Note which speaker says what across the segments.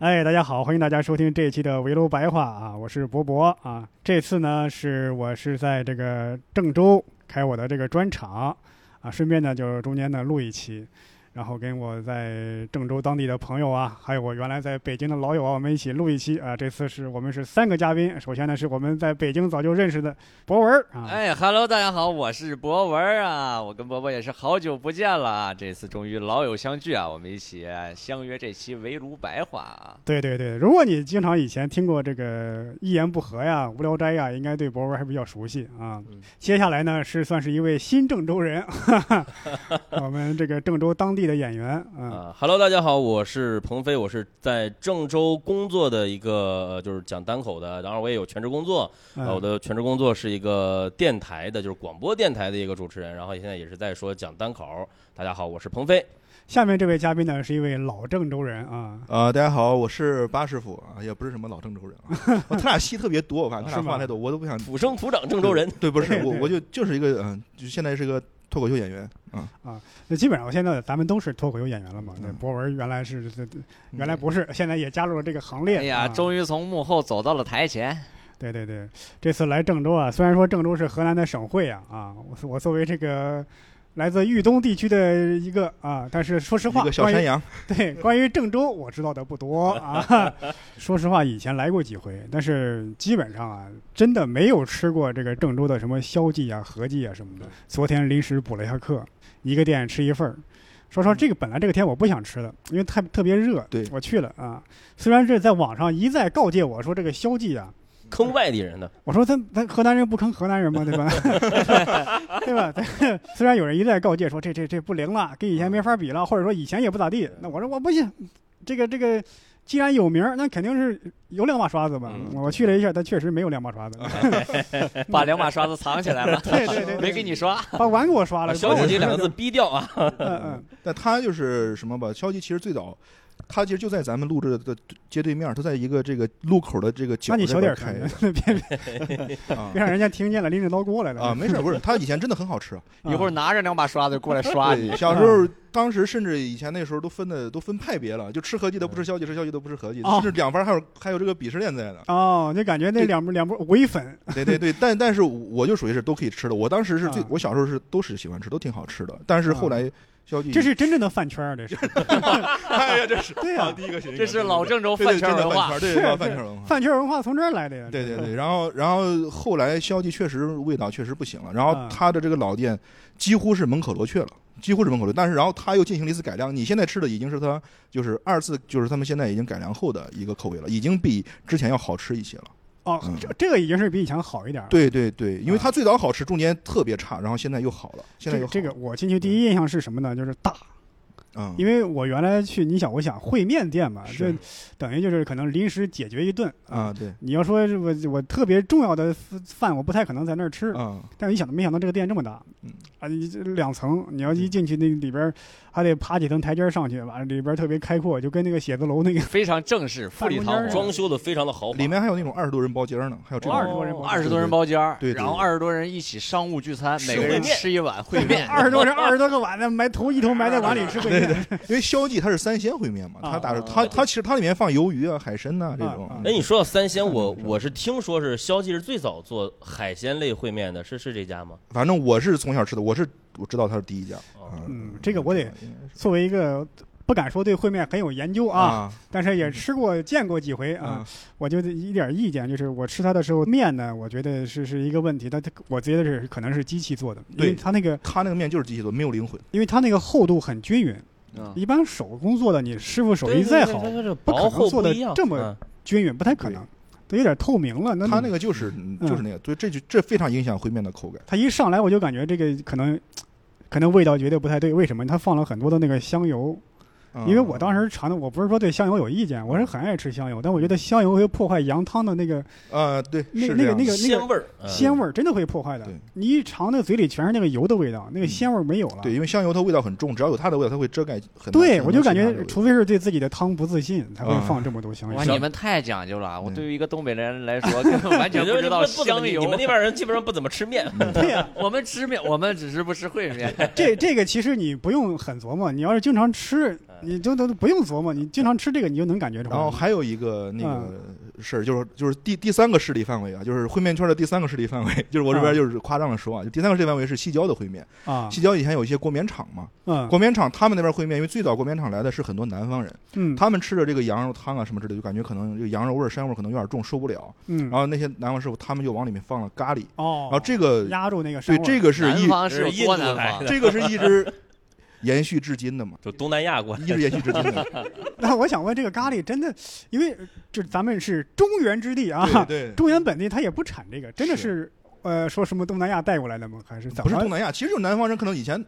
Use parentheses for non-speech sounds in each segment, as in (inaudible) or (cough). Speaker 1: 哎，大家好，欢迎大家收听这一期的围炉白话啊，我是博博啊。这次呢是我是在这个郑州开我的这个专场啊，顺便呢就是中间呢录一期，然后跟我在郑州当地的朋友啊，还有我原来在北京的老友啊，我们一起录一期啊。这次是我们是三个嘉宾，首先呢是我们在北京早就认识的博文儿啊，
Speaker 2: 哎，Hello，大家好，我是博文儿啊，我跟博博也是好久不见了啊，这次终于老友相聚啊，我们一起相约这期围炉白话啊。
Speaker 1: 对对对，如果你经常以前听过这个一言不合呀、无聊斋呀，应该对博文还比较熟悉啊
Speaker 2: 嗯。
Speaker 1: 接下来呢是算是一位新郑州人， (laughs) 我们这个郑州当地的演员啊，
Speaker 3: 啊哈喽，大家好，我是鹏飞，我是在郑州工作的一个呃就是讲单口的，然后我也有全职工作，呃我
Speaker 1: 嗯
Speaker 3: 的全职工作是一个电台的，就是广播电台的一个主持人，然后现在也是在说讲单口。大家好，我是
Speaker 1: (laughs)
Speaker 3: 鹏飞。
Speaker 1: 下面这位嘉宾呢是一位老郑州人啊，
Speaker 4: 呃，大家好，我是巴师傅啊，也不是什么老郑州人
Speaker 1: (laughs)
Speaker 4: 啊。我他俩戏特别多，我感觉他
Speaker 1: 是
Speaker 4: 俩
Speaker 1: 吗
Speaker 4: 话太多，我都不想。
Speaker 3: 土生土长郑
Speaker 1: (laughs)
Speaker 3: 州人，
Speaker 4: 对，不是
Speaker 1: 对
Speaker 4: 我
Speaker 1: 对，
Speaker 4: 我就就是一个嗯，就现在是个脱口秀演员啊。
Speaker 1: 那基本上现在咱们都是脱口秀演员了嘛。那
Speaker 4: 嗯
Speaker 1: 博文原来是这这
Speaker 4: 嗯
Speaker 1: 原来不是，现在也加入了这个行列。
Speaker 2: 哎呀，
Speaker 1: 啊
Speaker 2: 终于从幕后走到了台前，
Speaker 1: 对对对，这次来郑州啊，虽然说郑州是河南的省会啊，啊，我我作为这个来自豫东地区的一个啊，但是说实话，
Speaker 4: 一个小
Speaker 1: 关于
Speaker 4: 山羊，
Speaker 1: (laughs) 对，关于郑州我知道的不多啊。 (laughs) 说实话，以前来过几回，但是基本上啊，真的没有吃过这个郑州的什么宵记啊、合记啊什么的。昨天临时补了一下课，一个店吃一份儿。说实话，这个本来这个天我不想吃的，因为太特别热。
Speaker 4: 嗯对
Speaker 1: 我去了啊。虽然这在网上一再告诫我说这个宵记啊，
Speaker 3: 坑外地人的。
Speaker 1: 我说咱咱河南人不坑河南人吗？对
Speaker 3: (laughs)
Speaker 1: 吧？对 (laughs) 吧？虽然有人一再告诫说这这这不灵了，跟以
Speaker 3: 嗯
Speaker 1: 前没法比了，或者说以前也不咋地，那我说我不信，这个这个既然有名儿，那肯定是有两把刷子吧。
Speaker 3: 嗯啊
Speaker 1: 我去了一下，他确实没有两把刷子，
Speaker 2: 把两把刷子藏起来了，
Speaker 1: (laughs) 对对对对
Speaker 2: 没给你刷。
Speaker 1: 把碗给我刷
Speaker 3: 啊
Speaker 1: 了。
Speaker 3: 小姐姐两个字逼掉啊！
Speaker 1: 嗯
Speaker 4: 但他就是什么吧？肖吉其实最早，他其实就在咱们录制的街对面，他在一个这个路口的这个角
Speaker 1: 那你
Speaker 4: 那
Speaker 1: 小点
Speaker 4: 边儿开
Speaker 1: 声
Speaker 4: 的，
Speaker 1: 别别
Speaker 4: 啊
Speaker 1: 别让人家听见了，拎着刀过来嗯了
Speaker 4: 啊，没事儿，不是他以前真的很好吃啊。
Speaker 2: 一会儿拿着两把刷子过来刷你
Speaker 4: 对，，小时候当时甚至以前那时候都分的都分派别了，就吃合计的不吃消极，吃消极的不吃合计，
Speaker 1: 嗯哦
Speaker 4: 甚至两方还有还有这个鄙视链在呢。
Speaker 1: 哦，就感觉那
Speaker 4: 对
Speaker 1: 两波两波伪粉，
Speaker 4: 对对对，但但是我就属于是都可以吃的。我当时是最
Speaker 1: 啊，
Speaker 4: 我小时候是都是喜欢吃，都挺好吃的。但是后来消极，
Speaker 1: 这是真正的饭圈儿，这
Speaker 4: (laughs)
Speaker 1: 是
Speaker 4: 哎呀，这 (laughs) 是
Speaker 1: 对呀
Speaker 4: 第一个形容
Speaker 2: 这是老郑州
Speaker 4: 对对
Speaker 2: 饭圈
Speaker 4: 真的
Speaker 2: 文化。
Speaker 4: 饭圈，对
Speaker 1: 是
Speaker 4: (laughs) 对饭圈文化。
Speaker 1: 饭圈文化从这儿来的呀。
Speaker 4: 对对对，然后然后后来消极确实味道确实不行了，然后
Speaker 1: 啊
Speaker 4: 他的这个老店几乎是门可罗雀了，几乎是门可罗雀。但是然后他又进行了一次改良，你现在吃的已经是他就是二次就是他们现在已经改良后的一个口味了，已经比之前要好吃一些了。
Speaker 1: 哦，
Speaker 4: 嗯
Speaker 1: 这这个已经是比以前好一点儿了。
Speaker 4: 对对对，因为
Speaker 1: 啊
Speaker 4: 它最早好吃，中间特别差，然后现在又好了，现
Speaker 1: 这
Speaker 4: 在
Speaker 1: 个
Speaker 4: 又好
Speaker 1: 这个，我进去第一印象是什么呢？就是大，
Speaker 4: 嗯，
Speaker 1: 因为我原来去，你想，我想烩面店嘛，就是等于就是可能临时解决一顿
Speaker 4: 啊，。对，
Speaker 1: 你要说我我特别重要的饭，我不太可能在那儿吃，
Speaker 4: 啊，
Speaker 1: 但是一想没想到这个店这么大
Speaker 4: 嗯，
Speaker 1: 啊，你这两层，你要一进去那里边儿还得爬几层台阶儿上去，完了里边儿特别开阔，就跟那个写字楼那个
Speaker 2: 非常正式，富丽堂
Speaker 1: 办公间儿
Speaker 2: 皇
Speaker 3: 装，修的非常的豪华，
Speaker 4: 里面还有那种二十多人包间呢，还有这
Speaker 1: 二
Speaker 4: 种
Speaker 1: 十多人包间。
Speaker 2: 二十多人包间儿，
Speaker 4: 对对对
Speaker 2: 然后二十多人一起商务聚餐，
Speaker 3: 吃
Speaker 2: 每个人
Speaker 3: 烩面
Speaker 2: 吃一碗烩
Speaker 1: (laughs)
Speaker 2: 面
Speaker 1: 二十多人二十多个碗的埋头一头埋在碗里吃
Speaker 4: 对
Speaker 1: 烩面，
Speaker 4: 因为肖记它是三鲜烩面嘛，它打着
Speaker 2: 啊
Speaker 4: 它它其实它里面放鱿鱼啊、海参呐这种
Speaker 1: 啊啊。
Speaker 3: 哎，你说到三鲜，我
Speaker 1: 嗯
Speaker 4: 看着
Speaker 3: 我是听说是肖记是最早做海鲜类烩面的，是是这家吗？
Speaker 4: 反正我是从小吃的，我是我知道它是第一家。
Speaker 3: 哦
Speaker 4: 啊
Speaker 1: 嗯这个我得
Speaker 4: 应该是
Speaker 1: 作为一个不敢说对烩面很有研究啊，
Speaker 4: 啊
Speaker 1: 但是
Speaker 3: 嗯
Speaker 1: 也吃过见过几回啊。
Speaker 4: 啊
Speaker 1: 我就一点意见，就是我吃它的时候，面呢，我觉得是是一个问题，但它我觉得是可能是机器做的，因为
Speaker 4: 对
Speaker 1: 它那个
Speaker 4: 它那个面就是机器做，没有灵魂。
Speaker 1: 因为它那个厚度很均匀，
Speaker 2: 嗯
Speaker 1: 一般手工做的，你师傅手
Speaker 3: 对
Speaker 1: 艺
Speaker 3: 对
Speaker 1: 再
Speaker 3: 对
Speaker 1: 好
Speaker 3: 它，它这
Speaker 1: 不可
Speaker 3: 薄
Speaker 1: 能
Speaker 3: 厚
Speaker 1: 做
Speaker 3: 不
Speaker 1: 得
Speaker 3: 一样
Speaker 1: 这么
Speaker 3: 嗯
Speaker 1: 均匀不太可能，都有点透明了。那嗯
Speaker 4: 它那
Speaker 1: 个
Speaker 4: 个就是就是那个，所以这就这非常影响烩面的口感。
Speaker 1: 它一上来我就感觉这个可能可能味道绝对不太对，为什么？它放了很多的那个香油，
Speaker 4: 嗯
Speaker 3: 嗯
Speaker 1: 因为我当时尝的，我不是说对香油有意见，我是很爱吃香油，但我觉得香油会破坏羊汤的那个
Speaker 4: 啊，对，
Speaker 1: 那
Speaker 4: 是
Speaker 1: 那
Speaker 4: 这
Speaker 1: 个
Speaker 4: 样
Speaker 1: 那个那
Speaker 3: 鲜
Speaker 1: 个
Speaker 3: 味儿，嗯
Speaker 1: 鲜味儿，真的会破坏的
Speaker 4: 对。嗯
Speaker 1: 你一尝，那个嘴里全是那个油的味道，那个鲜味儿没有了。
Speaker 4: 对，因为香油它味道很重，只要有它的味道，它会遮盖很多。
Speaker 1: 对，我就感
Speaker 4: 很多
Speaker 1: 觉，
Speaker 4: 其
Speaker 1: 除非是对自己的汤不自信，才会
Speaker 4: 啊
Speaker 1: 放这么多香
Speaker 2: 哇，
Speaker 1: 油。
Speaker 2: 你们太讲究了！啊我
Speaker 4: 嗯
Speaker 2: 对于一个东北人来说，根本完
Speaker 3: 也
Speaker 2: 全
Speaker 3: 就是
Speaker 2: 知
Speaker 3: 你
Speaker 2: 道
Speaker 3: 们不怎么
Speaker 2: 香油。
Speaker 3: 你们那边人基本上不怎么吃面，
Speaker 1: 对
Speaker 2: (laughs)
Speaker 1: 呀，
Speaker 2: 我们吃面，我们只是不吃烩面。
Speaker 1: 这这个其实你不用很琢磨，你要是经常吃，
Speaker 2: 嗯
Speaker 1: 你就都都不用琢磨，你经常吃这个，你就能感觉出
Speaker 4: 他的味道
Speaker 1: 来。
Speaker 4: 然后还有一个那个
Speaker 1: 嗯
Speaker 4: 事儿，就是就是第第三个势力范围啊，就是烩面圈的第三个势力范围， (laughs) 就是我这
Speaker 1: 嗯
Speaker 4: 边就是夸张的说啊，就第三个势力范围是西郊的烩面。
Speaker 1: 啊，
Speaker 4: 西郊以前有一些锅棉厂嘛，
Speaker 1: 嗯
Speaker 4: 锅棉厂他们那边烩面，因为最早锅棉厂来的是很多南方人，
Speaker 1: 嗯
Speaker 4: 他们吃着这个羊肉汤啊什么之类的，就感觉可能这个羊肉味儿、膻味儿可能有点重，受不了。
Speaker 1: 嗯
Speaker 4: 然后那些南方师傅他们就往里面放了咖喱，
Speaker 1: 哦
Speaker 4: 然，后这个
Speaker 1: 压住那个膻
Speaker 4: 对
Speaker 1: 味儿
Speaker 4: 这个是
Speaker 2: 南
Speaker 4: 一
Speaker 2: 方是有多南
Speaker 3: 是印度来
Speaker 2: 方？
Speaker 4: 这个是一直延续至今的嘛，
Speaker 3: 就东南亚过来
Speaker 4: 一直延续至今的。
Speaker 1: 那我想问，这个咖喱真的，因为这咱们是中原之地啊，
Speaker 4: 对对，
Speaker 1: 中原本地它也不产这个，真的
Speaker 4: 是
Speaker 1: 是呃说什么东南亚带过来的吗？还是怎
Speaker 4: 不是
Speaker 1: 么
Speaker 4: 东？南亚，其实就是南方人可能以前。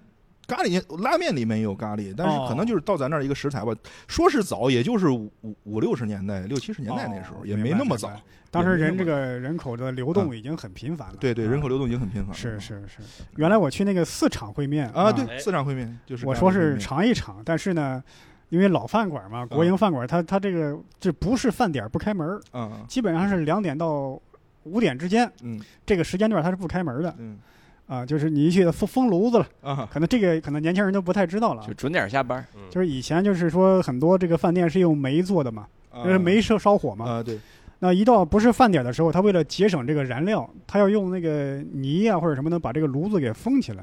Speaker 4: 咖喱拉面里面也有咖喱，但
Speaker 1: 哦
Speaker 4: 是可能就是到咱那儿一个食材吧。说是早，也就是五五五六十年代、六七十年代那时候，
Speaker 1: 哦
Speaker 4: 也
Speaker 1: 明
Speaker 4: 没
Speaker 1: 白
Speaker 4: 那么
Speaker 1: 明
Speaker 4: 早
Speaker 1: 白。当时人
Speaker 4: 也没
Speaker 1: 这
Speaker 4: 那么嗯
Speaker 1: 个人口的流动已经很频繁了，
Speaker 4: 对对，
Speaker 1: 啊
Speaker 4: 人口流动已经很频繁了。
Speaker 1: 是
Speaker 4: 嗯
Speaker 1: 是是。原来我去那个四厂烩面嗯
Speaker 4: 啊，
Speaker 3: 哎
Speaker 4: 对，四场烩面就是
Speaker 1: 我
Speaker 4: 咖喱
Speaker 1: 说
Speaker 4: 烩
Speaker 1: 是
Speaker 4: 面
Speaker 1: 尝一尝，但是呢，因为老饭馆
Speaker 4: 嗯
Speaker 1: 嘛，国营饭馆，它它这个这不是饭点儿不开门儿，
Speaker 4: 啊，
Speaker 1: 基本上是两点到五点之间
Speaker 4: 嗯
Speaker 1: 这个时间段它是不开门的
Speaker 4: 嗯
Speaker 1: 啊，就是你一去封封炉子了，
Speaker 4: 啊，
Speaker 1: 可能这个可能年轻人都不太知道了啊
Speaker 2: 就。准点下班。
Speaker 1: 就是以前就是说很多这个饭店是用煤做的嘛，
Speaker 4: 啊
Speaker 1: 就是煤烧烧火嘛。
Speaker 4: 啊，对，
Speaker 1: 那一到不是饭点儿的时候，他为了节省这个燃料，他要用那个泥啊或者什么的把这个炉子给封起来，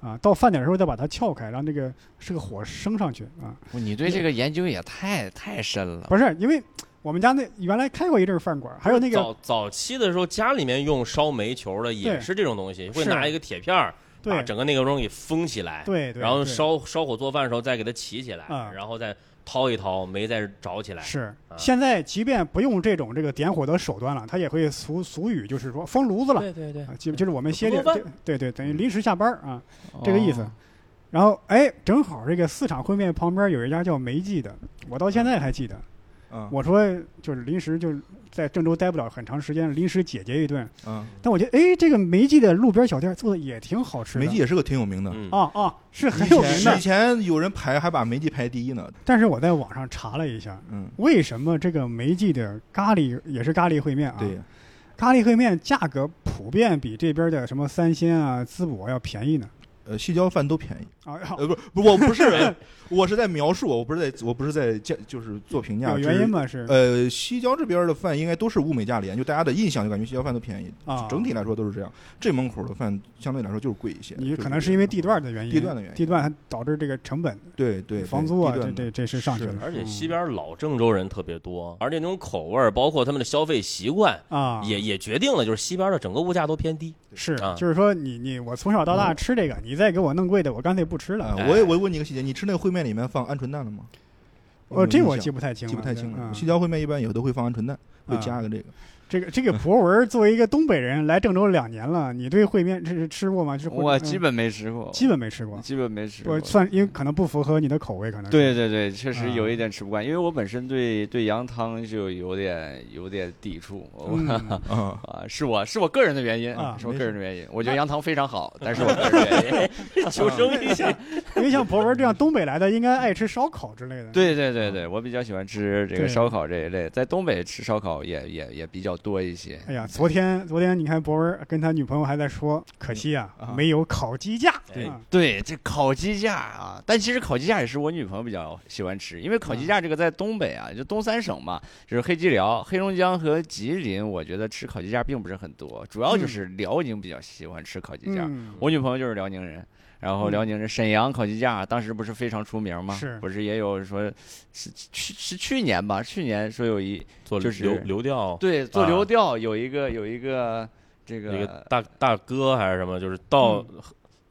Speaker 1: 啊，到饭点儿的时候再把它撬开，让这个这个火升上去啊。
Speaker 2: 哇你对这个研究也太太深
Speaker 3: 啊
Speaker 2: 了。
Speaker 1: 不是，因为我们家那原来开过一阵儿饭馆，还有 (laughs) 那个
Speaker 3: 早早期的时候，家里面用烧煤球的也
Speaker 1: 对
Speaker 3: 是这种东西，会
Speaker 1: 是
Speaker 3: 拿一个铁片儿把
Speaker 1: 对
Speaker 3: 整个那个东西给封起来，
Speaker 1: 对对，
Speaker 3: 然后
Speaker 1: 对
Speaker 3: 烧烧火做饭的时候再给它起起来
Speaker 1: 啊，
Speaker 3: 然后再掏一掏，煤再着起来。
Speaker 1: 是
Speaker 3: 啊
Speaker 1: 现在即便不用这种这个点火的手段了，它也会俗俗语就是说封炉子了。
Speaker 3: 对对
Speaker 1: 啊，就就是我们歇
Speaker 3: 不
Speaker 1: 点
Speaker 3: 做，
Speaker 1: 对对对，等于临时下班儿啊，
Speaker 2: 哦
Speaker 1: 这个意思。然后哎，正好这个四场烩面旁边有一家叫梅记的，我到现在还记得。
Speaker 4: 啊
Speaker 1: 我说就是临时就是在郑州待不了很长时间，临时解决一顿。
Speaker 4: 啊，
Speaker 1: 但我觉得哎，这个梅记的路边小店做的也挺好吃的。
Speaker 4: 梅记也是个挺有名的，
Speaker 3: 嗯，
Speaker 1: 啊啊，是很
Speaker 4: 以
Speaker 1: 有
Speaker 4: 前
Speaker 1: 名的
Speaker 4: 以。前有人排还把梅记排第一呢，
Speaker 1: 但是我在网上查了一下，
Speaker 4: 嗯，
Speaker 1: 为什么这个梅记的咖喱也是咖喱烩面啊？
Speaker 4: 对，
Speaker 1: 咖喱烩面价格普遍比这边的什么三鲜啊、滋补啊要便宜呢。
Speaker 4: 呃，西郊饭都便宜，
Speaker 1: 啊，
Speaker 4: 呃，不是，不，我不是，我是在描述，我不是在，我不是在价，就是做评价，
Speaker 1: 有
Speaker 4: 就是
Speaker 1: 原因吗？是
Speaker 4: 呃，西郊这边的饭应该都是物美价廉，就大家的印象就感觉西郊饭都便宜，
Speaker 1: 啊，
Speaker 4: 呃整体来说都是这样。这门口的饭相对来说就是贵一些，
Speaker 1: 你
Speaker 4: 就
Speaker 1: 可能是因为地段的原因，
Speaker 4: 地段的原因
Speaker 1: 地段它导致这个成本、
Speaker 4: 对对
Speaker 1: 房租啊，
Speaker 4: 对
Speaker 1: 这
Speaker 4: 地段
Speaker 1: 这这是上去了。
Speaker 3: 而且西
Speaker 1: 边
Speaker 3: 边老郑州人特别多，而且那种口味儿，包括他们的消费习惯，
Speaker 1: 啊
Speaker 3: 也也决定了就是西边的整个物价都偏低。
Speaker 1: 是
Speaker 3: 啊，
Speaker 1: 就是说你你我从小到
Speaker 4: 嗯
Speaker 1: 大吃这个，你再给我弄贵的，我干脆不吃了。
Speaker 4: 啊，我也我问你一个细节，你吃那个烩面里面放鹌鹑蛋了吗？有
Speaker 1: 哦，
Speaker 4: 没有
Speaker 1: 这我
Speaker 4: 印象
Speaker 1: 记不太清了，
Speaker 4: 记不太清
Speaker 1: 嗯
Speaker 4: 了。西郊烩面一般有的会放鹌鹑蛋，会
Speaker 1: 啊
Speaker 4: 加个这个。
Speaker 1: 这个这个博文作为一个东北人来郑州两年了，你对烩面这是吃过吗？是或者
Speaker 2: 我
Speaker 1: 嗯
Speaker 2: 基本没吃过，
Speaker 1: 基本没吃过，
Speaker 2: 基本没吃过
Speaker 1: 我。算因为可能不符合你的口味，可能是
Speaker 2: 对对对，确实
Speaker 1: 啊
Speaker 2: 有一点吃不惯，因为我本身对对羊汤就有点有点抵触，我
Speaker 1: 嗯 (laughs)
Speaker 4: 啊，
Speaker 2: 啊，是我是我个人的原因
Speaker 1: 啊，
Speaker 2: 是我
Speaker 4: 没
Speaker 2: 个
Speaker 4: 事
Speaker 2: 人的原因。我觉得羊汤非常好，但是我个人的原因。
Speaker 1: 啊
Speaker 3: (laughs) 求生欲
Speaker 1: (laughs)
Speaker 3: 下，
Speaker 1: 因为像博文这样东北来的，应该爱吃烧烤之类的。
Speaker 2: (laughs) 对对对对，我比较喜欢吃这
Speaker 1: 嗯
Speaker 2: 个
Speaker 1: 啊对
Speaker 2: 烧烤这一类，在东北吃烧烤也也也比较多一些。
Speaker 1: 哎呀，昨天昨天你看博文跟他女朋友还在说，可惜啊
Speaker 4: 啊
Speaker 1: 没有烤鸡架。
Speaker 3: 对
Speaker 1: 啊
Speaker 2: 对，这烤鸡架啊，但其实烤鸡架也是我女朋友比较喜欢吃，因为烤
Speaker 1: 嗯
Speaker 2: 鸡架这个在东北啊，就东三省嘛，就是黑吉辽、黑龙江和吉林，我觉得吃烤鸡架并不是很多，主要就是辽宁比较喜欢吃烤鸡架。
Speaker 1: 嗯
Speaker 2: 我女朋友就是辽宁人。然后
Speaker 1: 嗯
Speaker 2: 辽宁人沈阳烤鸡架当时不是非常出名吗？
Speaker 1: 是
Speaker 2: 不是也有说是去是去年吧？去年说有一
Speaker 3: 做
Speaker 2: 就是
Speaker 3: 流流调，
Speaker 2: 对做
Speaker 3: 啊
Speaker 2: 流调有一个有一个这
Speaker 3: 那个大大哥还是什么，就是到
Speaker 1: 嗯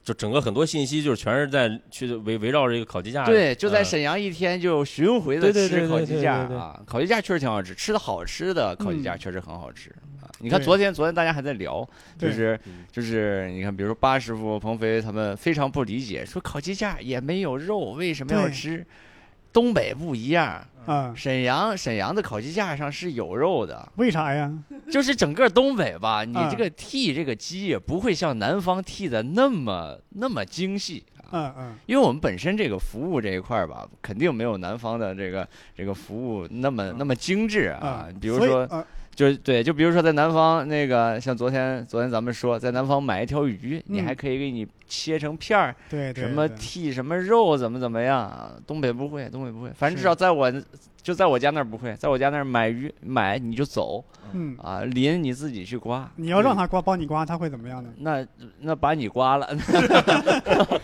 Speaker 3: 就整个很多信息就是全是在去围围绕着一个烤鸡架。
Speaker 2: 对，就在
Speaker 3: 嗯
Speaker 2: 沈阳一天就巡回的
Speaker 3: 对对对
Speaker 2: 吃
Speaker 3: 对
Speaker 2: 烤
Speaker 3: 对
Speaker 2: 鸡
Speaker 3: 对
Speaker 2: 架
Speaker 3: 对
Speaker 2: 啊，烤鸡架确实挺好吃，吃的好吃的烤鸡架
Speaker 1: 嗯
Speaker 2: 确实很好吃啊。你看
Speaker 1: 对
Speaker 2: 昨天，昨天大家还在聊，就
Speaker 1: 对
Speaker 2: 是
Speaker 3: 嗯
Speaker 2: 就是你看，比如说巴师傅、鹏飞他们非常不理解，说烤鸡架也没有肉，为什么要
Speaker 1: 对
Speaker 2: 吃？东北不一样，
Speaker 1: 啊？
Speaker 2: 沈阳沈阳的烤鸡架上是有肉的，
Speaker 1: 为啥呀？ (laughs)
Speaker 2: 就是整个东北吧，你
Speaker 1: 嗯
Speaker 2: 这个剔这个鸡也不会像南方剔的那么那么精细啊，
Speaker 1: 嗯嗯
Speaker 2: 因为我们本身这个服务这一块儿吧，肯定没有南方的这个这个服务那么
Speaker 1: 嗯
Speaker 2: 那么精致啊
Speaker 1: 啊，，
Speaker 2: 比如
Speaker 1: 所以
Speaker 2: 说。
Speaker 1: 啊
Speaker 2: 就对，就比如说在南方那个，像昨天昨天咱们说，在南方买一条鱼，你
Speaker 1: 嗯
Speaker 2: 还可以给你切成片儿，
Speaker 1: 对对
Speaker 2: 什么
Speaker 1: 对
Speaker 2: 剔什么肉，怎么怎么样啊？东北不会，东北不会，反正至
Speaker 1: 是
Speaker 2: 少在我就在我家那儿不会，在我家那儿买鱼买你就走
Speaker 1: 嗯，
Speaker 2: 啊，鳞你自己去刮，嗯
Speaker 1: 你要让他刮，帮你刮，他会怎么样呢？
Speaker 2: 那那把你刮了，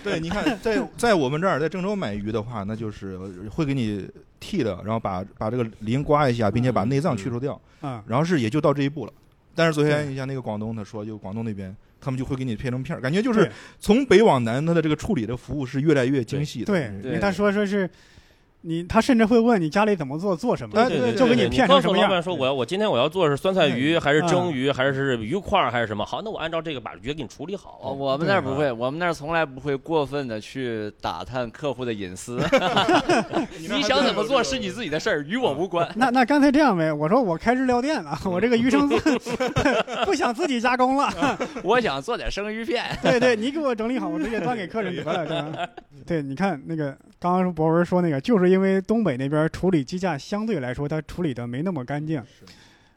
Speaker 4: 对，你看，在在我们这儿，在郑州买鱼的话，那就是会给你剔的，然后把把这个鳞刮一下，并且把内脏去除掉，
Speaker 1: 嗯
Speaker 4: 然后是也就到这一步了。但是昨天你像那个广东，他说就广东那边，他们就会给你片成片儿，感觉就是
Speaker 1: 对
Speaker 4: 从北往南，它的这个处理的服务是越来越精细的。
Speaker 1: 对，
Speaker 4: 嗯
Speaker 1: 因为他说说是你，他甚至会问你家里怎么做，做什么
Speaker 4: 哎，
Speaker 3: 对
Speaker 4: 对
Speaker 3: 对，
Speaker 4: 就给
Speaker 1: 你
Speaker 3: 对
Speaker 1: 骗成
Speaker 3: 告
Speaker 1: 什
Speaker 3: 诉
Speaker 1: 么
Speaker 3: 老
Speaker 1: 样
Speaker 3: 板说我要我今天我要做的是酸菜鱼，还是蒸
Speaker 1: 嗯
Speaker 3: 鱼，还是鱼块儿，还是什么？好，那我按照这个把鱼给你处理好。
Speaker 2: 哦，
Speaker 1: 嗯
Speaker 2: 我们那儿不会，我们那儿从来不会过分的去打探客户的隐私。你想怎么做是你自己的事儿，与我无关。
Speaker 1: 那那刚才这样呗，我说我开日料店了，我这个鱼生 (laughs) 不想自己加工了，
Speaker 2: 我想做点生
Speaker 1: (laughs)
Speaker 2: 鱼片。
Speaker 4: (laughs)
Speaker 1: 对对，你给我整理好，我直接端给客人得了，对吧？对，你看那个刚刚博文说那个，就是因为东北那边处理鸡架相对来说，它处理的没那么干净。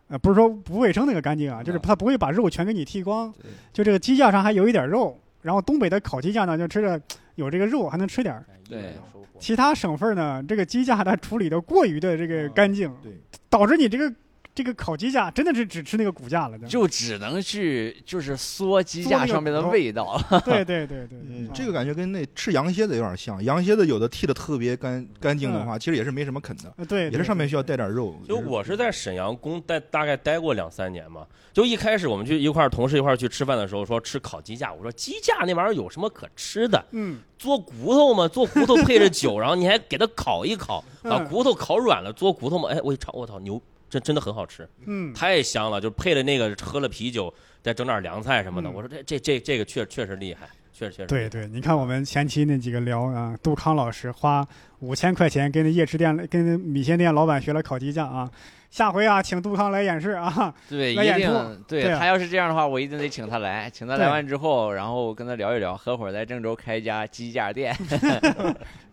Speaker 1: 呃，不是说不卫生那个干净啊，就是它不会把肉全给你剃光，就这个鸡架上还有一点肉。然后东北的烤鸡架呢，就吃着有这个肉，还能吃点儿。
Speaker 2: 对，
Speaker 3: 啊
Speaker 1: 其他省份呢，这个鸡架它处理的过于的这个干净，
Speaker 4: 对，
Speaker 1: 导致你这个这个烤鸡架真的是只吃那个骨架了。对
Speaker 2: 就只能去就是缩鸡架上面的味道。
Speaker 1: 对对对对，
Speaker 4: 嗯
Speaker 1: 啊，
Speaker 4: 这个感觉跟那吃羊蝎子有点像，羊蝎子有的剔的特别干干净的话，其实也是没什么啃的，
Speaker 1: 呃嗯对
Speaker 4: 也是上面需要
Speaker 1: 对
Speaker 4: 带点肉。
Speaker 3: 就我
Speaker 4: 是
Speaker 3: 是在沈阳工待大概待过两三年嘛，就一开始我们去一块儿同事一块儿去吃饭的时候说吃烤鸡架，我说鸡架那玩意儿有什么可吃的？
Speaker 1: 嗯
Speaker 3: 做骨头嘛，做骨头配着
Speaker 4: (laughs)
Speaker 3: 酒，然后你还给它烤一烤，把
Speaker 1: 嗯
Speaker 3: 骨头烤软了，做骨头嘛，哎，我一尝，我操牛，这真的很好吃，
Speaker 1: 嗯，
Speaker 3: 太香了，就配了那个喝了啤酒，再整点凉菜什么的，
Speaker 1: 嗯
Speaker 3: 我说这这这这个确确实厉害，确实确实
Speaker 1: 对对，你看我们前期那几个聊啊，杜康老师花五千块钱跟那夜市店跟那米线店老板学了烤鸡架啊，下回啊请杜康来演示啊， (laughs)
Speaker 2: 对，
Speaker 1: 那
Speaker 2: 一
Speaker 1: 演出
Speaker 2: 定对
Speaker 1: 对啊
Speaker 2: 他要是这样的话，我一定得请他来。请他
Speaker 1: 对
Speaker 2: 来完之后，然后跟他聊一聊，合伙在郑州开一家鸡架店。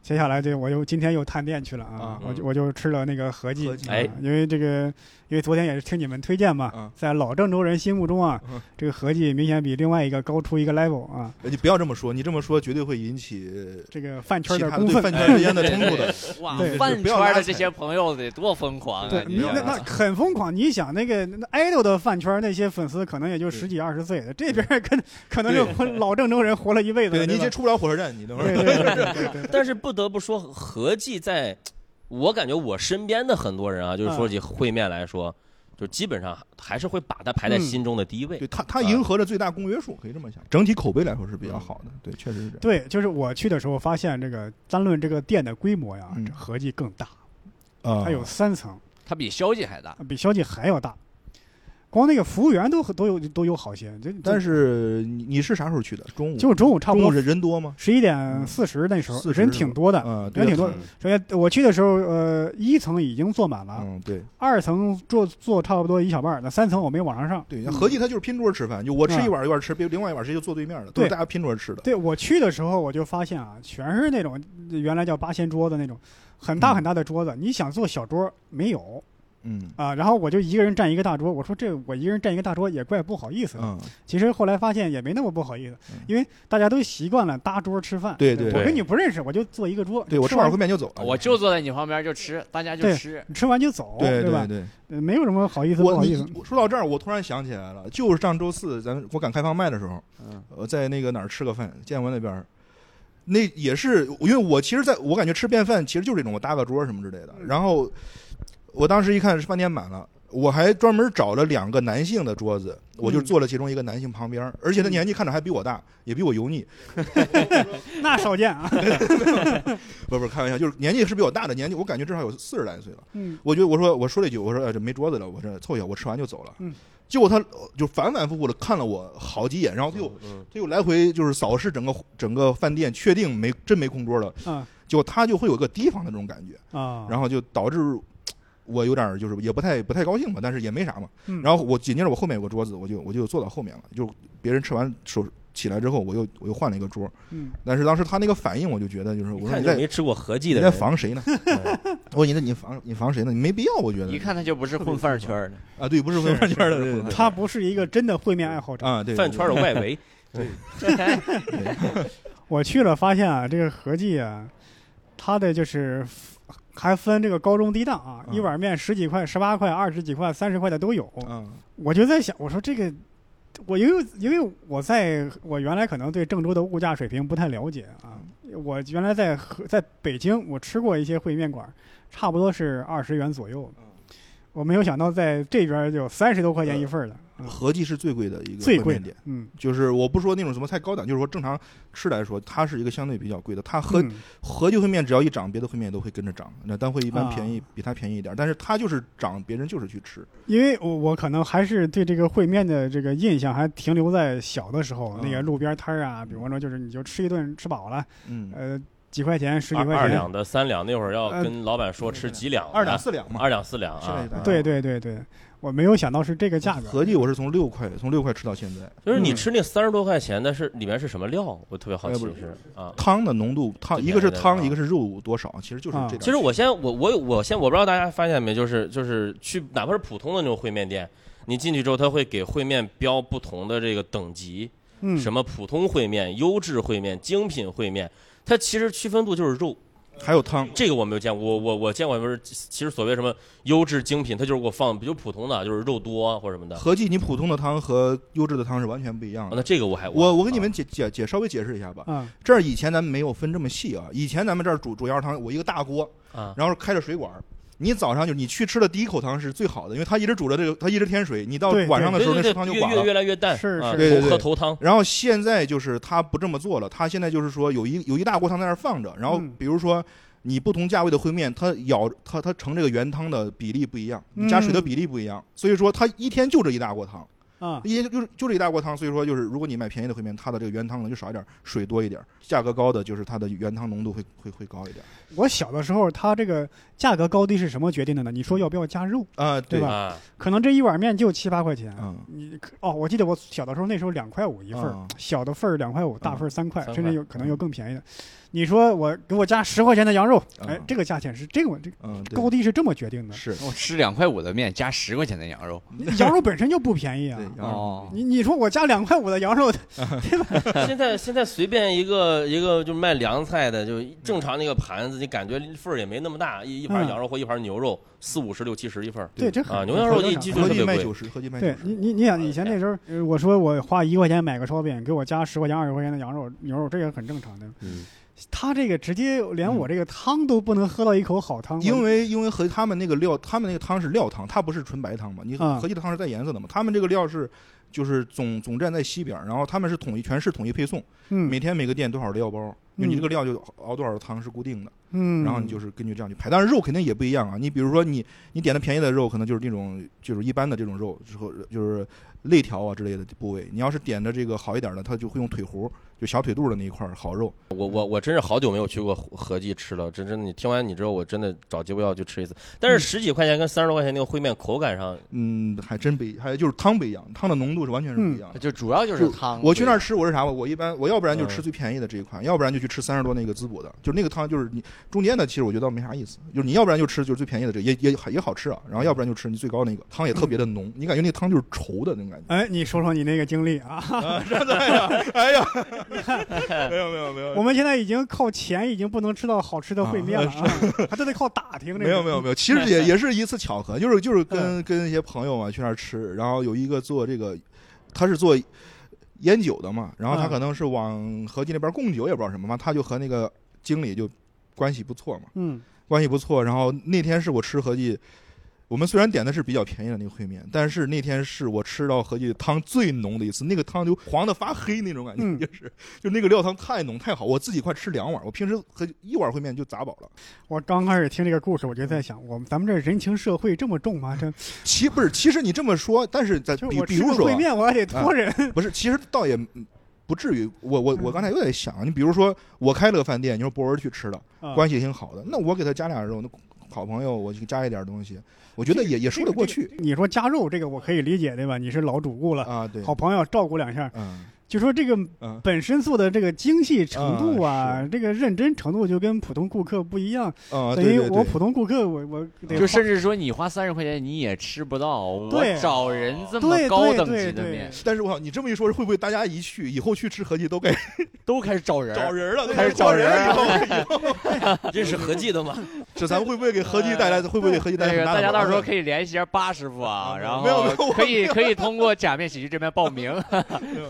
Speaker 1: 接下来这我又今天又探店去了啊，
Speaker 4: 啊
Speaker 1: 我就我就吃了那个合记，
Speaker 4: 合记
Speaker 1: 啊
Speaker 3: 哎
Speaker 1: 因为这个因为昨天也是听你们推荐嘛，
Speaker 4: 嗯
Speaker 1: 在老郑州人心目中啊，
Speaker 4: 嗯
Speaker 1: 这个合记明显比另外一个高出一个 level 啊，
Speaker 4: 你呃不要这么说，你这么说绝对会引起
Speaker 1: 这个饭圈
Speaker 4: 呃其
Speaker 1: 的
Speaker 4: 他
Speaker 1: 公
Speaker 4: 对
Speaker 1: 愤。
Speaker 4: 饭圈之间的冲突的。
Speaker 2: 哇
Speaker 1: 对，
Speaker 2: 饭
Speaker 4: 不要
Speaker 2: 圈
Speaker 4: 拉
Speaker 2: 的这
Speaker 4: 踩
Speaker 2: 些朋友得多疯
Speaker 4: 哎
Speaker 2: 狂啊
Speaker 1: 对！
Speaker 2: 你
Speaker 1: 你
Speaker 2: 知道
Speaker 1: 那那
Speaker 2: 吗
Speaker 1: 很疯狂，你想那个那 idol 的饭圈那些粉丝可能也就十几二十岁的，这边儿跟可能就活老郑州人活了一辈子了，
Speaker 4: 对，你已
Speaker 1: 对吧
Speaker 4: 经出不了火车站，你等会
Speaker 1: 对
Speaker 4: 儿。
Speaker 1: 对对对对对
Speaker 3: 但是不得不说，合计在，我感觉我身边的很多人
Speaker 4: 嗯
Speaker 3: 啊，就是说起烩面来说，就基本上还是会把它排在心中的第一位。
Speaker 4: 对他，他迎合着最大公约数，可以这么想。整体口碑来说是比较好的，对，确实是这样。
Speaker 1: 对，就是我去的时候发现，这个单论这个店的规模呀，
Speaker 4: 嗯
Speaker 1: 这合计更大，
Speaker 4: 啊，
Speaker 1: 它有三层，
Speaker 2: 他比肖记还大。
Speaker 1: 比肖记还要大，光那个服务员都都有都有好些，这
Speaker 4: 但是你你是啥时候去的？中午？
Speaker 1: 就中午差不
Speaker 4: 中午
Speaker 1: 多
Speaker 4: 人人嗯多吗？
Speaker 1: 十一点四十那时候
Speaker 4: 40
Speaker 1: 人挺多的，
Speaker 4: 啊，对
Speaker 1: 人挺
Speaker 4: 啊
Speaker 1: 多的。首先我去的时候，呃，一层已经坐满了，
Speaker 4: 嗯，对
Speaker 1: 二层坐坐差不多一小半儿，那三层我没往上上。嗯
Speaker 4: 对，合计他就是拼桌吃饭，就我吃
Speaker 1: 啊
Speaker 4: 一碗一碗吃，别另外一碗谁就坐对面了，都
Speaker 1: 对
Speaker 4: 是大家拼桌吃的。
Speaker 1: 对我去的时候，我就发现啊，全是那种原来叫八仙桌的那种，很大
Speaker 4: 嗯
Speaker 1: 很大的桌子，你想坐小桌没有
Speaker 4: 嗯
Speaker 1: 啊？然后我就一个人占一个大桌，我说这我一个人占一个大桌也怪不好意思的。
Speaker 4: 嗯，
Speaker 1: 其实后来发现也没那么不好意思
Speaker 4: 嗯，
Speaker 1: 因为大家都习惯了搭桌吃饭。
Speaker 4: 对对
Speaker 1: 我
Speaker 3: 对
Speaker 1: 跟你不认识，我就坐一个桌。
Speaker 4: 对我吃
Speaker 1: 吃
Speaker 4: 碗
Speaker 1: 完
Speaker 4: 烩面就走了。
Speaker 2: 我就坐在你旁边就吃，大家就
Speaker 1: 对
Speaker 2: 吃。
Speaker 1: 吃完就走，
Speaker 4: 对
Speaker 1: 吧
Speaker 4: 对？对，
Speaker 1: 呃没有什么好意思不
Speaker 4: 我
Speaker 1: 好意
Speaker 4: 你
Speaker 1: 思。
Speaker 4: 说到这儿，我突然想起来了，就是上周四咱们我赶开放麦的时候，
Speaker 2: 嗯，
Speaker 4: 呃，在那个哪儿吃个饭，建文那边儿，那也是因为我其实在我感觉吃便饭其实就是这种我搭个桌什么之类
Speaker 1: 嗯
Speaker 4: 的。然后我当时一看是饭店满了，我还专门找了两个男性的桌子，我就
Speaker 1: 嗯
Speaker 4: 坐了其中一个男性旁边儿，而且他年纪看着还比我大，也比我油腻，
Speaker 1: 那少见
Speaker 4: (laughs)
Speaker 1: 啊，
Speaker 4: 不是不是开玩笑，就是年纪是比我大的年纪，我感觉至少有四十来岁了。
Speaker 1: 嗯
Speaker 4: 我就我说我说了一句，我说、哎、这没桌子了，我这凑合，我吃完就走了。
Speaker 1: 嗯，
Speaker 4: 结果他呃就反反复复的看了我好几眼，然后他又
Speaker 3: 嗯，
Speaker 4: 他又来回就是扫视整个整个饭店，确定没真没空桌了。
Speaker 1: 啊，
Speaker 4: 就它就会有一个提防的这种感觉，
Speaker 1: 啊，
Speaker 4: 然后就导致呃我有点儿就是也不太不太高兴吧，但是也没啥嘛。
Speaker 1: 嗯
Speaker 4: 然后我紧接着我后面有个桌子，我就我就坐到后面了，就别人吃完手起来之后，我又我又换了一个桌，
Speaker 1: 嗯
Speaker 4: 但是当时他那个反应，我就觉得就是我说
Speaker 3: 看
Speaker 4: 你
Speaker 3: 就
Speaker 4: 在
Speaker 3: 没吃过合计
Speaker 4: 你
Speaker 3: 的
Speaker 4: 在
Speaker 3: 人。 (laughs)
Speaker 4: 防谁呢？我说你在你防你防谁呢？你没必要，我觉得
Speaker 2: 一看他就不是混饭圈儿的，
Speaker 4: 啊，对，不是朋友圈的
Speaker 2: 是
Speaker 4: 人
Speaker 1: 他不是一个真的烩面爱好者。
Speaker 4: 啊，对
Speaker 3: 饭圈的外
Speaker 4: (laughs)
Speaker 3: 围，
Speaker 1: 我去了，发现啊，这个合记啊，它的就是还分这个高中低档啊，
Speaker 4: 嗯
Speaker 1: 一碗面十几块、十八块、二十几块、三十块的都有。
Speaker 4: 啊，
Speaker 1: 我就在想，我说这个，我因为因为我在我原来可能对郑州的物价水平不太了解啊，我原来在河在北京我吃过一些烩面馆，差不多是二十元左右
Speaker 4: 嗯，
Speaker 1: 我没有想到在这边有三十多块钱一份儿的，啊
Speaker 4: 合计是最贵的一个
Speaker 1: 最
Speaker 4: 烩
Speaker 1: 贵
Speaker 4: 面
Speaker 1: 的
Speaker 4: 点，，
Speaker 1: 嗯，
Speaker 4: 就是我不说那种什么太高档，就是说正常吃来说，它是一个相对比较贵的。它合
Speaker 1: 嗯
Speaker 4: 合计烩面只要一涨，别的烩面都会跟着涨。那单会一般
Speaker 1: 啊
Speaker 4: 便宜比它便宜一点，但是它就是涨，别人就是去吃。
Speaker 1: 因为我我可能还是对这个烩面的这个印象还停留在小的时候，
Speaker 4: 嗯
Speaker 1: 那个路边摊儿
Speaker 3: 嗯
Speaker 1: 啊，比方说就是你就吃一顿吃饱了，
Speaker 4: 嗯，
Speaker 1: 呃，几块钱十几
Speaker 3: 二
Speaker 1: 块
Speaker 3: 二
Speaker 1: 钱，
Speaker 3: 两的、三两，那会儿要跟老板说吃几两的，
Speaker 4: 二两四两嘛，
Speaker 3: 二两四两啊
Speaker 4: 现在。
Speaker 1: 对对对对，我没有想到是这个价格，
Speaker 4: 合计我是从六块从六块吃到现在。
Speaker 3: 就是你吃那三十多块钱的是里面是什么料？我特别好奇
Speaker 4: 哎不是
Speaker 3: 是啊。
Speaker 4: 汤的浓度，汤
Speaker 3: 这
Speaker 4: 一个是
Speaker 3: 边的
Speaker 4: 汤，
Speaker 3: 啊
Speaker 4: 一个是肉多少，其实就是这
Speaker 1: 啊
Speaker 4: 点。
Speaker 3: 其实我先我我有我先我不知道大家发现没，就是就是去哪怕是普通的那种烩面店，你进去之后他会给烩面标不同的这个等级，
Speaker 1: 嗯，
Speaker 3: 什么普通烩面、优质烩面、精品烩面，它其实区分度就是肉。
Speaker 4: 还有汤，
Speaker 3: 这个我没有见过，我我我见过不是，其实所谓什么优质精品，它就是给我放，比如普通的，就是肉多啊或者什么的。啊啊
Speaker 4: 合计你普通的汤和优质的汤是完全不一样的
Speaker 3: 那。这个我还
Speaker 4: 我我给你
Speaker 3: 啊
Speaker 4: 们解解解稍微解释一下吧，
Speaker 1: 啊
Speaker 4: 这儿以前咱们没有分这么细啊，以前咱们这儿煮煮羊肉汤，我一个大锅，
Speaker 3: 啊，
Speaker 4: 然后开着水管儿，你早上就你去吃的第一口汤是最好的，因为它一直煮着这个，它一直添水，你到
Speaker 1: 对
Speaker 4: 晚上的
Speaker 3: 对
Speaker 4: 时候那
Speaker 3: 对
Speaker 4: 食
Speaker 3: 啊对，
Speaker 4: 堂就
Speaker 3: 越
Speaker 4: 寡
Speaker 3: 越
Speaker 4: 了。
Speaker 3: 越来越淡，
Speaker 1: 是
Speaker 3: 啊
Speaker 1: 是
Speaker 4: 对对
Speaker 3: 头喝
Speaker 4: 对
Speaker 3: 头汤，
Speaker 4: 然后现在就是它不这么做了，它现在就是说有一有一大锅汤在那儿放着，然后
Speaker 1: 嗯
Speaker 4: 比如说你不同价位的烩面，它舀它它盛这个原汤的比例不一样，你加
Speaker 1: 嗯
Speaker 4: 水的比例不一样，所以说它一天就这一大锅汤。
Speaker 1: 啊，
Speaker 4: 一就就这一大锅汤，所以说就是如果你买便宜的烩面，它的这个原汤呢就少一点，水多一点，价格高的就是它的原汤浓度会会会高一点。
Speaker 1: 我小的时候它这个价格高低是什么决定的呢？你说要不要加肉？
Speaker 4: 啊、对
Speaker 1: 对吧
Speaker 3: 啊，
Speaker 1: 可能这一碗面就七八块钱。
Speaker 4: 嗯，
Speaker 1: 你可哦，我记得我小的时候，那时候两块五一份儿
Speaker 4: 啊，
Speaker 1: 小的份儿两块五，大份儿三块，
Speaker 3: 嗯三块嗯
Speaker 1: 甚至有可能有更便宜的。你说我给我加十块钱的羊肉，
Speaker 4: 啊
Speaker 3: 嗯
Speaker 1: 哎，这个价钱是这个这个
Speaker 4: 嗯，对
Speaker 1: 高低是这么决定的。
Speaker 4: 是，
Speaker 2: 我吃两块五的面加十块钱的羊肉，
Speaker 1: (laughs) 羊肉本身就不便宜啊
Speaker 4: 对，，羊
Speaker 2: 哦
Speaker 4: 肉
Speaker 1: 你你说我加两块五的羊肉，
Speaker 3: (laughs) 现在现在随便一个一个就卖凉菜的，就正常那个盘子，你感觉份儿也没那么大，一一
Speaker 1: 嗯
Speaker 3: 盘羊肉或一盘牛肉，四五十六七十一份儿
Speaker 1: 对，
Speaker 4: 对
Speaker 1: 这
Speaker 4: 啊
Speaker 1: 很
Speaker 3: 啊，牛羊肉一斤就
Speaker 4: 合
Speaker 3: 特
Speaker 4: 计
Speaker 3: 别
Speaker 4: 卖
Speaker 3: 贵
Speaker 4: 九，十，合计卖九
Speaker 1: 对
Speaker 4: 十。
Speaker 1: 你你你想以前那时候，呃我说我花一块钱买个烧饼，给我加十块钱二十块钱的羊肉牛肉，这个很正常的。
Speaker 2: 嗯
Speaker 1: 他这个直接连我这个汤都不能喝到一口好汤，
Speaker 4: 嗯因为因为和他们那个料，他们那个汤是料汤，它不是纯白汤嘛。你
Speaker 1: 啊
Speaker 4: 合计的汤是带颜色的嘛，他们这个料是就是总总站在西边儿，然后他们是统一全市统一配送，
Speaker 1: 嗯
Speaker 4: 每天每个店多少料包，就你
Speaker 1: 嗯
Speaker 4: 这个料就熬多少汤是固定的。
Speaker 1: 嗯，
Speaker 4: 然后你就是根据这样去排。当然肉肯定也不一样啊，你比如说你你点的便宜的肉，可能就是那种就是一般的这种肉，之后就是肋条啊之类的部位。你要是点的这个好一点的，他就会用腿胡，就小腿肚的那一块儿好肉。
Speaker 3: 我我我真是好久没有去过合合记吃了，真真的你听完你之后，我真的找机会要去吃一次。但是十几块钱跟三十多块钱那个烩面口感上，
Speaker 4: 嗯，还真不一，还有就是汤不一样，汤的浓度是完全是不一样的。
Speaker 2: 就主要就是汤。
Speaker 4: 我去那儿
Speaker 2: 对
Speaker 4: 吃，我是啥吧？我一般我要不然就吃
Speaker 3: 嗯
Speaker 4: 最便宜的这一款，要不然就去吃三十多那个滋补的，就是那个汤，就是你中间的，其实我觉得没啥意思。就是你要不然就吃就是最便宜的这个，也也也好吃啊，然后要不然就吃你最高那个，汤也特别的浓，你感觉那个汤就是稠的那种感觉。
Speaker 1: 哎，你说说你那个经历
Speaker 4: (laughs)
Speaker 1: 啊？
Speaker 4: 哎呀，没有没有没有
Speaker 1: 我们现在已经靠钱已经不能吃到好吃的烩面了啊，还都得靠打听这个。
Speaker 4: 没有没有没有，其实也也是一次巧合，就是就是
Speaker 1: 嗯
Speaker 4: 跟跟一些朋友嘛去那儿吃，然后有一个做这个，他是做烟酒的嘛，然后他
Speaker 1: 嗯
Speaker 4: 可能是往合计那边供酒，也不知道什么嘛，他就和那个经理就关系不错嘛，
Speaker 1: 嗯
Speaker 4: 关系不错。然后那天是我吃合计，我们虽然点的是比较便宜的那个烩面，但是那天是我吃到合计汤最浓的一次，那个汤就黄的发黑那种感觉，
Speaker 1: 嗯
Speaker 4: 就是就那个料汤太浓太好，我自己快吃两碗，我平时和一碗烩面就砸饱了。
Speaker 1: 我刚开始听这个故事，我就在想，我们咱们这人情社会这么重吗？这
Speaker 4: 其不是，其实你这么说，但是在
Speaker 1: 就
Speaker 4: 比
Speaker 1: 是我
Speaker 4: 比
Speaker 1: 吃个
Speaker 4: 如说啊
Speaker 1: 烩，面，我还得托人。
Speaker 4: 不是，其实倒也嗯不至于。我我我
Speaker 1: 嗯
Speaker 4: 刚才又在想，你比如说我开了个饭店，你说博文去吃的，
Speaker 1: 啊
Speaker 4: 关系挺好的，那我给他加俩肉，那好朋友我就加一点东西，我觉得也也说得过去
Speaker 1: 你说加肉这个我可以理解，对吧？你是老主顾了，
Speaker 4: 啊。对，
Speaker 1: 好朋友照顾两下，
Speaker 4: 嗯
Speaker 1: 就说这个
Speaker 4: 嗯
Speaker 1: 本身做的这个精细程度
Speaker 4: 啊
Speaker 1: 啊，这个认真程度就跟普通顾客不一样。
Speaker 4: 啊，
Speaker 1: 等
Speaker 4: 对
Speaker 1: 于
Speaker 4: 对
Speaker 1: 我
Speaker 4: 对
Speaker 1: 普通顾客，我我得
Speaker 2: 就
Speaker 1: 花
Speaker 2: 甚至说你花三十块钱你也吃不到，我
Speaker 1: 对
Speaker 2: 找人这么
Speaker 1: 对
Speaker 2: 高
Speaker 1: 对
Speaker 2: 等级
Speaker 1: 对
Speaker 2: 的面
Speaker 1: 对，
Speaker 4: 但是我想你这么一说，会不会大家一去以后去吃合记都该
Speaker 2: 都开始找人
Speaker 4: 找
Speaker 2: 儿，
Speaker 4: 人了，都
Speaker 2: 哎开始找人
Speaker 4: 了
Speaker 2: 儿
Speaker 4: 以后？
Speaker 2: (laughs)
Speaker 3: (laughs) 认识合计的嘛，
Speaker 4: 这咱们会不会给合
Speaker 1: 哎
Speaker 4: 计带来，会不会给合计带来
Speaker 2: 那个
Speaker 4: 很大
Speaker 2: 大
Speaker 4: 的
Speaker 2: 家到时候
Speaker 4: 麻烦
Speaker 2: 可以联系一下巴师傅啊，
Speaker 4: 啊
Speaker 2: 然后
Speaker 4: 没有没有我
Speaker 2: 可以可以通过假面喜剧这边报名，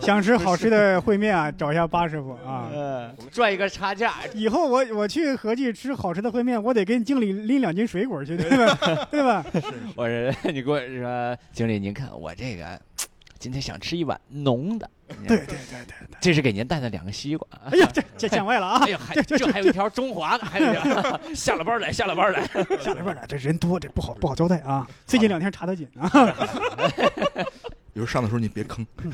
Speaker 1: 想吃好吃
Speaker 2: (laughs)
Speaker 1: 的烩面啊，找一下巴师傅啊。
Speaker 2: 嗯，赚一个差价。
Speaker 1: 以后我我去合计吃好吃的烩面，我得跟经理拎两斤水果去，对吧？ (laughs) 对吧？
Speaker 2: 我说 (laughs) 你给我说，经理您看我这个，今天想吃一碗浓的，
Speaker 1: 对对对对。
Speaker 2: 这是给您带的两个西瓜。
Speaker 1: 哎呀，这这讲外了啊
Speaker 2: 哎！呀，还这还有一条中华的，还有一条
Speaker 3: 下了班儿来，下了班儿来，
Speaker 1: 下来吧，这人多，这不好不好交代啊。最近两天查得紧 (laughs) 啊。
Speaker 4: 有时候上的时候你别坑， (laughs)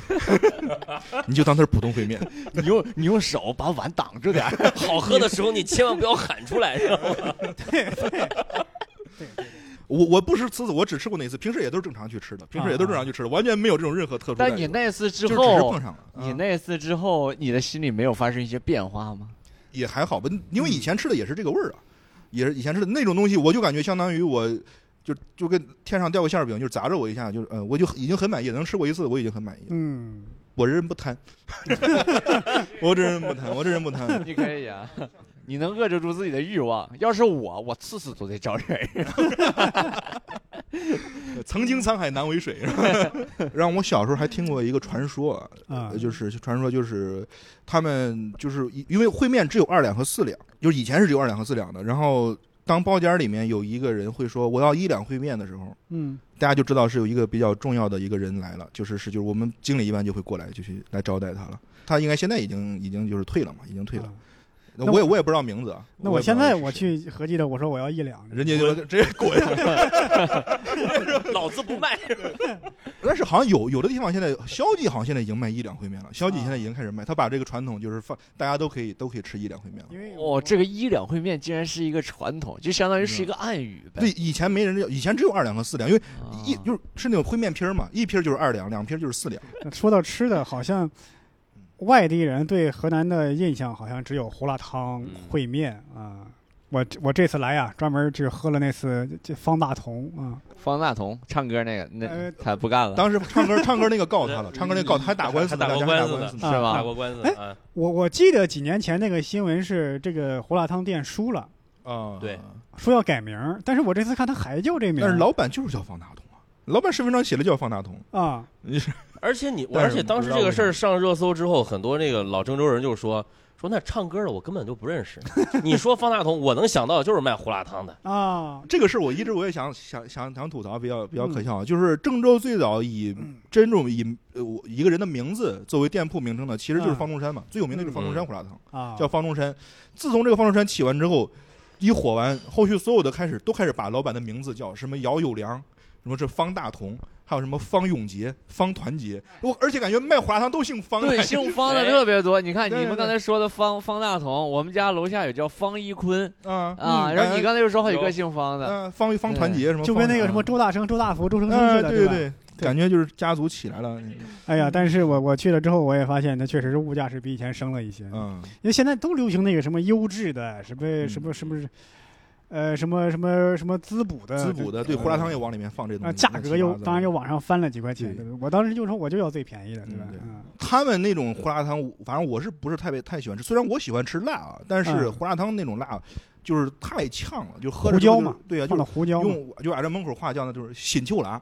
Speaker 4: 你就当它是普通烩面。
Speaker 2: 你用你用手把碗挡住点儿。
Speaker 3: 好喝的时候你千万不要喊出来，知道吗
Speaker 4: 我我不是吃次，我只吃过那一次，平时也都是正常去吃的，平时也都是正常去吃的，完全没有这种任何特殊待
Speaker 2: 啊
Speaker 4: 遇。
Speaker 2: 但你那次之
Speaker 4: 就是只是
Speaker 2: 后
Speaker 4: 碰，上了，
Speaker 2: 你
Speaker 4: 嗯
Speaker 2: 那次之后，你的心里没有发生一些变化吗？
Speaker 4: 也还好吧，因
Speaker 2: 嗯
Speaker 4: 为以前吃的也是这个味儿啊，也是以前吃的那种东西，我就感觉相当于我就就跟天上掉个馅儿饼，就是砸着我一下，就是呃，我就已经很满意了，能吃过一次我已经很满意了。
Speaker 1: 嗯，
Speaker 4: 我这人不贪， (laughs) 我这人不贪，我这人
Speaker 2: (laughs)
Speaker 4: 不贪。
Speaker 2: (laughs) 你可以啊，你能遏制住自己的欲望。要是我，我次次都得找人。 (laughs)
Speaker 4: 曾经沧海难为水，是吧？ (laughs) 让我小时候还听过一个传说啊，
Speaker 1: 啊
Speaker 4: 呃就是传说就是他们就是一因为烩面只有二两和四两，就是以前是只有二两和四两的。然后当包间儿里面有一个人会说我要一两烩面的时候，
Speaker 1: 嗯
Speaker 4: 大家就知道是有一个比较重要的一个人来了，就是是就是我们经理一般就会过来就去来招待他了。他应该现在已经已经就是退了嘛，已经退了
Speaker 1: 啊。
Speaker 4: 那
Speaker 1: 那
Speaker 4: 我也
Speaker 1: 我
Speaker 4: 我也不知道名字啊。
Speaker 1: 那
Speaker 4: 我
Speaker 1: 我
Speaker 4: 也不知
Speaker 1: 现
Speaker 4: 道
Speaker 1: 在
Speaker 4: 是
Speaker 1: 我
Speaker 4: 谁，
Speaker 1: 去合计的，我说我要一两，
Speaker 4: 人家就直接滚。
Speaker 3: 老子不卖。
Speaker 4: 但是好像有有的地方现在肖记好像现在已经卖一两烩面了，肖记现在已经开始卖，他把这个传统就是放大家都可以都可以吃一两烩面了。
Speaker 1: 因为
Speaker 2: 哦，这个一两烩面竟然是一个传统，就相当于是一个暗语呗
Speaker 4: 对，。以前没人要，以前只有二两和四两，因为
Speaker 2: 啊
Speaker 4: 一就是是那种烩面皮儿嘛，一皮儿就是二两，两皮儿就是四两。
Speaker 1: 说到吃的，好像外地人对河南的印象好像只有胡辣汤
Speaker 3: 嗯、
Speaker 1: 烩面啊。我我这次来呀、专门就喝了那次这方大同啊，
Speaker 2: 方大同唱歌那个，那
Speaker 1: 呃
Speaker 2: 他不干了，
Speaker 4: 当时唱歌唱歌那个告他了，唱歌那个告他还打官司呢，
Speaker 3: 还打
Speaker 4: 大
Speaker 3: 过
Speaker 4: 家还
Speaker 3: 官
Speaker 4: 打
Speaker 3: 司
Speaker 4: 官
Speaker 3: 呢
Speaker 4: 司呢。
Speaker 2: 是
Speaker 3: 打
Speaker 2: 吧？
Speaker 3: 过官司的啊，
Speaker 1: 我我记得几年前那个新闻是这个胡辣汤店输了，
Speaker 4: 啊，
Speaker 3: 对
Speaker 1: 说要改名儿，但是我这次看他还叫这名
Speaker 4: 但
Speaker 1: 儿，
Speaker 4: 是老板就是叫方大同啊，老板身份证写的叫方大同。
Speaker 1: 啊，
Speaker 4: 你是
Speaker 3: 而且你，
Speaker 4: 但是
Speaker 3: 而且当时这个事儿上热搜之后，很多那个老郑州人就说说那唱歌的我根本就不认
Speaker 4: (laughs)
Speaker 3: 识。你说方大同，我能想到的就是卖胡辣汤的。
Speaker 1: 啊，
Speaker 4: 这个事儿，我一直我也想想想想吐槽，比较比较可笑，啊就是郑州最早以这种以呃我一个人的名字作为店铺名称的，其实就是
Speaker 1: 嗯
Speaker 4: 方中山嘛，最有名的就是方中山
Speaker 3: 嗯
Speaker 4: 胡辣汤，
Speaker 1: 啊，
Speaker 4: 叫方中山。自从这个方中山起完之后，一火完，后续所有的开始都开始把老板的名字叫什么姚有良，什么这方大同，还有什么方永杰、方团结，我而且感觉卖胡辣汤都姓方，
Speaker 2: 对，
Speaker 4: 感觉
Speaker 2: 姓方的
Speaker 3: 哎
Speaker 2: 特别多。你看，
Speaker 4: 对
Speaker 2: 你
Speaker 4: 对
Speaker 2: 们刚才说的方方大同，我们家楼下有叫方一坤
Speaker 4: 啊
Speaker 2: 啊，
Speaker 4: 嗯
Speaker 2: 然后你刚才又说好几个
Speaker 3: 有
Speaker 2: 姓方的，
Speaker 4: 嗯方方团结什么方，
Speaker 1: 就跟那个什么周大生、周大福、周生生似的，
Speaker 4: 啊哎对嗯
Speaker 1: 吧？
Speaker 4: 对，感觉就是家族起来了。
Speaker 1: 哎呀，但是我我去了之后，我也发现它确实是物价是比以前升了一些，
Speaker 4: 嗯，
Speaker 1: 因为现在都流行那个什么优质的，什么什么什么，呃，什么什么什么滋补的，
Speaker 4: 滋补的，对，胡辣汤也往里面放这东
Speaker 1: 啊，
Speaker 4: 西。
Speaker 1: 价格又当然又
Speaker 4: 又，
Speaker 1: 往上翻了几块钱。
Speaker 4: 对
Speaker 1: 对吧我当时就说我就要最便宜的，对吧
Speaker 4: 嗯对？
Speaker 1: 嗯
Speaker 4: 他们那种胡辣汤，反正我是不是特别太喜欢吃？虽然我喜欢吃辣啊，但是
Speaker 1: 嗯
Speaker 4: 胡辣汤那种辣就是太呛了，就喝着
Speaker 1: 胡椒
Speaker 4: 就是
Speaker 1: 嘛，
Speaker 4: 对啊，就
Speaker 1: 放
Speaker 4: 是
Speaker 1: 了胡椒嘛，
Speaker 4: 用就俺这门口话叫呢，就是信球辣。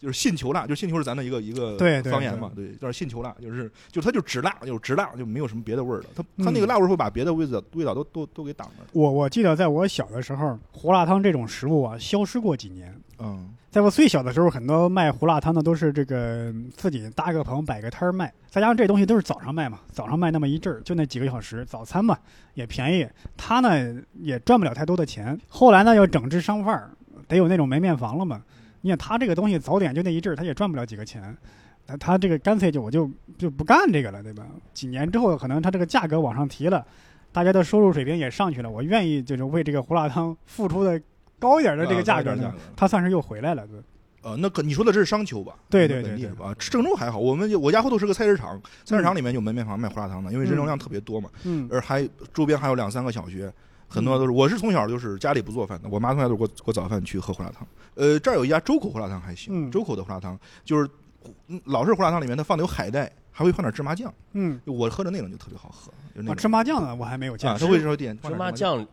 Speaker 4: 就是信球辣，就是信球是咱的一个一个
Speaker 1: 对对
Speaker 4: 方言嘛，对，叫信球辣，就是就它就只辣，就是只辣，就没有什么别的味儿了。它它
Speaker 1: 嗯
Speaker 4: 那个辣味儿会把别的味道味道都都都给挡了。
Speaker 1: 我我记得在我小的时候，胡辣汤这种食物啊消失过几年。
Speaker 4: 嗯
Speaker 1: 在我最小的时候，很多卖胡辣汤的都是这个嗯自己搭个棚摆个摊儿卖。再加上这东西都是早上卖嘛，早上卖那么一阵儿，就那几个小时，早餐嘛也便宜，他呢也赚不了太多的钱。后来呢又整治商贩儿，得有那种门面房了嘛。你想他这个东西早点就那一阵儿，他也赚不了几个钱。他他这个干脆就我就就不干这个了，对吧？几年之后，可能他这个价格往上提了，大家的收入水平也上去了，我愿意就是为这个胡辣汤付出的啊高一点的这个价格呢，他算是又回来了，对。
Speaker 4: 呃，那可你说的这是商丘吧？
Speaker 1: 对对
Speaker 4: 那
Speaker 1: 对嗯
Speaker 4: 本地
Speaker 1: 对
Speaker 4: 是吧？郑州还好，我们就我家后头是个菜市场，菜市场里面有门面房卖胡辣汤的，因为人流量特别多嘛，
Speaker 1: 嗯
Speaker 4: 而还周边还有两三个小学，很
Speaker 3: 嗯
Speaker 4: 多都是我是从小就是家里不做饭的，我妈从小都是给我给我早饭去喝胡辣汤。呃，这儿有一家周口胡辣汤还行，
Speaker 1: 嗯
Speaker 4: 周口的胡辣汤就是嗯老式胡辣汤里面它放的有海带，还会放点芝麻酱，
Speaker 1: 嗯，
Speaker 4: 我喝的那种就特别好喝，就那
Speaker 1: 啊，
Speaker 4: 种
Speaker 1: 芝麻酱呢，我还没有见
Speaker 4: 啊，
Speaker 1: 过。
Speaker 4: 它会说点
Speaker 3: 芝
Speaker 4: 放点
Speaker 3: 麻酱，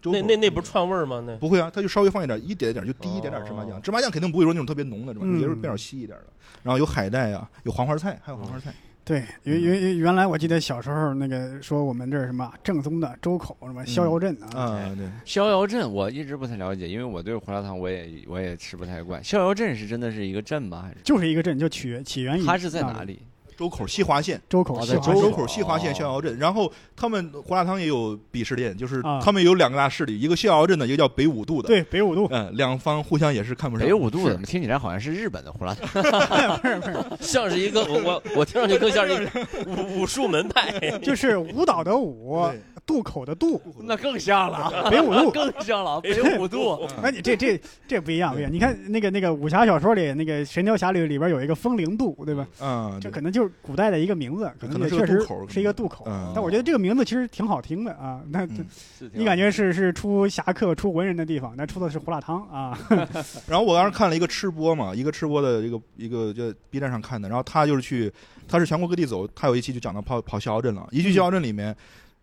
Speaker 4: 周口
Speaker 3: 那那那不是串味儿吗？那
Speaker 4: 不会啊，它就稍微放一点，一点一点就滴一点点芝麻酱，
Speaker 3: 哦
Speaker 4: 芝麻酱肯定不会说那种特别浓的芝麻
Speaker 1: 嗯
Speaker 4: 酱，也是比较稀一点的。然后有海带啊，有黄花菜，还有黄花菜，
Speaker 3: 哦
Speaker 1: 对，原
Speaker 4: 嗯
Speaker 1: 原原来我记得小时候那个说我们这儿什么啊正宗的周口什么逍遥镇啊，
Speaker 4: 嗯啊，对，
Speaker 2: 逍遥镇我一直不太了解，因为我对胡辣汤我也我也吃不太惯。逍遥镇是真的是一个镇吗？还是
Speaker 1: 就是一个镇，就起起源于
Speaker 2: 它是在
Speaker 1: 那
Speaker 2: 哪？里？
Speaker 4: 周口西华县，
Speaker 1: 周口
Speaker 2: 哦
Speaker 1: 西
Speaker 2: 在
Speaker 1: 华
Speaker 2: 周
Speaker 1: 镇
Speaker 4: 哎周
Speaker 2: 口
Speaker 4: 口西华县逍遥镇。然后他们胡辣汤也有鄙视链，就是
Speaker 1: 啊
Speaker 4: 他们有两个大势力，一个逍遥镇的，一个叫北五渡的。
Speaker 1: 对北五
Speaker 4: (laughs)
Speaker 1: 渡，
Speaker 4: 嗯，两方互相也是看不上。
Speaker 2: 北五度怎么听起来好像是日本的胡辣汤？
Speaker 3: 像是一个我我我听上去更像是一
Speaker 4: (laughs)
Speaker 3: 个武武术门派，
Speaker 1: 就是舞蹈的舞，
Speaker 4: 对
Speaker 1: 渡口的渡，啊
Speaker 2: 那更像了，
Speaker 1: 北五渡。
Speaker 2: (laughs) 更像了，北
Speaker 1: (laughs)
Speaker 2: 五度。
Speaker 1: 哎，你这这这不一样，不一样。你看那个那个武侠小说里，那个《神雕侠侣》里边有一个风铃渡，对吧？
Speaker 4: 啊，
Speaker 1: 这
Speaker 4: 对
Speaker 1: 可能就是古代的一个名字，可
Speaker 4: 可
Speaker 1: 能
Speaker 4: 能
Speaker 1: 也
Speaker 4: 是个
Speaker 1: 确实
Speaker 4: 渡口
Speaker 1: 是一个渡口。
Speaker 4: 嗯
Speaker 1: 但我觉得这个名字其实挺好听的啊。那
Speaker 4: 嗯
Speaker 1: 你感觉是是出侠客、出文人的地方，那出的是胡辣汤啊。
Speaker 4: 然后我当时看了一个吃播嘛，一个吃播的一个一个就 B 站上看的，然后他就是去，他是全国各地走，他有一期就讲到跑跑逍遥镇了，
Speaker 1: 嗯
Speaker 4: 一去逍遥镇里面，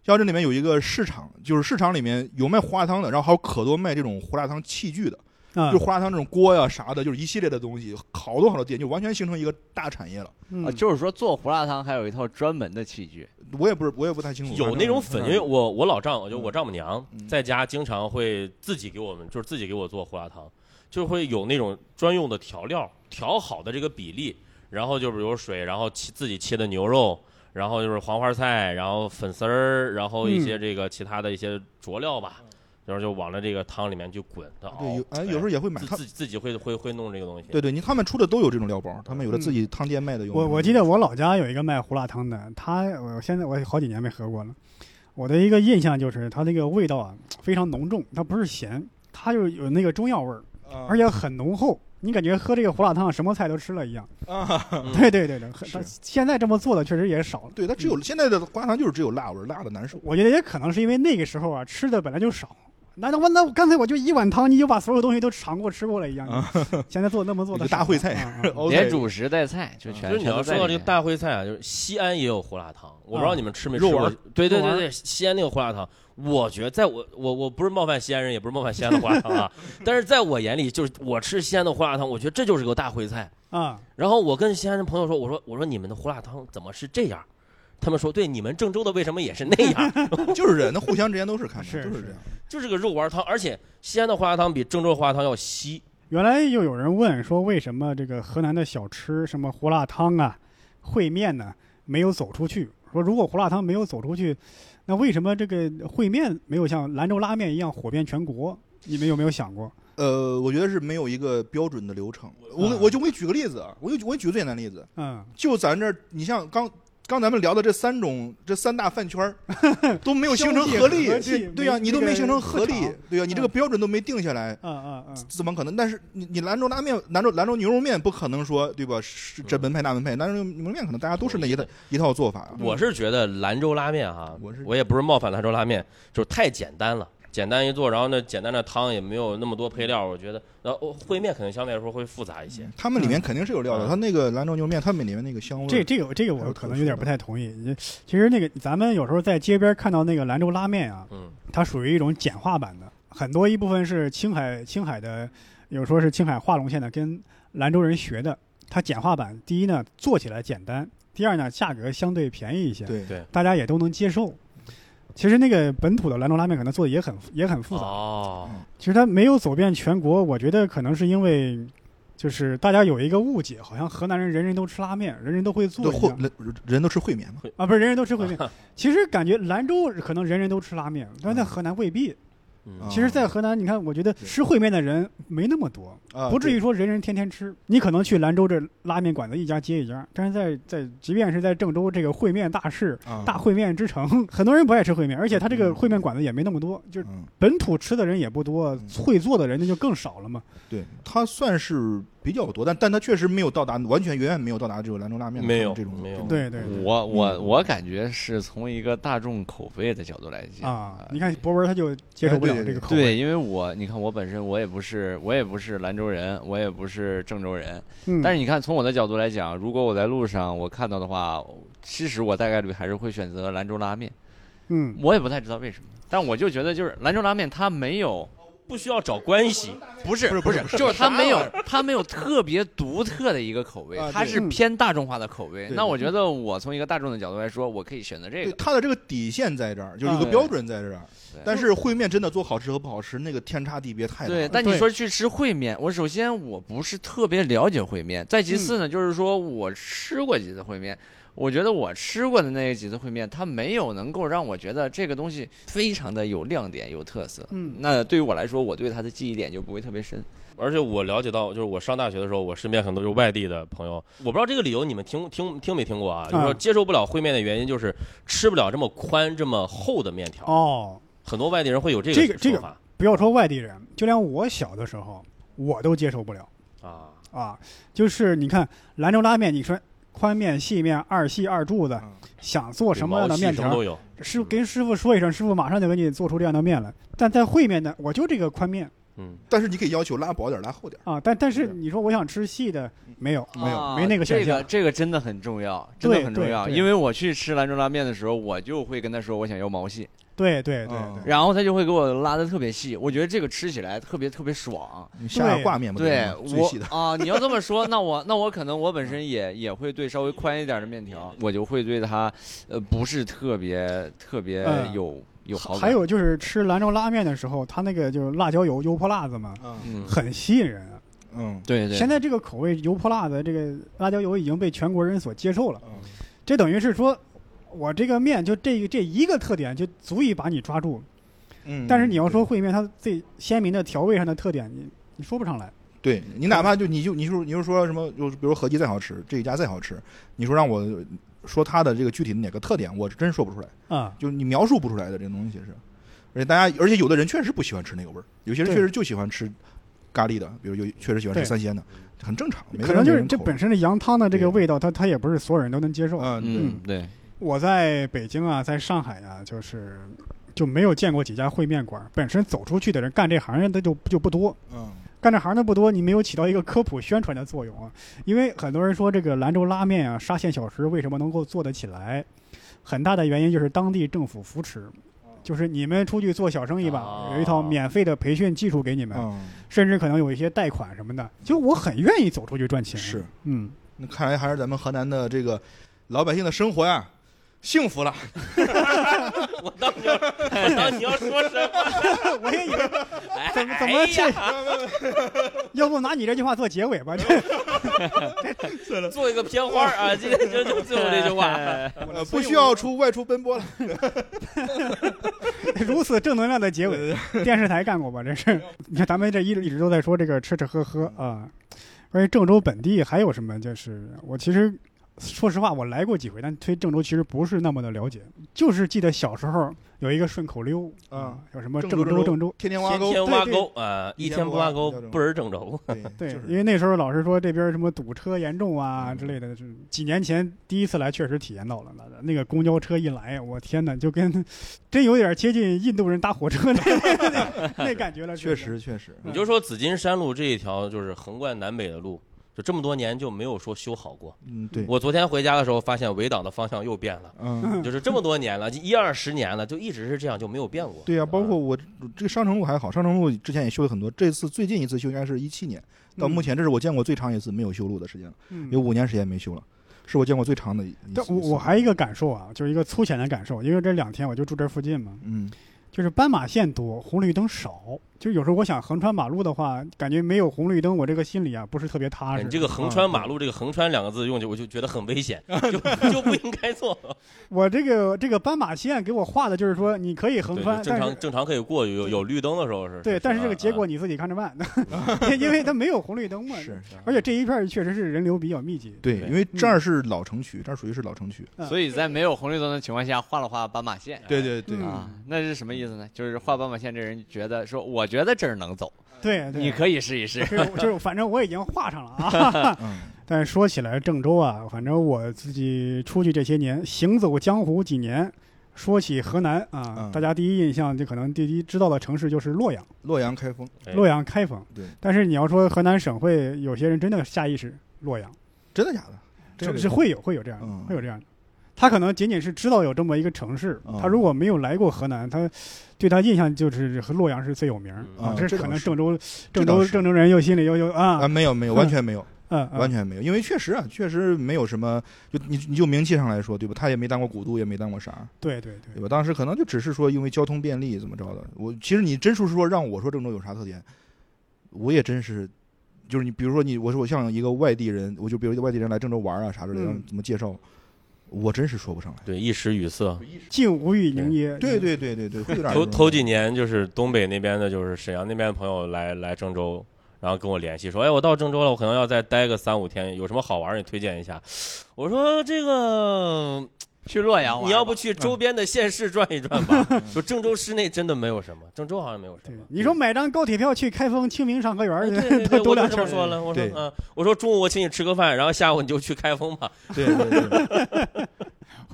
Speaker 4: 逍遥镇里面有一个市场，就是市场里面有卖胡辣汤的，然后还有可多卖这种胡辣汤器具的，
Speaker 1: 啊
Speaker 4: 就，胡辣汤这种锅呀、啥的，就是一系列的东西，好多好多店，就完全形成一个大产业了。
Speaker 1: 嗯
Speaker 2: 啊，就是说做胡辣汤还有一套专门的器具，
Speaker 4: 我也不是，我也不太清楚。
Speaker 3: 有那种粉，因为我我老丈，就我丈母娘
Speaker 4: 嗯
Speaker 3: 在家经常会自己给我们，就是自己给我做胡辣汤，就会有那种专用的调料，调好的这个比例，然后就比如水，然后切自己切的牛肉，然后就是黄花菜，然后粉丝儿，然后一
Speaker 4: 嗯
Speaker 3: 些这个其他的一些佐料吧，然后就往了这个汤里面就滚它熬。
Speaker 4: 对有哎，有时候也会买
Speaker 3: 自
Speaker 4: 他
Speaker 3: 自，己自己会会会弄这个东西。
Speaker 4: 对对，你他们出的都有这种料包，他们有的自己汤店卖的有。
Speaker 1: 嗯我我记得我老家有一个卖胡辣汤的，他我现在我好几年没喝过了。我的一个印象就是它那个味道啊非常浓重，它不是咸，它就有那个中药味儿，
Speaker 4: 啊，
Speaker 1: 而且很浓厚。你感觉喝这个胡辣汤什么菜都吃了一样。
Speaker 4: 啊，
Speaker 3: 嗯
Speaker 1: 对对对对，很
Speaker 4: 是
Speaker 1: 它现在这么做的确实也少了。
Speaker 4: 对，它只
Speaker 1: 嗯
Speaker 4: 有现在的胡辣汤就是只有辣味儿，辣的难受。
Speaker 1: 我觉得也可能是因为那个时候啊吃的本来就少。那那我那我干脆我就一碗汤，你就把所有东西都尝过吃过了一样。
Speaker 4: (laughs)
Speaker 1: 现在做那么做的啊
Speaker 4: 你就啊大烩菜 (laughs)
Speaker 3: 嗯
Speaker 2: 连主食带菜就全。
Speaker 3: 就是你
Speaker 2: 全
Speaker 3: 要
Speaker 2: 都
Speaker 3: 说
Speaker 2: 在
Speaker 3: 到
Speaker 2: 里
Speaker 3: 这个
Speaker 2: 面
Speaker 3: 大烩菜啊，就是西安也有胡辣汤，我不知道你们吃没吃
Speaker 4: 肉
Speaker 3: 过
Speaker 4: 丸。
Speaker 3: 对对
Speaker 1: 肉
Speaker 3: 对
Speaker 1: 丸
Speaker 3: 对，西安那个胡辣汤，我觉得在我我我不是冒犯西安人，也不是冒犯西安的胡辣汤啊，但是在我眼里，就是我吃西安的胡辣汤，我觉得这就是个大烩菜。
Speaker 1: 啊，
Speaker 3: 然后我跟西安人朋友说，我说我说你们的胡辣汤怎么是这样？他们说，对，你们郑州的为什么也是那样？ (laughs)
Speaker 4: 就是人，那互相之间都是看
Speaker 1: (laughs)
Speaker 4: 法，
Speaker 1: 是
Speaker 4: 就是
Speaker 1: 是
Speaker 4: 这样。
Speaker 3: 就是个肉丸汤，而且西安的胡辣汤比郑州的胡辣汤要稀。
Speaker 1: 原来又有人问说，为什么这个河南的小吃，什么胡辣汤啊、烩面呢，没有走出去？说如果胡辣汤没有走出去，那为什么这个烩面没有像兰州拉面一样火遍全国？你们有没有想过？
Speaker 4: 呃，我觉得是没有一个标准的流程。我
Speaker 1: 啊
Speaker 4: 我就我给你举个例子啊，我给你我给你举个最简单的例子，
Speaker 1: 嗯，
Speaker 4: 就咱这儿，你像刚刚咱们聊的这三种这三大饭圈儿
Speaker 1: (laughs)
Speaker 4: 都没有形成合
Speaker 1: 兄
Speaker 4: 力
Speaker 1: 弟合，计
Speaker 4: 对对呀、
Speaker 1: 没
Speaker 4: 你都
Speaker 1: 这个嗯
Speaker 4: 没形成合力
Speaker 1: 市场，
Speaker 4: 对呀、你这个标准都没定下来。
Speaker 1: 啊啊啊！
Speaker 4: 怎么可能？但是你你兰州拉面、兰州兰州牛肉面不可能说对吧？是这门派那门派，兰州牛肉面可能大家都是那一套一套做法啊。
Speaker 1: 嗯
Speaker 3: 我是觉得兰州拉面哈，
Speaker 4: 我是
Speaker 3: 我也不是冒犯兰州拉面，就是太简单了，简单一做，然后那简单的汤也没有那么多配料，我觉得，然后烩面可能相对来说会复杂一些。
Speaker 4: 他们里面肯定是有料
Speaker 3: 嗯
Speaker 4: 的，他那个兰州牛肉面，他们里面那个香味儿，
Speaker 1: 这这个这个
Speaker 4: 还
Speaker 1: 我
Speaker 4: 有
Speaker 1: 可
Speaker 4: 特
Speaker 1: 能
Speaker 4: 殊
Speaker 1: 有点
Speaker 4: 的
Speaker 1: 不太同意。你其实那个咱们有时候在街边看到那个兰州拉面啊，
Speaker 3: 嗯，
Speaker 1: 它属于一种简化版的，很多一部分是青海青海的，有说是青海化隆县的，跟兰州人学的。它简化版，第一呢做起来简单，第二呢价格相对便宜一些，
Speaker 4: 对
Speaker 3: 对
Speaker 1: 大家也都能接受。其实那个本土的兰州拉面可能做的也很也很复杂，
Speaker 3: 哦，
Speaker 1: 其实它没有走遍全国，我觉得可能是因为，就是大家有一个误解，好像河南人人人都吃拉面，人人都会做
Speaker 4: 都
Speaker 1: 一
Speaker 4: 烩
Speaker 1: 样
Speaker 4: 人人都吃烩面嘛。啊
Speaker 1: 啊，不是人人都吃烩面。其实感觉兰州可能人人都吃拉面，但在河南未必。
Speaker 3: 嗯
Speaker 1: 其实，在河南，你看，我觉得吃烩面的人没那么多，
Speaker 4: 啊
Speaker 1: 不至于说人人天天吃。你可能去兰州这拉面馆子一家接一家，但是在在即便是在郑州这个烩面大市、
Speaker 4: 啊
Speaker 1: 大烩面之城， (laughs) 很多人不爱吃烩面，而且他这个烩面馆子也没那么多，就是
Speaker 4: 嗯，
Speaker 1: 本土吃的人也不多，会做的人那就更少了嘛。
Speaker 4: 对，它算是比较多，但但它确实没有到达，完全远远没有到达这个兰州拉面的
Speaker 3: 没有
Speaker 4: 这种
Speaker 3: 没有
Speaker 4: 这种
Speaker 1: 对对对
Speaker 2: 我我我感觉是从一个大众口味的角度来讲
Speaker 1: 啊，你看博文他就接受不
Speaker 4: 哎
Speaker 1: 了
Speaker 4: 对
Speaker 1: 这
Speaker 4: 对
Speaker 1: 个口
Speaker 2: 对，
Speaker 1: 味，
Speaker 2: 因为我你看我本身我也不是我也不是兰州人，我也不是郑州人，
Speaker 1: 嗯，
Speaker 2: 但
Speaker 1: 是
Speaker 2: 是你看从我的角度来讲，如果我在路上我看到的话，其实我大概率还是会选择兰州拉面，
Speaker 1: 嗯，
Speaker 2: 我也不太知道为什么，但我就觉得就是兰州拉面它没有
Speaker 3: 不需要找关系，
Speaker 2: 不是
Speaker 4: 不是
Speaker 2: 不
Speaker 4: 不是
Speaker 2: 就是它没有它没有特别独特的一个口味
Speaker 4: 啊，
Speaker 2: 它
Speaker 4: 对
Speaker 2: 是
Speaker 1: 嗯
Speaker 2: 偏大众化的口味。
Speaker 4: 对
Speaker 2: 那
Speaker 4: 对
Speaker 2: 我觉得我从一个大众的角度来说，我可以选择这个。
Speaker 4: 对它的这个底线在这儿，就是一个
Speaker 2: 啊
Speaker 4: 标准在这儿
Speaker 2: 对。
Speaker 4: 但是烩面真的做好吃和不好吃，那个天差地别太大
Speaker 2: 对，
Speaker 4: 了。
Speaker 2: 但你说去吃烩面，我首先我不是特别了解烩面，再其
Speaker 1: 嗯
Speaker 2: 次呢，就是说我吃过几次烩面，我觉得我吃过的那几次烩面，它没有能够让我觉得这个东西非常的有亮点、有特色。
Speaker 1: 嗯
Speaker 2: 那对于我来说，我对它的记忆点就不会特别深。
Speaker 3: 而且我了解到，就是我上大学的时候，我身边很多就是外地的朋友，我不知道这个理由你们听听听没听过啊？就是说接受不了烩面的原因就是吃不了这么宽、这么厚的面条。
Speaker 1: 哦，
Speaker 3: 很多外地人会有这
Speaker 1: 这个这个
Speaker 3: 说法
Speaker 1: 不要说外地人，就连我小的时候我都接受不了。
Speaker 3: 啊，
Speaker 1: 啊，就是你看兰州拉面，你说宽面、细面、二细二柱子，
Speaker 4: 嗯
Speaker 1: 想做什么样的
Speaker 3: 毛细
Speaker 1: 面
Speaker 3: 什么
Speaker 1: 条
Speaker 3: 都，有。
Speaker 1: 师傅跟师傅说一声，师傅马上就给你做出这样的面来。但在烩面呢，我就这个宽面
Speaker 3: 嗯，
Speaker 4: 但是你可以要求拉薄点儿，拉厚点儿。
Speaker 1: 啊，但但是
Speaker 4: 是
Speaker 1: 你说我想吃细的，没有，
Speaker 4: 没有
Speaker 2: 啊
Speaker 1: 没那个选
Speaker 2: 这
Speaker 1: 项
Speaker 2: 个这个真的很重要，真的
Speaker 1: 对
Speaker 2: 很重
Speaker 1: 对
Speaker 2: 要。
Speaker 1: 对
Speaker 2: 因为我去吃兰州拉面的时候，我就会跟他说我想要毛细，
Speaker 1: 对对对
Speaker 4: 嗯
Speaker 1: 对，
Speaker 2: 然后他就会给我拉的特别细，我觉得这个吃起来特别特别爽。
Speaker 4: 你下
Speaker 1: 对
Speaker 4: 挂面不就
Speaker 2: 对
Speaker 4: 是吗最
Speaker 2: 我
Speaker 4: 细的。
Speaker 2: 啊，你要这么说，那我那我可能我本身也也会对稍微宽一点的面条，我就会对它呃不是特别特别
Speaker 1: 嗯
Speaker 2: 有有好感。
Speaker 1: 还有就是吃兰州拉面的时候，它那个就是辣椒油油泼辣子嘛，
Speaker 4: 嗯
Speaker 2: 嗯，
Speaker 1: 很吸引人啊。
Speaker 4: 嗯
Speaker 2: 对对，
Speaker 1: 现在这个口味油泼辣子，这个辣椒油已经被全国人所接受了。
Speaker 4: 嗯
Speaker 1: 这等于是说，我这个面就这这一个特点就足以把你抓住。
Speaker 4: 嗯
Speaker 1: 但是你要说烩面，它最鲜明的调味上的特点，你你说不上来。
Speaker 4: 对你哪怕就你就你就你就说什么，就是比如合记再好吃，这一家再好吃，你说让我说它的这个具体哪个特点，我真说不出来，
Speaker 1: 啊、
Speaker 4: 就是你描述不出来的这个东西是。而且大家，而且有的人确实不喜欢吃那个味儿，有些人
Speaker 1: 对
Speaker 4: 确实就喜欢吃咖喱的，比如有确实喜欢吃
Speaker 1: 对
Speaker 4: 三鲜的，很正常。每个
Speaker 1: 可能
Speaker 4: 人
Speaker 1: 就是
Speaker 4: 每个人
Speaker 1: 这
Speaker 4: 口
Speaker 1: 本身的羊汤的这个
Speaker 4: 对
Speaker 1: 味道，它它也不是所有人都能接受。
Speaker 4: 嗯对
Speaker 2: 嗯对，
Speaker 1: 我在北京啊，在上海啊，就是就没有见过几家烩面馆儿，本身走出去的人干这行的就就不多。
Speaker 4: 嗯
Speaker 1: 干这行的不多，你没有起到一个科普宣传的作用啊。因为很多人说这个兰州拉面啊，沙县小吃为什么能够做得起来，很大的原因就是当地政府扶持，就是你们出去做小生意吧
Speaker 3: 啊，
Speaker 1: 有一套免费的培训技术给你们，
Speaker 4: 嗯
Speaker 1: 甚至可能有一些贷款什么的。就我很愿意走出去赚钱。
Speaker 4: 是，
Speaker 1: 嗯， (laughs)
Speaker 4: 那看来还是咱们河南的这个老百姓的生活呀，幸福了。
Speaker 3: 我当时我啊当你要说什么？
Speaker 1: 我也以为怎么怎么这， (laughs) 要不拿你这句话做结尾吧？这
Speaker 3: 做一个片花
Speaker 1: (laughs)
Speaker 3: 儿啊！今天就就最后这句话，
Speaker 4: 呃，不需要出外出奔波了。
Speaker 1: (laughs) 如此正能量的结尾， (laughs) 电视台干过吧？这是，你看咱们这一直一直都在说这个吃吃喝喝
Speaker 4: 嗯
Speaker 1: 啊。关于郑州本地还有什么？就是我其实说实话，我来过几回，但对郑州其实不是那么的了解，就是记得小时候有一个顺口溜
Speaker 4: 啊
Speaker 1: 啊，有什么
Speaker 4: 郑
Speaker 1: 郑
Speaker 4: 州郑
Speaker 1: 郑州。
Speaker 4: 天天挖
Speaker 3: 天
Speaker 4: 沟，
Speaker 3: 天
Speaker 1: 对
Speaker 3: 挖
Speaker 1: 对
Speaker 3: 沟啊，一天不挖沟
Speaker 4: 一天不挖沟
Speaker 3: 不是郑州。
Speaker 4: 对
Speaker 1: 对
Speaker 4: 就，是
Speaker 1: 因为那时候老是说这边什么堵车严重啊
Speaker 4: 嗯
Speaker 1: 之类的，是几年前第一次来确实体验到了。那那个公交车一来，我天哪，就跟 (laughs) 真有点接近印度人搭火车那那那 (laughs) 那感觉了。
Speaker 4: 确实确实，
Speaker 3: 你就说紫金山路这一条就是横贯南北的路，就这么多年就没有说修好过。
Speaker 4: 嗯对，
Speaker 3: 我昨天回家的时候发现围挡的方向又变了，
Speaker 4: (laughs) 嗯
Speaker 3: 就是这么多年了，一二十年了，就一直是这样，就没有变过。
Speaker 4: 对
Speaker 1: 啊
Speaker 4: 啊呀、包括我这个商城路还好，商城路之前也修了很多，这次最近一次修应该是一七年，到目前这是我见过最长一次没有修路的时间了，
Speaker 1: 嗯，
Speaker 4: 有五年时间没修了，是我见过最长的一一
Speaker 1: 但
Speaker 4: 次。
Speaker 1: 我
Speaker 4: 一次
Speaker 1: 我还有一个感受啊，就是一个粗浅的感受，因为这两天我就住这附近嘛，
Speaker 4: 嗯
Speaker 1: 就是斑马线多，红绿灯少，就有时候我想横穿马路的话，感觉没有红绿灯，我这个心里啊不是特别踏实。
Speaker 3: 哎你这个横穿
Speaker 1: 啊
Speaker 3: 马路，这个横穿两个字用就我就觉得很
Speaker 1: (laughs)
Speaker 3: 危险，就就不应该做。
Speaker 1: 我这个这个斑马线给我画的就是说你可以横
Speaker 3: 对，
Speaker 1: 穿
Speaker 3: 就，
Speaker 1: 但
Speaker 3: 正
Speaker 1: 是
Speaker 3: 常正常可以过，有有有绿灯的时候是。
Speaker 1: 对，但是这个
Speaker 3: 啊
Speaker 1: 结果
Speaker 3: 啊
Speaker 1: 你自己看着
Speaker 3: (laughs)
Speaker 1: 办，因为它没有红绿灯嘛。
Speaker 4: 是，嗯
Speaker 1: 而且这一片儿确实是人流比较密集。
Speaker 4: 对，
Speaker 3: 对
Speaker 4: 因为这儿是老城区，这儿属于是老城区。
Speaker 1: 嗯
Speaker 2: (laughs) 所以在没有红绿灯的情况下，画了画斑马线。
Speaker 4: 对对对，
Speaker 1: 嗯
Speaker 2: 啊，那是什么意思呢？就是画斑马线，这人觉得说，我觉得这儿能走，
Speaker 1: 对对，
Speaker 2: 你可以试一试。
Speaker 1: 就是就是，反正我已经画上了啊。
Speaker 4: 嗯，
Speaker 1: 但是说起来郑州啊，反正我自己出去这些年，行走江湖几年，说起河南啊，
Speaker 4: 嗯
Speaker 1: 大家第一印象就可能第一知道的城市就是洛阳，
Speaker 4: 洛阳开封，
Speaker 3: 哎
Speaker 1: 洛阳开封。
Speaker 4: 对
Speaker 1: 但是你要说河南省会，有些人真的下意识洛阳，
Speaker 4: 真的假的？真
Speaker 1: 是
Speaker 4: 的
Speaker 1: 是会有会有这样的，
Speaker 4: 嗯
Speaker 1: 会有这样的。他可能仅仅是知道有这么一个城市，
Speaker 4: 嗯
Speaker 1: 他如果没有来过河南，他对他印象就是和洛阳是最有名儿
Speaker 3: 嗯
Speaker 1: 啊
Speaker 4: 嗯。
Speaker 1: 这
Speaker 4: 这
Speaker 1: 可
Speaker 4: 倒
Speaker 1: 能
Speaker 4: 是
Speaker 1: 郑州郑
Speaker 4: 这倒
Speaker 1: 州
Speaker 4: 是
Speaker 1: 郑州人又心里又又啊
Speaker 4: 啊？没有没有，完全没有，
Speaker 1: 嗯嗯
Speaker 4: 完全没有，因为确实啊，确实没有什么，就你你就名气上来说，对吧？他也没当过古都，也没当过啥，
Speaker 1: 对对对
Speaker 4: 对吧？当时可能就只是说因为交通便利怎么着的。我其实你真是说让我说郑州有啥特点，我也真是，就是你比如说你我说我像一个外地人，我就比如外地人来郑州玩啊啥之类的，
Speaker 1: 嗯
Speaker 4: 怎么介绍，我真是说不上来。
Speaker 3: 对一时语塞。
Speaker 1: 竟无语凝噎。
Speaker 4: 对对对对对，会有点
Speaker 3: 头
Speaker 4: 这种
Speaker 3: 头几年就是东北那边的，就是沈阳那边的朋友来来郑州，然后跟我联系说，哎，我到郑州了，我可能要再待个三五天，有什么好玩儿你推荐一下。我说这个
Speaker 2: 去洛阳玩吧，
Speaker 3: 你要不去周边的县市转一转吧？说郑州市内真的没有什么，郑州好像没有什
Speaker 1: 对
Speaker 3: 么，。
Speaker 1: 你说买张高铁票去开封、清明上河园
Speaker 3: 哎
Speaker 1: 儿 (laughs)
Speaker 3: 对
Speaker 1: 去，
Speaker 3: 对对，
Speaker 1: 都
Speaker 3: 我
Speaker 1: 两事
Speaker 3: 就这
Speaker 1: 儿
Speaker 3: 么说了。我说
Speaker 4: 对
Speaker 3: 嗯，我说中午我请你吃个饭，然后下午你就去开封吧。
Speaker 4: 对对对对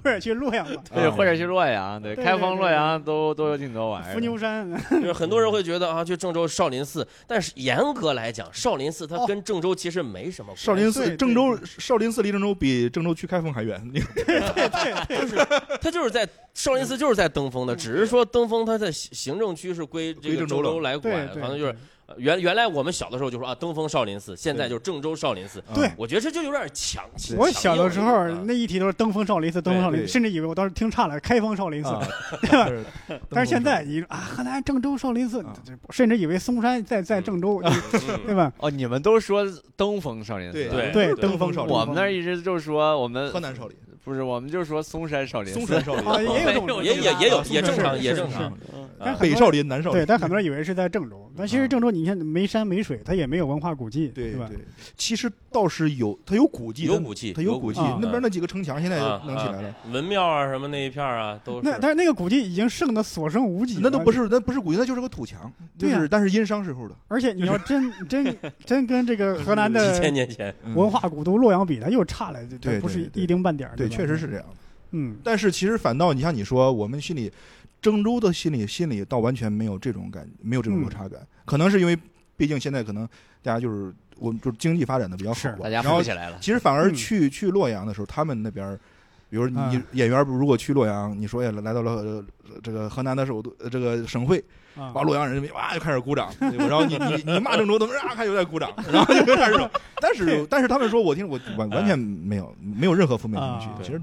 Speaker 1: 或者去洛阳吧，
Speaker 2: 对，或者去洛阳，对，
Speaker 1: 嗯对
Speaker 2: 开
Speaker 1: 对
Speaker 2: 封、
Speaker 1: 对
Speaker 2: 洛
Speaker 1: 对
Speaker 2: 阳都都有挺多玩意儿的。
Speaker 1: 伏牛
Speaker 3: (laughs)
Speaker 1: 山， (laughs)
Speaker 3: 就是很多人会觉得啊，去郑州少林寺，但是严格来讲，少林寺它
Speaker 1: 哦
Speaker 3: 跟郑州其实没什么关系。
Speaker 4: (laughs) 少林
Speaker 1: 对
Speaker 4: 寺，
Speaker 1: 对
Speaker 4: 郑州少林寺离郑州比郑州去开封还远。你
Speaker 3: 他就是在少林寺就是在登封的，只是说登封它在行行政区是归这
Speaker 4: 嗯归
Speaker 3: 个
Speaker 4: 郑
Speaker 3: 郑
Speaker 4: 州了
Speaker 3: 州来
Speaker 1: 对
Speaker 3: 管，
Speaker 1: 对，
Speaker 3: 反正就是呃原原来我们小的时候就说啊登封少林寺，现在
Speaker 4: 对
Speaker 3: 就是郑州少林寺。
Speaker 1: 对
Speaker 3: 我觉得这就有点强。
Speaker 1: 对
Speaker 3: 强
Speaker 1: 我小的时候
Speaker 3: 硬了啊
Speaker 1: 那一提都是登封少林寺，登封少林寺，
Speaker 4: 对
Speaker 1: 甚至以为我当时听岔了，开封少林寺。
Speaker 4: (laughs) 啊，
Speaker 1: 但是现在一啊，河南郑州少林寺
Speaker 4: 啊，
Speaker 1: 这甚至以为嵩山在在郑州， (laughs) 对
Speaker 3: 嗯 (laughs)
Speaker 1: 吧？
Speaker 2: 哦，你们都说登峰少林寺，
Speaker 4: 对
Speaker 3: 对
Speaker 1: 对，
Speaker 4: 对
Speaker 1: 登封
Speaker 4: 少
Speaker 1: 少林寺。
Speaker 2: 我们那儿一直就说我们
Speaker 4: 河南少林、
Speaker 2: 不是，我们就说嵩山少林寺，
Speaker 4: 嵩山少林
Speaker 1: 啊，也有这种
Speaker 3: 也也也有也
Speaker 4: 是
Speaker 3: 正常
Speaker 4: 是
Speaker 3: 也
Speaker 4: 是
Speaker 3: 正
Speaker 4: 是
Speaker 3: 常。
Speaker 1: 但很
Speaker 4: 北
Speaker 1: 多
Speaker 4: 少林、南少林啊
Speaker 1: 对，。但很多人以为是在郑州，但其实郑州你看没山没水，它也没有文化古迹，
Speaker 4: 对
Speaker 1: 吧？
Speaker 4: 对，其实倒是有，它有古迹，
Speaker 3: 有
Speaker 4: 它
Speaker 3: 骨气，
Speaker 4: 它有古迹嗯
Speaker 1: 有古迹。
Speaker 4: 那边那几个城墙现在弄起来了，
Speaker 3: 文庙啊什么那一片儿啊都
Speaker 1: 那
Speaker 3: 是。
Speaker 1: 但是那个古迹已经剩的所剩无几了，
Speaker 4: 那都不是，那不是古迹，那就是个土墙，就
Speaker 1: 对呀啊
Speaker 4: 是但是殷商时候的。
Speaker 1: 而且你要真真真跟这个河南
Speaker 4: (laughs)
Speaker 3: 几
Speaker 1: 的
Speaker 3: 千年前，
Speaker 4: 嗯
Speaker 1: 文化古都洛阳比，它又差了，这
Speaker 4: 对
Speaker 1: 这不是
Speaker 4: 对对
Speaker 1: 一丁半点儿。
Speaker 4: 对，
Speaker 1: 吧
Speaker 4: 确实是。这样。
Speaker 1: 嗯，
Speaker 4: 但是其实反倒你像你说，我们心里，郑州的心里心里倒完全没有这种感，没有这种
Speaker 1: 嗯
Speaker 4: 落差感。可能是因为，毕竟现在可能大家就是我们就是经济发展的比较好
Speaker 1: 是
Speaker 4: 吧，
Speaker 2: 大家
Speaker 4: 然后
Speaker 2: 富起来了。
Speaker 4: 其实反而
Speaker 1: 嗯
Speaker 4: 去、去洛阳的时候，他们那边儿，比如你、
Speaker 1: 嗯
Speaker 4: 演员如果去洛阳，你说也来到了、呃这个河南的首都呃这个省会，
Speaker 1: 啊
Speaker 4: 把，洛阳人民哇就开始鼓掌，对吧然后你你你骂郑州怎么啊还有点鼓掌，然后就开始说，但是但是他们说我听我完完全没有没有任何负面情
Speaker 1: 啊
Speaker 4: 绪，其实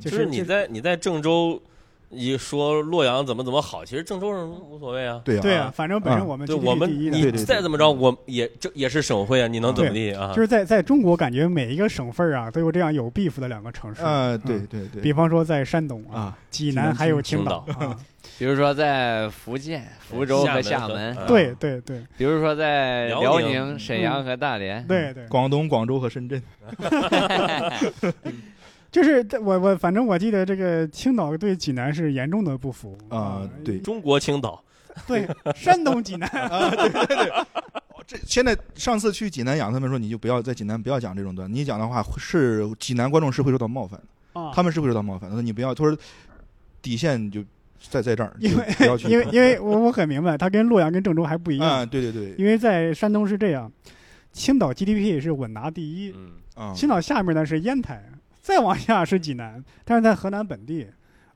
Speaker 1: 就
Speaker 3: 就是
Speaker 1: 是
Speaker 3: 你
Speaker 1: 就是
Speaker 3: 在你在郑州一说洛阳怎么怎么好，其实郑州人无所谓啊。
Speaker 4: 对啊
Speaker 1: 对啊，反正本身
Speaker 4: 嗯
Speaker 1: 我们
Speaker 3: 对
Speaker 1: GDP
Speaker 3: 我们，
Speaker 1: 第一的
Speaker 3: 你
Speaker 4: 对对
Speaker 3: 再怎么着，我也这也是省会啊，你能怎么地啊？
Speaker 1: 嗯就是在在中国，感觉每一个省份啊都有这样有 beef 的两个城市。
Speaker 4: 啊对对对
Speaker 1: 嗯比方说在山东啊、
Speaker 4: 啊
Speaker 1: 济
Speaker 4: 南
Speaker 1: 南还有
Speaker 3: 青
Speaker 1: 青
Speaker 3: 岛
Speaker 1: 岛啊，
Speaker 2: 比如说在福建、福州和厦门，啊
Speaker 3: 厦门和
Speaker 1: 对
Speaker 4: 啊
Speaker 1: 对对
Speaker 4: 嗯
Speaker 2: 比如说在
Speaker 3: 辽
Speaker 2: 辽
Speaker 3: 宁嗯
Speaker 2: 宁、沈阳和大连，
Speaker 1: 对对，
Speaker 4: 广东广州和深圳
Speaker 1: 就是在我我反正我记得这个青岛对济南是严重的不服
Speaker 4: 啊对
Speaker 3: 中国青岛，
Speaker 1: 对，山东济南
Speaker 4: 啊对对对。哦这现在上次去济南讲，他们说你就不要在济南不要讲这种段，你讲的话是济南观众是会受到冒犯的，
Speaker 1: 啊，
Speaker 4: 他们是会受到冒犯的。他说你不要，他说底线就在在这儿，
Speaker 1: 因为
Speaker 4: 就不要去
Speaker 1: 因为因为我我很明白，它跟洛阳跟郑州还不一样，
Speaker 4: 啊对对对
Speaker 1: 因为在山东是这样，青岛 GDP 是稳拿第一，
Speaker 3: 嗯，
Speaker 4: 啊
Speaker 1: 青岛下面呢是烟台，再往下是济南，但是在河南本地，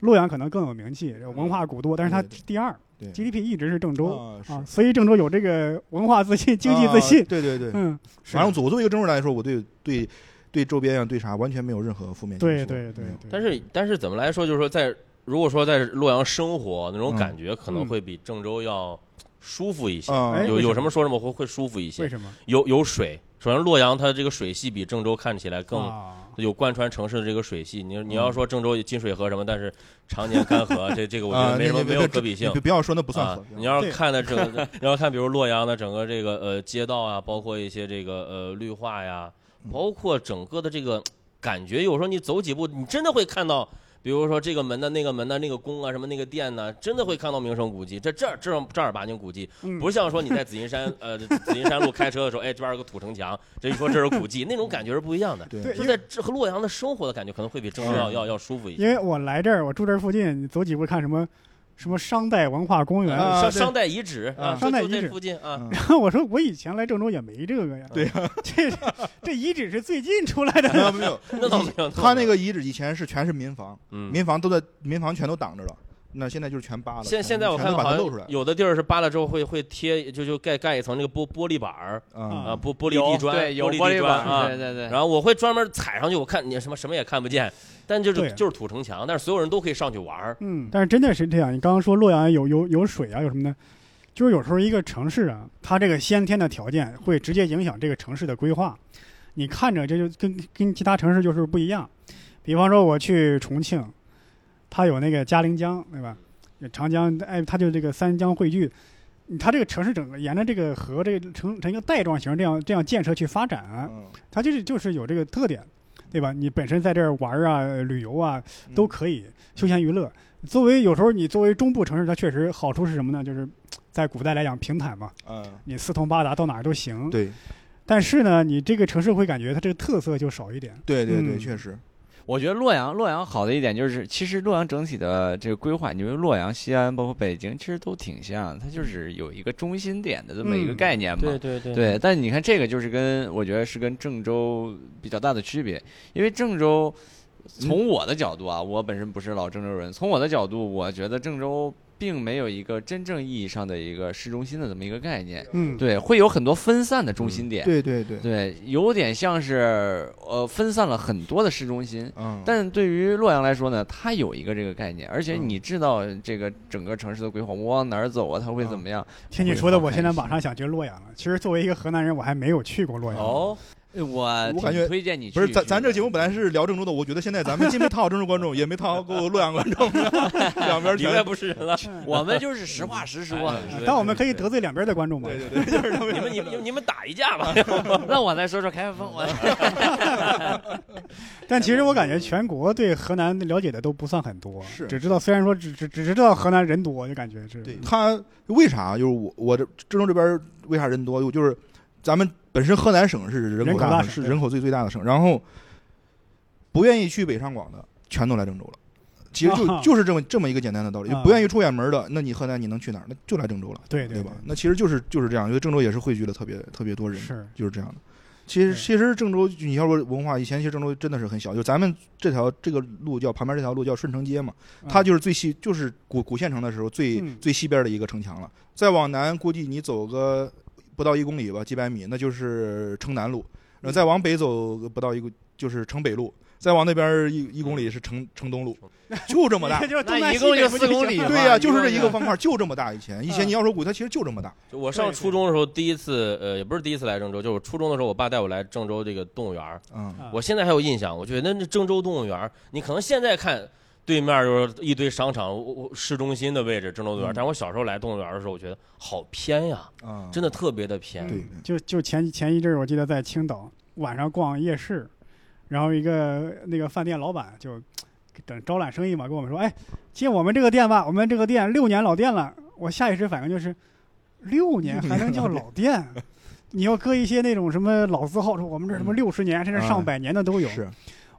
Speaker 1: 洛阳可能更有名气，文化古都，但是它
Speaker 4: 嗯对对
Speaker 1: 第二
Speaker 4: 对
Speaker 1: GDP 一直是郑州
Speaker 4: 啊是
Speaker 1: 啊，所以郑州有这个文化自信、经济自信
Speaker 4: 啊，对对对，
Speaker 1: 嗯，是
Speaker 4: 反正我作为一个中国人来说，我对对对周边啊对啥完全没有任何负面情
Speaker 1: 对
Speaker 4: 绪。
Speaker 1: 对对
Speaker 4: 没有，
Speaker 1: 对，
Speaker 3: 但是但是怎么
Speaker 1: 嗯
Speaker 3: 来说，就是说在如果说在洛阳生活那种感觉，可能会比郑州要舒服一些。
Speaker 4: 啊
Speaker 1: 哎
Speaker 3: 有
Speaker 1: 为什么
Speaker 3: 有什么说什么会会舒服一
Speaker 1: 为
Speaker 3: 些。
Speaker 1: 什么？
Speaker 3: 有有水，首先洛阳它这个水系比郑州看起来更
Speaker 1: 啊嗯
Speaker 3: 有贯穿城市的这个水系。你你要说郑州金水河什么，但是常年干
Speaker 1: (laughs)
Speaker 3: 涸，这这个我觉
Speaker 4: 啊，
Speaker 3: 得没什么
Speaker 4: 你
Speaker 3: 没有可比性
Speaker 4: 你。不要说那不算
Speaker 3: 啊
Speaker 4: 合，
Speaker 3: 你要
Speaker 1: 对
Speaker 3: 是看的整
Speaker 4: (laughs)
Speaker 3: 个，你要看比如洛阳的整个这个呃街道啊，包括一些这个呃绿化呀，
Speaker 4: 嗯
Speaker 3: 包括整个的这个感觉，有时候你走几步，你真的会看到。比如说这个门的那个门的那个宫啊，什么那个殿呐，真的会看到名胜古迹。这这儿这儿正儿八经古迹，
Speaker 1: 嗯
Speaker 3: 不像说你在紫金山呃紫金山路开车的时候，哎这边有个土城墙，这一说这是古迹，那种感觉是不一样的。
Speaker 1: 对
Speaker 4: 对，
Speaker 3: 就在这和洛阳的生活的感觉可能会比郑州要要要舒服一些。
Speaker 1: 因为我来这儿，我住这儿附近，你走几步看什么什么商代文化公园，
Speaker 4: 啊
Speaker 3: 商
Speaker 4: 对
Speaker 3: 商代遗址
Speaker 4: 啊
Speaker 3: 啊，
Speaker 1: 商代
Speaker 3: 就
Speaker 1: 遗址
Speaker 3: 这附近啊，
Speaker 4: 嗯
Speaker 1: 然后 (laughs) 我说我以前来郑州也没这个呀，
Speaker 3: 对
Speaker 1: 呀， (laughs) 这这遗址是最近出来的，啊
Speaker 4: 没有没有，
Speaker 3: (laughs) 那倒没有。
Speaker 4: 他嗯那个遗址以前是全是民房，
Speaker 3: 嗯，
Speaker 4: 民房都在民房全都挡着了，那现在就是全扒了，
Speaker 3: 现
Speaker 4: 全
Speaker 3: 现在我
Speaker 4: 嗯全
Speaker 3: 看
Speaker 4: 都把它
Speaker 3: 好
Speaker 4: 露出来
Speaker 3: 像，有的地儿是扒了之后会会贴，就就盖盖一层那个玻玻璃板儿
Speaker 4: 嗯
Speaker 1: 啊
Speaker 3: 啊，玻玻璃地砖，
Speaker 2: 对，有
Speaker 3: 玻
Speaker 2: 玻
Speaker 3: 地
Speaker 2: 璃
Speaker 3: 砖
Speaker 2: 板儿，
Speaker 3: 啊
Speaker 2: 对。对对。
Speaker 3: 然后我会专门踩上去，我看你什么什么也看不见，但就
Speaker 4: 啊
Speaker 1: 对
Speaker 3: 是就是土城墙，但是所有人都可以上去玩儿。
Speaker 1: 嗯，但是真的是这样。你刚刚说洛阳有有有水啊，有什么呢？就是有时候一个城市啊，它这个先天的条件会直接影响这个城市的规划。你看着这就跟跟其他城市就是不一样。比方说我去重庆，它有那个嘉陵江，对吧？有长江，哎，它就这个三江汇聚。它这个城市整个沿着这个河这个成成一个带状型这样这样建设去发展，啊
Speaker 4: 嗯
Speaker 1: 它就是就是有这个特点，对吧？你本身在这儿玩儿啊、呃旅游啊
Speaker 4: 嗯
Speaker 1: 都可以，休闲娱乐。作为有时候你作为中部城市，它确实好处是什么呢？就是在古代来讲平坦嘛，
Speaker 4: 嗯
Speaker 1: 你四通八达，到哪儿都行。
Speaker 4: 对
Speaker 1: 但是呢，你这个城市会感觉它这个特色就少一点。
Speaker 4: 对对对，
Speaker 1: 嗯
Speaker 4: 确实
Speaker 2: 我觉得洛阳，洛阳好的一点就是，其实洛阳整体的这个规划，你比如洛阳、西安，包括北京，其实都挺像，它就是有一个中心点的这么一个
Speaker 1: 嗯
Speaker 2: 概念嘛。
Speaker 3: 对对
Speaker 2: 对，但你看这个就是跟我觉得是跟郑州比较大的区别，因为郑州，从我的角度啊，我本身不是老郑州人，从我的角度，我觉得郑州并没有一个真正意义上的一个市中心的这么一个概念，
Speaker 1: 嗯，
Speaker 2: 对，会有很多分散的中心点，
Speaker 4: 对对对，
Speaker 2: 对，有点像是呃分散了很多的市中心。
Speaker 4: 嗯，
Speaker 2: 但是对于洛阳来说呢，它有一个这个概念，而且你知道这个整个城市的规划，我往哪儿走啊，它会怎么样？
Speaker 1: 听你
Speaker 2: 会
Speaker 1: 说的，
Speaker 2: 好
Speaker 1: 我
Speaker 2: 看
Speaker 1: 现在
Speaker 2: 一些
Speaker 1: 马上想去洛阳了。其实作为一个河南人，我还没有去过洛阳。
Speaker 3: 哦，
Speaker 2: 呃我
Speaker 4: 我感觉
Speaker 2: 挺推荐你去。
Speaker 4: 不是咱咱这个节目本来是聊郑州的，我觉得现在咱们既没讨好郑州观众，也没讨好过洛阳观众， (laughs) 两边
Speaker 3: 里
Speaker 4: 全
Speaker 3: 外不是人了。
Speaker 1: 嗯，
Speaker 2: 我们就是实话实说。
Speaker 3: 哎
Speaker 1: 但我们可以得罪两边的观众嘛？
Speaker 4: 对对对，就是他
Speaker 3: (laughs)
Speaker 4: 们
Speaker 3: 你们
Speaker 4: (laughs)
Speaker 3: 你们你们打一架吧， (laughs)
Speaker 2: 那我再说说开发风，我
Speaker 1: 但其实我感觉全国对河南了解的都不算很多，
Speaker 4: 是
Speaker 1: 只知道虽然说只只只知道河南人多，就感觉是
Speaker 4: 对他为啥就是我我这郑州这边为啥人多？就是咱们本身河南省是人
Speaker 1: 人
Speaker 4: 口
Speaker 1: 口大
Speaker 4: 大
Speaker 1: 省
Speaker 4: 是
Speaker 1: 对
Speaker 4: 人口最最大的省，然后不愿意去北上广的全都来郑州了。其实就、
Speaker 1: 啊
Speaker 4: 就是这么这么一个简单的道理，
Speaker 1: 啊
Speaker 4: 不愿意出远门的，那你河南你能去哪儿？那就来郑州了，
Speaker 1: 对
Speaker 4: 对
Speaker 1: 对
Speaker 4: 吧？那其实就是就是这样，因为郑州也是汇聚了特别特别多人，
Speaker 1: 是
Speaker 4: 就是这样的。其实
Speaker 1: 对
Speaker 4: 其实郑州，你要说文化，以前其实郑州真的是很小，就咱们这条这个路叫旁边这条路叫顺城街嘛，它就是最西，就是古古县城的时候最、
Speaker 1: 嗯。
Speaker 4: 最西边的一个城墙了。再往南，估计你走个不到一公里吧，几百米，那就是城南路。然后再往北走个不到一个，就是城北路。再往那边一一公里是城城东路，就这么
Speaker 1: (laughs)
Speaker 4: 大
Speaker 1: 就是东
Speaker 2: 那
Speaker 1: 南
Speaker 2: 一
Speaker 1: 西
Speaker 2: 共
Speaker 1: 北
Speaker 2: 就
Speaker 1: 不
Speaker 2: 四
Speaker 1: 行
Speaker 2: 公里
Speaker 1: 吗
Speaker 2: 嘛。
Speaker 4: 对呀、就是
Speaker 2: 共
Speaker 4: 这一个方块，就这么大。以前
Speaker 1: 嗯
Speaker 4: 以前你要说古，它其实就这么大。
Speaker 3: 就我上
Speaker 1: 对对
Speaker 3: 初中的时候，第一次呃，也不是第一次来郑州，就是我初中的时候，我爸带我来郑州这个动物园儿。
Speaker 4: 嗯，
Speaker 1: 啊
Speaker 3: 我现在还有印象，我觉得那郑州动物园儿，你可能现在看对面就是一堆商场，我我市中心的位置，郑州动物园儿
Speaker 4: 嗯。
Speaker 3: 但我小时候来动物园儿的时候，我觉得好偏呀，
Speaker 2: 嗯
Speaker 4: 啊，
Speaker 3: 真的特别的偏。
Speaker 4: 对
Speaker 1: 嗯就就前前一阵儿，我记得在青岛晚上逛夜市，然后一个那个饭店老板就等招揽生意嘛，跟我们说：“哎，进我们这个店吧，我们这个店六年老店了。”我下意识反应就是，六年还能叫老店？ (laughs) 你要搁一些那种什么老字号，说我们这什么六十年甚至上百年的都有。
Speaker 4: 嗯哎是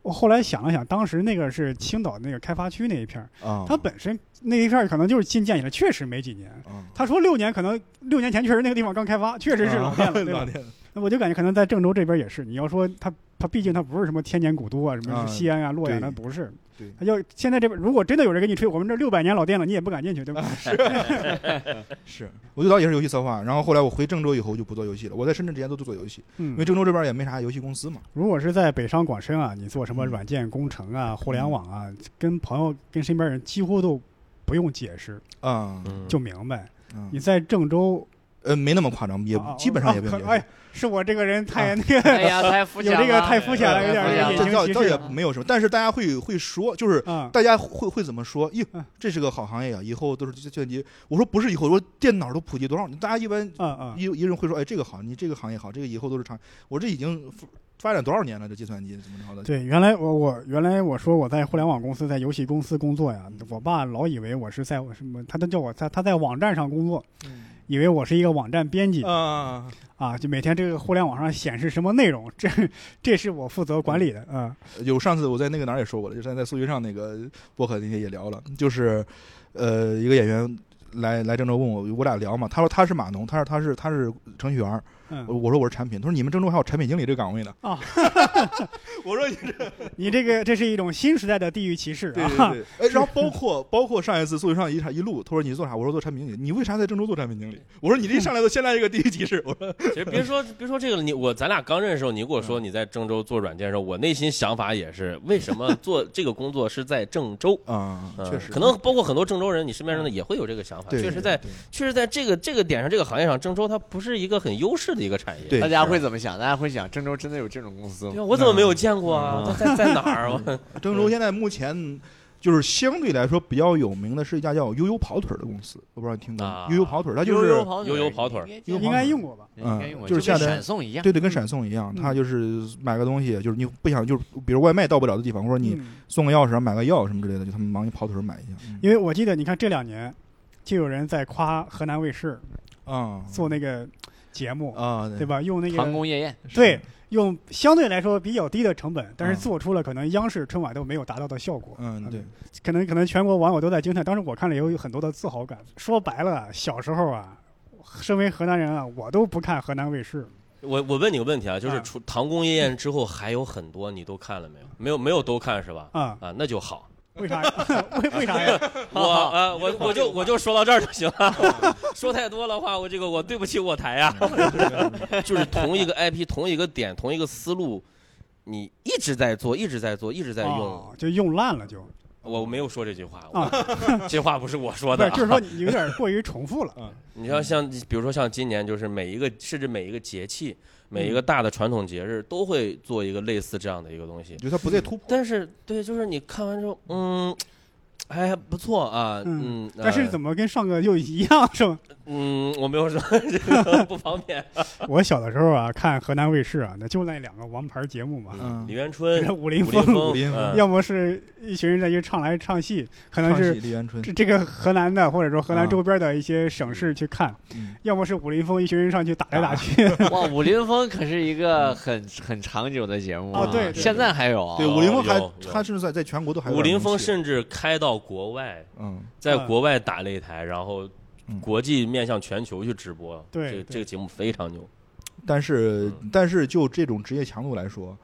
Speaker 1: 我后来想了想，当时那个是青岛那个开发区那一片儿，
Speaker 4: 啊，
Speaker 1: 它本身那一片儿可能就是新建起来，确实没几年。
Speaker 4: 啊
Speaker 1: 他说六年，可能六年前确实那个地方刚开发，确实是老店
Speaker 4: (laughs)
Speaker 1: 了，对
Speaker 4: 啊老
Speaker 1: 吧？
Speaker 4: 店了
Speaker 1: 那我就感觉可能在郑州这边也是，你要说它它毕竟它不是什么天年古都啊，什
Speaker 4: 啊
Speaker 1: 么西安啊、洛阳啊，
Speaker 4: 对
Speaker 1: 不是
Speaker 4: 对。
Speaker 1: 它要现在这边如果真的有人给你吹我们这六百年老店了，你也不敢进去，对
Speaker 4: 啊
Speaker 1: 吧？
Speaker 4: 是，我最早也是游戏策划，然后后来我回郑州以后就不做游戏了。我在深圳之前都做游戏，因
Speaker 1: 嗯
Speaker 4: 为，郑州这边也没啥游戏公司嘛。
Speaker 1: 如果是在北上广深啊，你做什么软件工程啊、互联网啊，跟朋友跟身边人几乎都不用解释
Speaker 4: 啊，
Speaker 3: 嗯，
Speaker 1: 就明白。
Speaker 4: 嗯
Speaker 1: 你在郑州
Speaker 4: 呃，没那么夸张，也
Speaker 1: 啊
Speaker 4: 基本上也
Speaker 1: 哦
Speaker 4: 不用。
Speaker 1: 哎，是我这个人太
Speaker 4: 啊
Speaker 1: 那 (laughs) 个
Speaker 2: 哎呀，太肤浅
Speaker 1: 有这个太肤
Speaker 2: 了
Speaker 1: 浅了，有
Speaker 2: 哎
Speaker 1: 点
Speaker 2: 呀
Speaker 1: 隐
Speaker 4: 这
Speaker 1: 形
Speaker 4: 倒
Speaker 1: 歧
Speaker 4: 倒也
Speaker 1: 视
Speaker 2: 啊
Speaker 4: 没有什么，但是大家会会说，就是
Speaker 1: 啊。
Speaker 4: 大家会会怎么说？哟
Speaker 1: 嗯，
Speaker 4: 这是个好行业啊！以后都是计算机。我说不是以后，我说电脑都普及多少年？大家一般
Speaker 1: 嗯嗯，
Speaker 4: 一一人会说，哎，这个好，你这个行业好，这个以后都是长。我这已经发发展多少年了？这计算机怎么着的？
Speaker 1: 对，原来我我原来我说我在互联网公司，在游戏公司工作呀，
Speaker 4: 嗯
Speaker 1: 我爸老以为我是在我什么，他都叫我在他在网站上工作，以为我是一个网站编辑
Speaker 4: 嗯啊，
Speaker 1: 啊，就每天这个互联网上显示什么内容，这这是我负责管理
Speaker 4: 嗯
Speaker 1: 的啊。
Speaker 4: 有上次我在那个哪儿也说过了，就是在素云上那个博客那些也聊了，就是呃，一个演员来来郑州问我，我俩聊嘛，他说他是码农，他说他是他是程序员儿，
Speaker 1: 嗯，
Speaker 4: 我我说我是产品，他说你们郑州还有产品经理这个岗位呢
Speaker 1: 啊，
Speaker 4: (laughs) 我说你
Speaker 1: 你这个这是一种新时代的地域歧视
Speaker 4: 对
Speaker 1: 啊。
Speaker 4: 对对，哎，然后包括包括上一次素云上一一路，他说你做啥？我说做产品经理，你为啥在郑州做产品经理？我说你这一上来就先来一个第一集市，我说
Speaker 3: 其实别
Speaker 4: (laughs)
Speaker 3: 说别说这个了，你我咱俩刚认识的时候，你跟我说
Speaker 2: 嗯
Speaker 3: 你在郑州做软件的时候，我内心想法也是，为什么做这个工作是在郑州？
Speaker 4: 啊
Speaker 3: 嗯
Speaker 4: (laughs) 确实
Speaker 3: 可能包括很多郑州人，你身边人也会有这个想法。
Speaker 4: 对
Speaker 3: 确实在，确实在这个这个点上，这个行业上，郑州它不是一个很优势的一个产业。
Speaker 4: 对
Speaker 2: 大家会怎么想？大家会想，郑州真的有这种公司
Speaker 3: 对
Speaker 2: 吗？
Speaker 3: 啊，我怎么没有见过啊？
Speaker 2: 嗯
Speaker 3: 它在在哪儿？我
Speaker 4: 郑州现在目前就是相对来说比较有名的是一家叫悠悠跑腿儿的公司，我不知道你听过
Speaker 3: 啊
Speaker 4: 吗？悠悠跑腿儿，它就
Speaker 2: 悠
Speaker 4: 是
Speaker 2: 悠跑
Speaker 3: 悠悠跑腿儿
Speaker 2: 应
Speaker 1: 应该用过吧？
Speaker 2: 该应该用过，
Speaker 4: 嗯就是
Speaker 2: 跟
Speaker 4: 下单
Speaker 2: 闪送一样。
Speaker 4: 对对，跟闪送一样，它就是买个东西，就是你不想就是比如外卖到不了的地方，或者你
Speaker 1: 嗯
Speaker 4: 送个钥匙买个药什么之类的，就他们往你跑腿儿买一下。嗯
Speaker 1: 因为我记得，你看这两年就有人在夸河南卫视
Speaker 4: 啊
Speaker 1: 做那个节目，
Speaker 4: 啊
Speaker 1: 对吧？用那
Speaker 2: 航
Speaker 1: 个
Speaker 2: 空夜宴，
Speaker 1: 对用相对来说比较低的成本，但是
Speaker 4: 嗯
Speaker 1: 做出了可能央视春晚都没有达到的效果。
Speaker 4: 嗯对，
Speaker 1: 可能可能全国网友都在惊叹，当时我看了也有很多的自豪感。说白了，小时候啊，身为河南人啊，我都不看河南卫视。
Speaker 3: 我我问你个问题啊，就是
Speaker 1: 啊
Speaker 3: 除《唐宫夜宴》之后，还有很多你都看了没有？没有没有都看是吧？
Speaker 1: 啊、
Speaker 3: 啊，那就好。
Speaker 1: 为
Speaker 4: (laughs)
Speaker 1: 啥？ (laughs) 为为啥呀？
Speaker 3: 我啊，我我就我就说到这儿就行了。 (laughs) 说太多的话，我这个我对不起我台呀。 (laughs) 就是同一个 IP，同一个点，同一个思路，你一直在做，一直在做，一直在用。
Speaker 1: 哦就用烂了就
Speaker 3: 我没有说这句话，
Speaker 1: 啊，
Speaker 3: 我这话不是我说
Speaker 1: 不
Speaker 3: 的
Speaker 1: 是，
Speaker 3: 啊。
Speaker 1: 就是
Speaker 3: (laughs)
Speaker 1: 说你有点过于重复了。
Speaker 4: 嗯
Speaker 3: 你要像，比如说像今年，就是每一个甚至每一个节气，每
Speaker 1: 嗯
Speaker 3: 一个大的传统节日，都会做一个类似这样的一个东西。
Speaker 4: 就它不再突破。
Speaker 3: 但是对，就是你看完之后，嗯，还不错啊，
Speaker 1: 嗯
Speaker 3: 嗯，
Speaker 1: 但是
Speaker 3: 么，
Speaker 1: 怎么跟上个又一样是吗？
Speaker 3: 嗯，我没有说这个不方
Speaker 4: (laughs)
Speaker 3: 便。
Speaker 4: 嗯
Speaker 1: 我小的时候啊，看河南卫视啊，那就那两个王牌节目嘛， (laughs)
Speaker 4: 嗯
Speaker 3: 李元春、
Speaker 1: 武林
Speaker 3: 武林
Speaker 1: 风，
Speaker 3: 风，
Speaker 4: 武林风
Speaker 3: 嗯
Speaker 1: 要么是一群人在去唱来唱戏，可能
Speaker 4: 唱
Speaker 1: 是
Speaker 4: 起李元春，
Speaker 1: 这这个河南的，或者说河南
Speaker 4: 啊
Speaker 1: 周边的一些省市去看，
Speaker 4: 嗯
Speaker 1: 要么是武林风一群人上去打来打去，
Speaker 2: 哇，武林风可是一个很很长久的节目
Speaker 1: 哦对对对
Speaker 2: 现在还有啊
Speaker 4: 嗯对，
Speaker 3: 哦
Speaker 4: 武林风还
Speaker 3: 有有
Speaker 4: 他甚至在在全国都还有
Speaker 3: 武
Speaker 4: 点
Speaker 3: 林
Speaker 4: 名
Speaker 3: 风
Speaker 4: 气
Speaker 3: 甚至开到国外，
Speaker 4: 嗯
Speaker 3: 在
Speaker 1: 嗯
Speaker 3: 国外打擂台，然后
Speaker 4: 嗯
Speaker 3: 国际面向全球去直播。
Speaker 1: 对
Speaker 3: 这个
Speaker 1: 对
Speaker 3: 这个节目非常牛。，
Speaker 4: 但是但是就这种职业强度来说，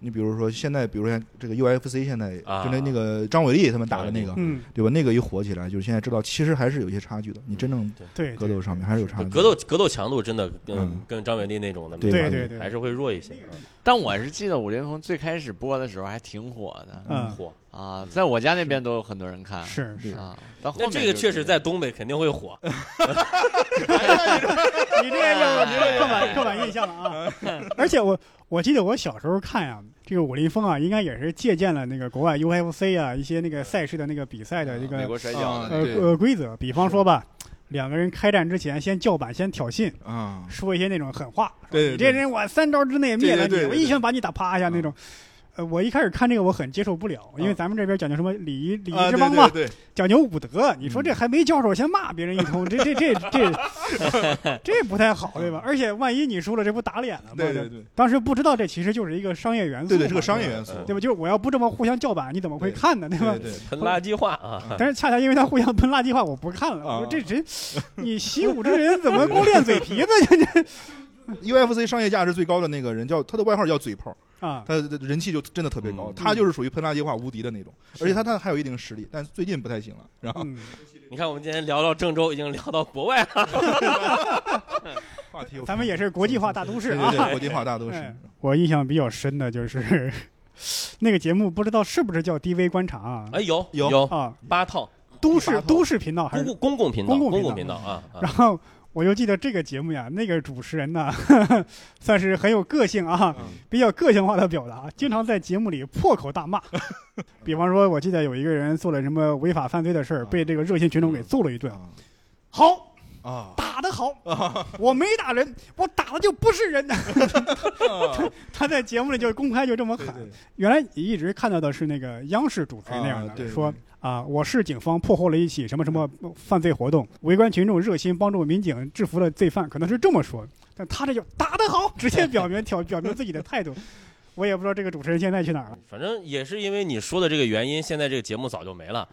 Speaker 4: 你比如说现在，比如说像这个 UFC 现在
Speaker 3: 啊
Speaker 4: 就那那个张伟丽他们打的那个，
Speaker 1: (laughs) 嗯，
Speaker 4: 对吧？那个一火起来，就是现在知道其实还是有一些差距的。你真正
Speaker 1: 对，
Speaker 4: 格斗上面还是有差距。
Speaker 3: 格斗格斗强度真的跟
Speaker 4: 嗯
Speaker 3: 跟张伟丽那种的啊
Speaker 4: 对
Speaker 1: 对
Speaker 4: 吧
Speaker 1: 对对，
Speaker 3: 还是会弱一些，嗯
Speaker 2: 但我是记得武林风最开始播的时候还挺火的
Speaker 1: 嗯
Speaker 3: 火。
Speaker 2: 啊，在我家那边都有很多人看
Speaker 1: 是是，
Speaker 2: 啊。到后
Speaker 3: 那
Speaker 2: 面
Speaker 3: 这
Speaker 2: 就
Speaker 3: 个确实在东北肯定会火，嗯
Speaker 1: 你这个有刻板刻板印象了啊！而且我我记得我小时候看呀、这个武林风啊，应该也是借鉴了那个国外 UFC 啊一些那个赛事的那个比赛的这
Speaker 2: 美
Speaker 1: 个
Speaker 2: 国摔跤
Speaker 4: 啊
Speaker 2: 的
Speaker 1: 呃
Speaker 4: 对
Speaker 1: 呃规则，比方说吧，两个人开战之前先叫板，先挑衅，
Speaker 4: 啊，
Speaker 1: 说一些那种狠话，
Speaker 4: 对
Speaker 1: 你这人我三招之内灭了你，
Speaker 4: 对对对对啊
Speaker 1: 我一拳把你打趴下那种。呃，我一开始看这个我很接受不了，因为咱们这边讲究什么礼仪礼仪之邦嘛，
Speaker 4: 啊对嗯对
Speaker 1: 讲究武德。你说这还没交手，先骂别人一通，这这这这
Speaker 4: (laughs)
Speaker 1: 这不太好，对吧？而且万一你输了，这不打脸了吗？
Speaker 4: 嗯对对对
Speaker 1: 当时不知道这其实就是一个商业元素嘛，
Speaker 4: 对对，是个商业元素，
Speaker 1: 对吧？就是我要不这么互相叫板，你怎么会看呢？对吧
Speaker 4: 对？对
Speaker 3: 很垃圾话啊。
Speaker 1: 但是恰恰因为他互相喷垃圾话，我不看了。
Speaker 4: 啊
Speaker 1: 我说这人，你习武之人怎么光练嘴皮子？ (laughs) 这这
Speaker 4: ，UFC 商业价值最高的那个人叫他的外号叫嘴炮，
Speaker 1: 啊，
Speaker 4: 他的人气就真的特别高，
Speaker 3: 嗯
Speaker 4: 他就是属于喷垃圾话无敌的那种，而且他他还有一定实力，但最近不太行了，然后
Speaker 1: 嗯，
Speaker 3: 你看，我们今天聊到郑州，已经聊到国外了。
Speaker 4: 话题又
Speaker 1: 咱们也是国际化大都市
Speaker 4: 对
Speaker 1: 啊
Speaker 4: 对。对，国际化大都
Speaker 1: (laughs) 哎
Speaker 4: 市，
Speaker 1: 我印象比较深的就是 (laughs) 那个节目，不知道是不是叫 DV 观察啊？
Speaker 3: 哎，有
Speaker 4: 有
Speaker 3: 有
Speaker 1: 啊，
Speaker 3: 八套，
Speaker 1: 都
Speaker 3: 第八
Speaker 1: 市
Speaker 3: 套
Speaker 1: 都市频道还
Speaker 3: 公
Speaker 1: 是
Speaker 3: 共公共频道，
Speaker 1: 公共
Speaker 3: 公
Speaker 1: 频嗯
Speaker 3: 频道啊，啊
Speaker 1: 然后我就记得这个节目呀，那个主持人呢， (laughs) 算是很有个性啊，
Speaker 4: 嗯
Speaker 1: 比较个性化的表达，经常在节目里破口大
Speaker 4: (laughs)
Speaker 1: 骂。比方说，我记得有一个人做了什么违法犯罪的事儿，
Speaker 4: 啊
Speaker 1: 被这个热心群众给揍了一顿。
Speaker 4: 嗯
Speaker 1: 好，
Speaker 4: 啊
Speaker 1: 打得
Speaker 4: (laughs)
Speaker 1: 好，我没打人，我打的就不是人。 (laughs)
Speaker 4: 啊
Speaker 1: 他在节目里就公开就这么
Speaker 4: 对
Speaker 1: 喊。
Speaker 4: 对
Speaker 1: 原来你一直看到的是那个央视主持人那样的、
Speaker 4: 啊对
Speaker 1: 说啊，我市警方破获了一起什么什么犯罪活动，围观群众热心帮助民警制服了罪犯，可能是这么说。但他这就打得
Speaker 4: (laughs)
Speaker 1: 好，直接表明挑表明自己的态度。我也不知道这个主持人现在去哪儿了。
Speaker 3: 反正也是因为你说的这个原因，现在这个节目早就
Speaker 1: (laughs)
Speaker 3: 没了。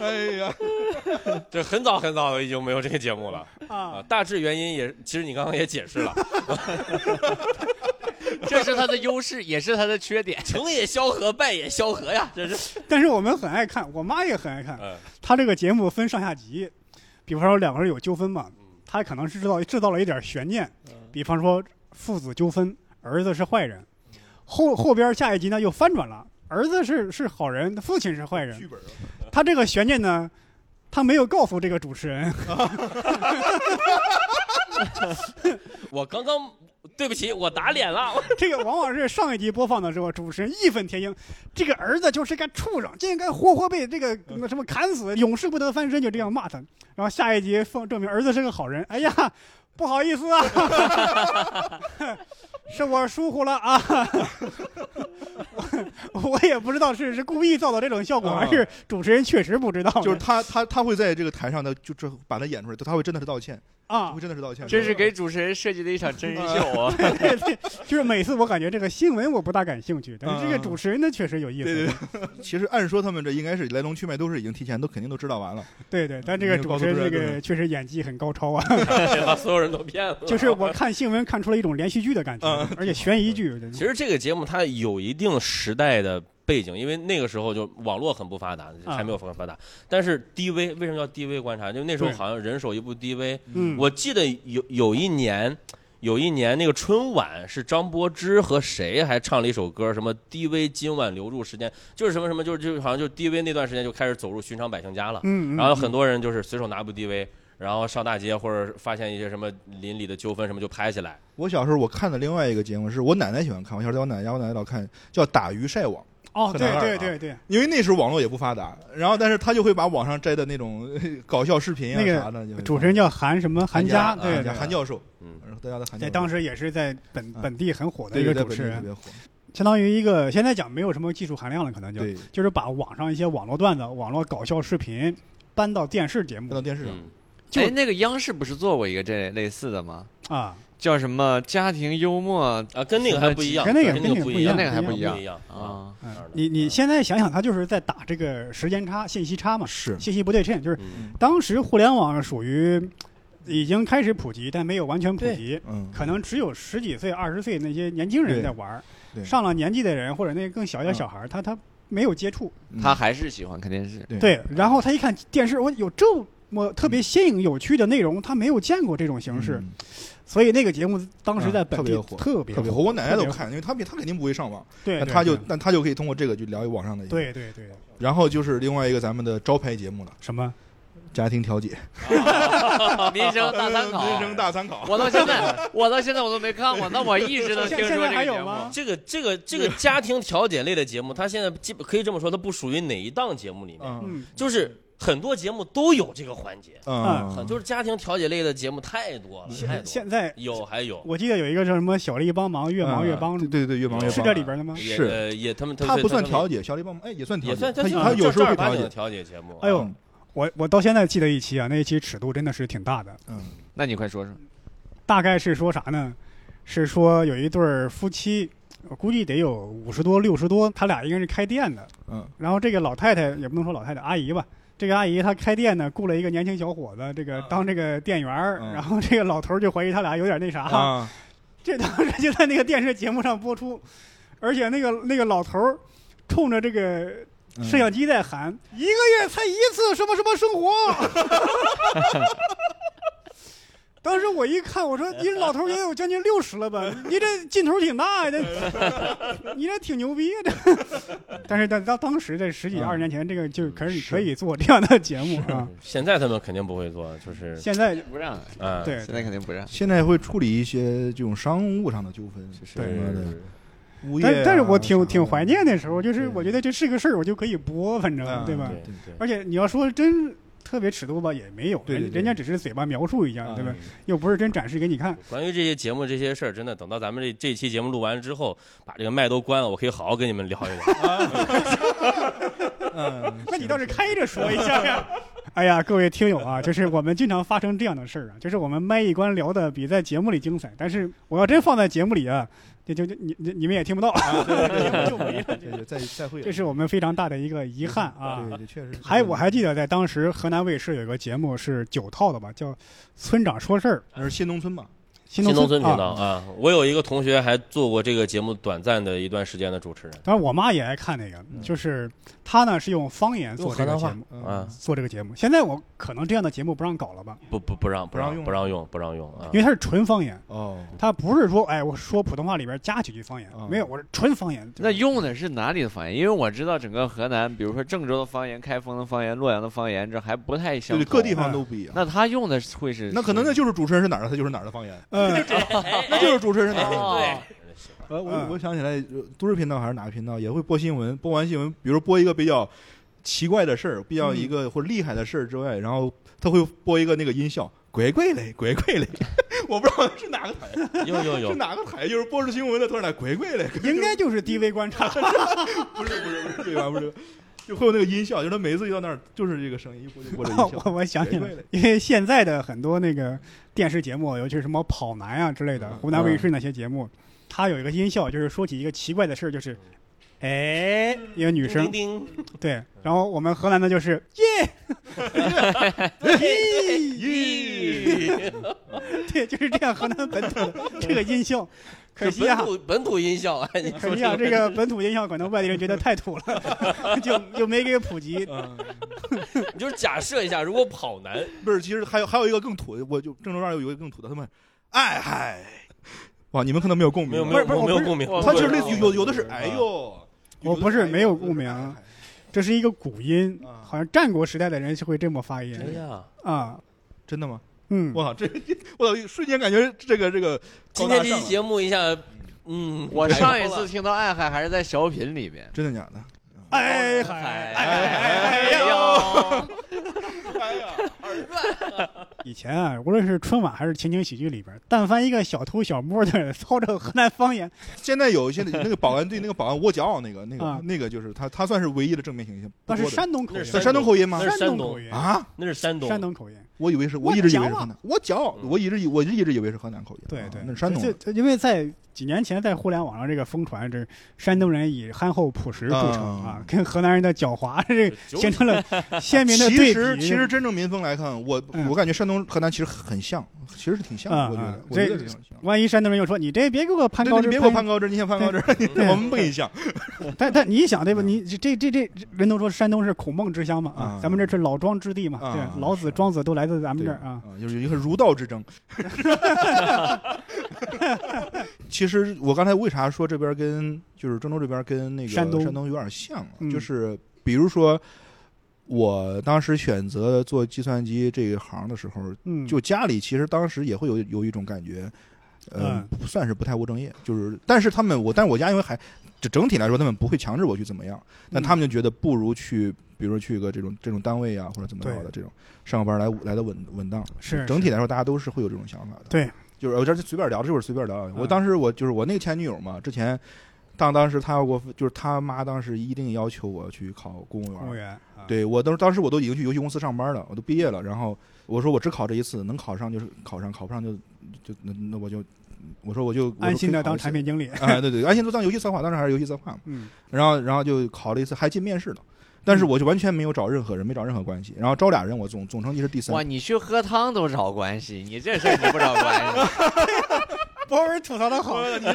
Speaker 4: 哎呀，
Speaker 3: 对，很早很早已经没有这个节目了啊。
Speaker 1: 啊，
Speaker 3: 大致原因也，其实你刚刚也解
Speaker 1: (laughs)
Speaker 3: 释了，
Speaker 2: (laughs) 这是他的优势，也是他的缺点。 (laughs)
Speaker 3: 成也萧何，败也萧何呀，这是。
Speaker 1: 但是我们很爱看，我妈也很爱看。
Speaker 3: 嗯
Speaker 1: 他这个节目分上下集，比方说两个人有纠纷嘛，他可能是制造制造了一点悬念，
Speaker 4: 嗯
Speaker 1: 比方说父子纠纷，儿子是坏人，后后边下一集呢又翻转了，儿子是是好人，父亲是坏人，
Speaker 4: 剧本啊，
Speaker 1: 他这个悬念呢，他没有告诉这个主持人，
Speaker 3: 我刚刚对不起，我打脸了。
Speaker 1: (laughs)
Speaker 3: (laughs)
Speaker 1: 这个往往是上一集播放的时候，主持人义愤填膺，这个儿子就是个畜生，就应该活活被这个
Speaker 4: 嗯
Speaker 1: 那什么砍死，永世不得翻身，就这样骂他。然后下一集放证明儿子是个好人，哎呀，不好意思啊， (laughs) 是我疏忽了啊， (laughs) 我我也不知道是是故意造造这种效果，
Speaker 4: 啊
Speaker 1: 还是主持人确实不知道呢，
Speaker 4: 就是他他他会在这个台上，他就这把他演出来，他会真的是道歉，他
Speaker 1: 啊
Speaker 4: 会。真的是道歉，
Speaker 2: 这是给主持人设计的一场真人秀 (laughs) 啊！
Speaker 1: 对对 (laughs) 对，就是每次我感觉这个新闻我不大感兴趣，但是这个
Speaker 4: 啊
Speaker 1: 主持人呢确实有意思。
Speaker 4: 对对 (laughs) 其实按说他们这应该是来龙去脉都是已经提前都肯定都知道完了，
Speaker 1: 对对，但这个
Speaker 4: 你就
Speaker 1: 主
Speaker 4: 告诉
Speaker 1: 持人
Speaker 4: 主持
Speaker 1: 这
Speaker 4: 人
Speaker 1: 个
Speaker 4: 对
Speaker 1: 确实演技很高超啊，
Speaker 3: 把所有人都骗了。
Speaker 1: 就是我看新闻看出了一种连续剧的感觉
Speaker 4: 嗯，
Speaker 1: 而且悬疑剧。对
Speaker 3: 其实这个节目它有一定时代的背景，因为那个时候就网络很不发达，
Speaker 1: 啊
Speaker 3: 还没有很发达。但是 DV 为什么叫 DV 观察？因为那时候
Speaker 1: 对
Speaker 3: 好像人手一部 DV。
Speaker 1: 嗯，
Speaker 3: 我记得有有一年，有一年那个春晚是张柏芝和谁还唱了一首歌，什么 DV 今晚留住时间，就是什么什么，就是就是好像就 DV 那段时间就开始走入寻常百姓家了。
Speaker 1: 嗯，嗯
Speaker 3: 然后很多人就是随手拿部 DV，然后上大街或者发现一些什么邻里的纠纷什么就拍起来。
Speaker 4: 我小时候我看的另外一个节目是我奶奶喜欢看，我小时候在我奶奶家，我奶奶老看叫打鱼晒网，
Speaker 1: 哦，
Speaker 4: 很啊
Speaker 1: 对
Speaker 4: 难
Speaker 1: 对
Speaker 4: 玩
Speaker 1: 对对，
Speaker 4: 因为那时候网络也不发达，然后但是他就会把网上摘的那种 (laughs) 呃搞笑视频啊
Speaker 1: 那个
Speaker 4: 啥的，就会
Speaker 1: 主持人叫韩什么韩
Speaker 4: 韩
Speaker 1: 佳，
Speaker 4: 佳
Speaker 1: 对对，
Speaker 4: 叫韩教授，
Speaker 3: 嗯，
Speaker 4: 大家的韩
Speaker 1: 在
Speaker 4: 教授，
Speaker 1: 当时也是在本
Speaker 4: 嗯
Speaker 1: 本地很火的
Speaker 4: 对
Speaker 1: 一个
Speaker 4: 在
Speaker 1: 主
Speaker 4: 本
Speaker 1: 持
Speaker 4: 地特
Speaker 1: 人，
Speaker 4: 别火，
Speaker 1: 相当于一个现在讲没有什么技术含量了，可能就
Speaker 4: 对，
Speaker 1: 就是把网上一些网络段子、网络搞笑视频搬到电视节
Speaker 4: 看到
Speaker 1: 目
Speaker 4: 电视上
Speaker 3: 嗯，
Speaker 1: 就
Speaker 2: 哎，那个央视不是做过一个这类似的吗？
Speaker 1: 啊，
Speaker 2: 叫什么家庭幽默
Speaker 3: 啊，跟那个还不一样，
Speaker 1: 跟那个跟
Speaker 3: 跟
Speaker 1: 那个
Speaker 3: 不
Speaker 1: 不一样
Speaker 3: 样，
Speaker 2: 那个还
Speaker 3: 不
Speaker 2: 不一样
Speaker 3: 一样啊。
Speaker 2: 啊？
Speaker 1: 嗯
Speaker 3: 是的
Speaker 1: 你你现在想想，他就是在打这个时间差、信息差嘛，
Speaker 4: 是
Speaker 1: 信息不对称，就是
Speaker 3: 嗯
Speaker 1: 当时互联网属于已经开始普及，但没有完全普及，
Speaker 4: 嗯，
Speaker 1: 可能只有十几岁、二十岁那些年轻人在玩
Speaker 4: 对嗯
Speaker 1: 儿，
Speaker 4: 对
Speaker 1: 上了年纪的人或者那个更小一点小孩儿，他他没有接触，
Speaker 4: 嗯
Speaker 2: 他还是喜欢看电视。
Speaker 4: 对
Speaker 1: 对，然后他一看电视，我有这么特别新颖有趣的内容，他没有见过这种形式，
Speaker 4: 嗯
Speaker 1: 所以那个节目当时在
Speaker 4: 嗯
Speaker 1: 本
Speaker 4: 特
Speaker 1: 地
Speaker 4: 别火
Speaker 1: 特别
Speaker 4: 特别火，我奶奶
Speaker 1: 特
Speaker 4: 都
Speaker 1: 别火
Speaker 4: 看，因为他比他肯定不会上网，
Speaker 1: 对，
Speaker 4: 但
Speaker 1: 对
Speaker 4: 他就嗯
Speaker 1: 对
Speaker 4: 但他就可以通过这个去了解网上的，，
Speaker 1: 对对对
Speaker 4: 然后就是另外一个咱们的招牌节目了，
Speaker 1: 什么
Speaker 4: 家庭调解，
Speaker 3: 嗯
Speaker 2: 民生大
Speaker 1: 呃
Speaker 2: 参
Speaker 4: (laughs)
Speaker 2: 考，
Speaker 4: 人生大参考，
Speaker 2: 我到现在，我到现在我都没看过，那我一直都听
Speaker 1: 现
Speaker 2: 说
Speaker 1: 在还
Speaker 2: 这
Speaker 1: 有
Speaker 2: 个节目
Speaker 1: 吗。
Speaker 3: 这个这个这个家庭调解类的节目，它现在基本可以这么说，它不属于哪一档节目里面，
Speaker 4: 嗯
Speaker 1: 嗯
Speaker 3: 就是很多节目都有这个环节，啊
Speaker 4: 嗯，
Speaker 3: 就是家庭调解类的节目太多了，太多了
Speaker 1: 现在
Speaker 3: 有还有
Speaker 1: 我记得有一个叫什么小丽帮忙，越忙越帮
Speaker 4: 嗯，对对对，越忙越帮，
Speaker 1: 是这里边的吗？
Speaker 3: 也
Speaker 4: 是
Speaker 3: 呃也他们
Speaker 4: 他不算调
Speaker 3: 解，
Speaker 4: 解，小李帮忙，哎，也算调
Speaker 3: 也
Speaker 4: 解，
Speaker 3: 算
Speaker 4: 他
Speaker 3: 他
Speaker 4: 他有时候会调
Speaker 3: 解
Speaker 4: 解，
Speaker 3: 调解节目，啊
Speaker 1: 哎呦
Speaker 4: 嗯，
Speaker 1: 我我到现在记得一期啊，那一期尺度真的是挺大的，
Speaker 4: 嗯，
Speaker 2: 那你快说说，
Speaker 1: 大概是说啥呢？是说有一对儿夫妻，我估计得有五十多、六十多，他俩应该是开店的。
Speaker 4: 嗯
Speaker 1: 然后这个老太太也不能说老太太，阿姨吧，这个阿姨她开店呢，雇了一个年轻小伙子，这个当这个店员儿。
Speaker 4: 嗯
Speaker 1: 然后这个老头儿就怀疑他俩有点那啥，
Speaker 4: 啊，
Speaker 1: 这当时就在那个电视节目上播出，而且那个那个老头儿冲着这个
Speaker 4: 嗯
Speaker 1: 摄像机在喊：“一个月才一次什么什么生活。” (laughs) 当时我一看，
Speaker 4: (laughs)
Speaker 1: 我说你老头儿也有将近六十了吧？你这劲头挺大呀，这
Speaker 4: (laughs)
Speaker 1: 你这挺牛逼的。但是到到当时这十几
Speaker 4: 嗯
Speaker 1: 二十年前，这个就可以
Speaker 4: 是
Speaker 1: 可以做这样的节目啊。
Speaker 3: 现在他们肯定不会做，就是
Speaker 1: 现在
Speaker 2: 不让，啊
Speaker 3: 嗯，
Speaker 1: 对
Speaker 2: 现在肯定不让。
Speaker 4: 啊现在会处理一些这种商务上的纠纷，
Speaker 2: 就是
Speaker 1: 对
Speaker 4: 什么的物业啊
Speaker 1: 但但是我挺
Speaker 4: 啥的
Speaker 1: 挺怀念那时候，就是
Speaker 4: 对
Speaker 1: 我觉得这是个事儿，我就可以播，反正、
Speaker 4: 嗯
Speaker 1: 对吧？
Speaker 3: 对对
Speaker 1: 而且你要说真特别尺度吧，也没有，
Speaker 4: 对对
Speaker 1: 人
Speaker 4: 对
Speaker 1: 人家只是嘴巴描述一下，
Speaker 4: 嗯
Speaker 1: 对吧？又不是真展示给你看。
Speaker 3: 关于这些节目这些事儿，真的等到咱们这这一期节目录完之后，把这个麦都关了，我可以好好跟你们聊一聊。
Speaker 4: 嗯，
Speaker 1: 那你倒是开着说一下呀。哎呀，各位听友啊，就是我们经常发生这样的事儿啊，就是我们麦一关聊的比在节目里精彩，但是我要真放在节目里啊，就就就你你你们也听不到，就没了。
Speaker 4: 对对，再再会了，
Speaker 1: 这是我们非常大的一个遗憾啊。
Speaker 4: 对，对，确实是。
Speaker 1: 还我还记得在当时河南卫视有个节目是九套的吧，叫《村长说事儿》，
Speaker 4: 那是新农村嘛，
Speaker 1: 新
Speaker 3: 新
Speaker 1: 农
Speaker 3: 农村频道
Speaker 1: 啊。
Speaker 3: 啊，我有一个同学还做过这个节目短暂的一段时间的主持人。
Speaker 1: 当然，我妈也爱看那个，就是她呢是用方言做这个节
Speaker 4: 嗯
Speaker 1: 目，
Speaker 3: 啊，
Speaker 1: 做这个节目。现在我可能这样的节目不让搞了吧，
Speaker 3: 不不不让不
Speaker 4: 让
Speaker 3: 让
Speaker 4: 用
Speaker 3: 不让用不让用啊
Speaker 1: 因！为它是纯方言。
Speaker 4: 哦，
Speaker 1: 他不是说，哎，我说普通话里边加几句方言，
Speaker 4: 啊
Speaker 1: 没有，我是纯方言。
Speaker 2: 那用的是哪里的方言？因为我知道整个河南，比如说郑州的方言、开封的方言、洛阳的方言，这还不太
Speaker 4: 对
Speaker 2: 相
Speaker 4: 对，
Speaker 2: 同。
Speaker 4: 各
Speaker 1: 啊
Speaker 4: 地方都不一样。
Speaker 2: 那他用的会是
Speaker 4: 那可能那就是主持人是哪儿的，他就是哪儿的方言，
Speaker 1: 嗯，
Speaker 4: 那就是主持人是
Speaker 3: 啊
Speaker 4: 哪儿的。
Speaker 3: 哎
Speaker 2: 哦，
Speaker 4: 呃，我
Speaker 1: 嗯
Speaker 4: 我想起来，呃都市频道还是哪个频道也会播新闻，播完新闻，比如播一个比较奇怪的事儿，比较一个或者厉害的事儿之外，然后他会播一个那个音效，鬼鬼嘞，鬼鬼嘞， (laughs) 我不知道是哪个台，
Speaker 3: 有有有
Speaker 4: (laughs) 是，哪个台，就是播出新闻的，突然来鬼鬼嘞，
Speaker 1: 应该就是 DV 观察。
Speaker 4: 不是不是不是对吧？不是，就会有那个音效，就是他每次一到那儿就是这个声音，一播就播这音
Speaker 1: 我
Speaker 4: 效。
Speaker 1: 我想起来
Speaker 4: 对
Speaker 1: 了
Speaker 4: 对，
Speaker 1: 因为现在的很多那个电视节目，尤其是什么跑男啊之类的，
Speaker 4: 嗯
Speaker 1: 湖南卫视那些节目，它有一个音效，就是说起一个奇怪的事儿，就是，
Speaker 4: 嗯
Speaker 1: 哎，一个女生
Speaker 3: 叮，叮叮
Speaker 1: 对，然后我们河南的就是 (laughs) 耶，
Speaker 3: 咦，
Speaker 1: 对，就是这样，河南本土
Speaker 4: (laughs)
Speaker 1: 的这个音效，可惜
Speaker 3: 本
Speaker 1: 啊，
Speaker 3: 土本土音效啊！你
Speaker 4: (laughs)
Speaker 1: 可惜啊，这个本土音效可能外地人觉得太土
Speaker 4: (laughs)
Speaker 1: 了，就就没给普及。
Speaker 4: 嗯，
Speaker 3: 你就是假设一下，如果跑男，
Speaker 4: 不是，其实还有还有一个更土的，我就郑州那儿有一个更土的，他们哎嗨，哇，你们可能没有共鸣，啊
Speaker 3: 没有没
Speaker 1: 不是
Speaker 3: 有
Speaker 1: 不是
Speaker 3: 没有
Speaker 1: 我不是
Speaker 3: 共鸣，
Speaker 4: 他
Speaker 3: 就
Speaker 4: 就是类似于有有的是哎呦，
Speaker 1: 我哦不是没有共鸣
Speaker 4: 哎
Speaker 1: 啊这是一个古音，
Speaker 4: 啊
Speaker 1: 好像战国时代的人是会这么发音
Speaker 3: 哎呀，
Speaker 1: 啊。
Speaker 4: 真的吗？
Speaker 1: 嗯，
Speaker 4: 我操，这我操，瞬间感觉这个这个
Speaker 3: 今天这期节目一下，嗯，
Speaker 2: 我上一
Speaker 3: 太高
Speaker 2: 次
Speaker 3: 了
Speaker 2: 听到暗海还是在小品里面。
Speaker 4: 真的假的？
Speaker 1: 哎嗨，
Speaker 2: 嗨哎
Speaker 3: 呦，
Speaker 4: 哎呀，
Speaker 1: 以前啊，无论是春晚还是情景喜剧里边，但凡一个小偷小摸的操着河南方
Speaker 4: (laughs)
Speaker 1: 言，
Speaker 4: 现在有一些那个保安对那个保安我骄傲那个那
Speaker 1: 啊
Speaker 4: 个那个就是他他算是唯一的正面形象，
Speaker 1: 那
Speaker 4: 不
Speaker 1: 是
Speaker 4: 多的
Speaker 1: 山东口
Speaker 3: 那
Speaker 1: 音，
Speaker 3: 是
Speaker 4: 在山东口音吗
Speaker 3: 那？是
Speaker 1: 山口
Speaker 3: 山东
Speaker 1: 音，
Speaker 4: 啊，
Speaker 3: 那是山东，
Speaker 1: 山东口音。
Speaker 4: 我以为是，
Speaker 1: 我
Speaker 4: 我一直以为
Speaker 1: 骄
Speaker 4: 是
Speaker 1: 傲
Speaker 4: 河南，我骄傲，
Speaker 3: 嗯
Speaker 4: 我一直以我一直以为是河南口音，
Speaker 1: 对
Speaker 4: 啊
Speaker 1: 对，
Speaker 4: 那是山东
Speaker 1: 这
Speaker 4: 的
Speaker 1: 这因为在几年前在互联网上这个疯传，这山东人以憨厚朴实著称啊，
Speaker 4: 啊
Speaker 1: 跟河南人的狡猾这个
Speaker 3: 就
Speaker 1: 形成了鲜明的
Speaker 4: 其
Speaker 1: 对
Speaker 4: 实
Speaker 1: 比。
Speaker 4: 其实真正民风来看，我
Speaker 1: 嗯
Speaker 4: 我感觉山东河南其实很像，其实是挺像
Speaker 1: 啊
Speaker 4: 的，我觉
Speaker 1: 啊
Speaker 4: 得，我觉
Speaker 1: 这
Speaker 4: 得挺像。
Speaker 1: 万一山东人又说你这别给我攀
Speaker 4: 对
Speaker 1: 高
Speaker 4: 对，
Speaker 1: 枝
Speaker 4: 你别给我攀高枝，你先攀高枝，
Speaker 1: 对
Speaker 4: (laughs) 我们不给你像。
Speaker 1: 但但你想对吧？你这这这这人都说山东是孔孟之乡嘛啊，
Speaker 4: 嗯啊
Speaker 1: 咱们这是老庄之地嘛，
Speaker 4: 啊
Speaker 1: 对，老子、
Speaker 4: 是
Speaker 1: 庄子都来自咱们
Speaker 4: 对
Speaker 1: 这儿啊。，
Speaker 4: 就是一个儒道之争。 (laughs) 其实我刚才为啥说这边跟就是郑州这边跟那个
Speaker 1: 山东
Speaker 4: 有点像啊、
Speaker 1: 嗯
Speaker 4: 就是比如说我当时选择做计算机这一行的时候，
Speaker 1: 嗯，
Speaker 4: 就家里其实当时也会有有一种感觉，呃
Speaker 1: 嗯，
Speaker 4: 不算是不太务正业，就是，但是他们我，但是我家因为还整整体来说，他们不会强制我去怎么样，但他们就觉得不如去，比如去一个这种这种单位啊，或者怎么着的这种上个班来来的稳稳当。
Speaker 1: 是
Speaker 4: 整
Speaker 1: 是
Speaker 4: 体来说，大家都是会有这种想法的。
Speaker 1: 对，
Speaker 4: 就是我这随便聊，这会儿随便聊。我
Speaker 1: 嗯
Speaker 4: 当时我就是我那个前女友嘛，之前当当时她要给我就是她妈当时一定要求我去考公务员，
Speaker 1: 公务员啊，
Speaker 4: 对我当时当时我都已经去游戏公司上班了，我都毕业了，然后我说我只考这一次，能考上就是考上，考不上就就那那我就我说我就
Speaker 1: 安心的当产。
Speaker 4: 我说可以考一次
Speaker 1: 品经 (laughs) 理。
Speaker 4: 啊，对对，安心的当游戏策划，当时还是游戏策划嘛。
Speaker 1: 嗯
Speaker 4: 然后然后就考了一次，还进面试了，但是我就完全没有找任何人，没找任何关系。然后招俩人，我总总成绩是第
Speaker 2: 哇，
Speaker 4: 三。
Speaker 2: 你去喝汤都找关系，你这事儿你不找关 (laughs) 系，
Speaker 1: 博文吐槽的好，你
Speaker 3: 啊这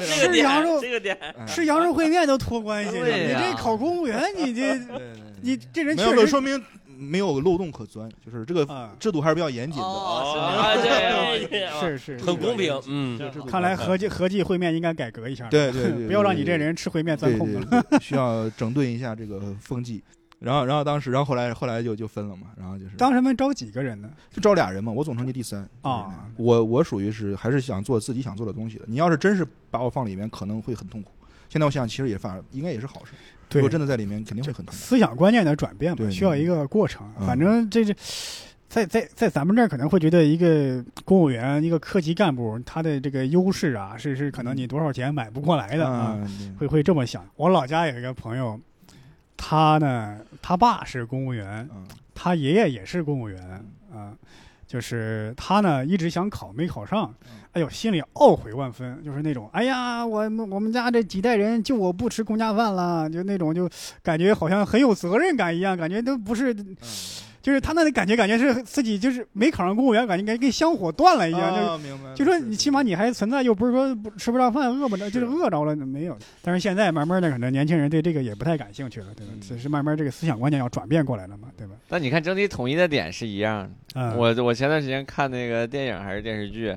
Speaker 1: (laughs) 吃羊肉
Speaker 3: 点，这个点，
Speaker 4: 哎
Speaker 1: 吃羊肉烩面都托关系，
Speaker 2: 对
Speaker 1: 你
Speaker 2: 呀
Speaker 1: 这考公务员，你这
Speaker 4: 对对对
Speaker 1: 你这人
Speaker 4: 没
Speaker 1: 确
Speaker 4: 有，没有
Speaker 1: 实
Speaker 4: 说明没有漏洞可钻，就是这个
Speaker 1: 啊，
Speaker 4: 制度还是比较严谨
Speaker 3: (laughs)
Speaker 4: 的。
Speaker 1: (laughs)
Speaker 3: 啊，
Speaker 5: 哦，
Speaker 3: 这这
Speaker 1: 是是，
Speaker 3: 很公平，嗯，
Speaker 4: 这个制度
Speaker 1: 看来合计合计烩面应该改革一下，
Speaker 4: 对对对，
Speaker 1: 不要让你这
Speaker 4: 对
Speaker 1: 人吃烩面钻
Speaker 4: 对
Speaker 1: 空子
Speaker 4: 对
Speaker 1: 了。 (laughs)
Speaker 4: 对，需要整顿一下这个风气。然后，然后当时，然后后来，后来就就分了嘛。然后就是
Speaker 1: 当时们招几个人呢？
Speaker 4: 就招俩人嘛，我总成绩第三
Speaker 1: 啊。
Speaker 4: 就是我我属于是还是想做自己想做的东西的。你要是真是把我放里面，可能会很痛苦。现在我想，其实也反而应该也是好事。如果真的在里面，肯定会很痛苦。
Speaker 1: 思想观念的转变嘛，
Speaker 4: 对
Speaker 1: 需要一个过程。啊
Speaker 4: 嗯
Speaker 1: 反正这这，在在在咱们这儿可能会觉得一个公务员、一个科级干部，他的这个优势啊，是是可能你多少钱买不过来的啊，
Speaker 4: 啊，
Speaker 1: 会会这么想。我老家有一个朋友，他呢，他爸是公务员，
Speaker 4: 嗯
Speaker 1: 他爷爷也是公务员啊。就是他呢，一直想考，没考上
Speaker 4: 嗯，
Speaker 1: 哎呦，心里懊悔万分，就是那种，哎呀，我们我们家这几代人就我不吃公家饭了，就那种就感觉好像很有责任感一样，感觉都不是，
Speaker 4: 嗯
Speaker 1: 就是他那里感觉感觉是自己就是没考上公务员，感觉跟跟香火断了一样，就
Speaker 4: 啊明白了。
Speaker 1: 就说
Speaker 4: 是
Speaker 1: 你起码你还存在，又不是说不吃不上饭，饿不着，就是
Speaker 4: 是
Speaker 1: 饿着了没有。但是现在慢慢的，可能年轻人对这个也不太感兴趣了，对吧？
Speaker 4: 嗯
Speaker 1: 只是慢慢这个思想观念要转变过来了嘛，对吧？
Speaker 2: 但你看整体统一的点是一样的。
Speaker 1: 嗯，
Speaker 2: 我我前段时间看那个电影还是电视剧，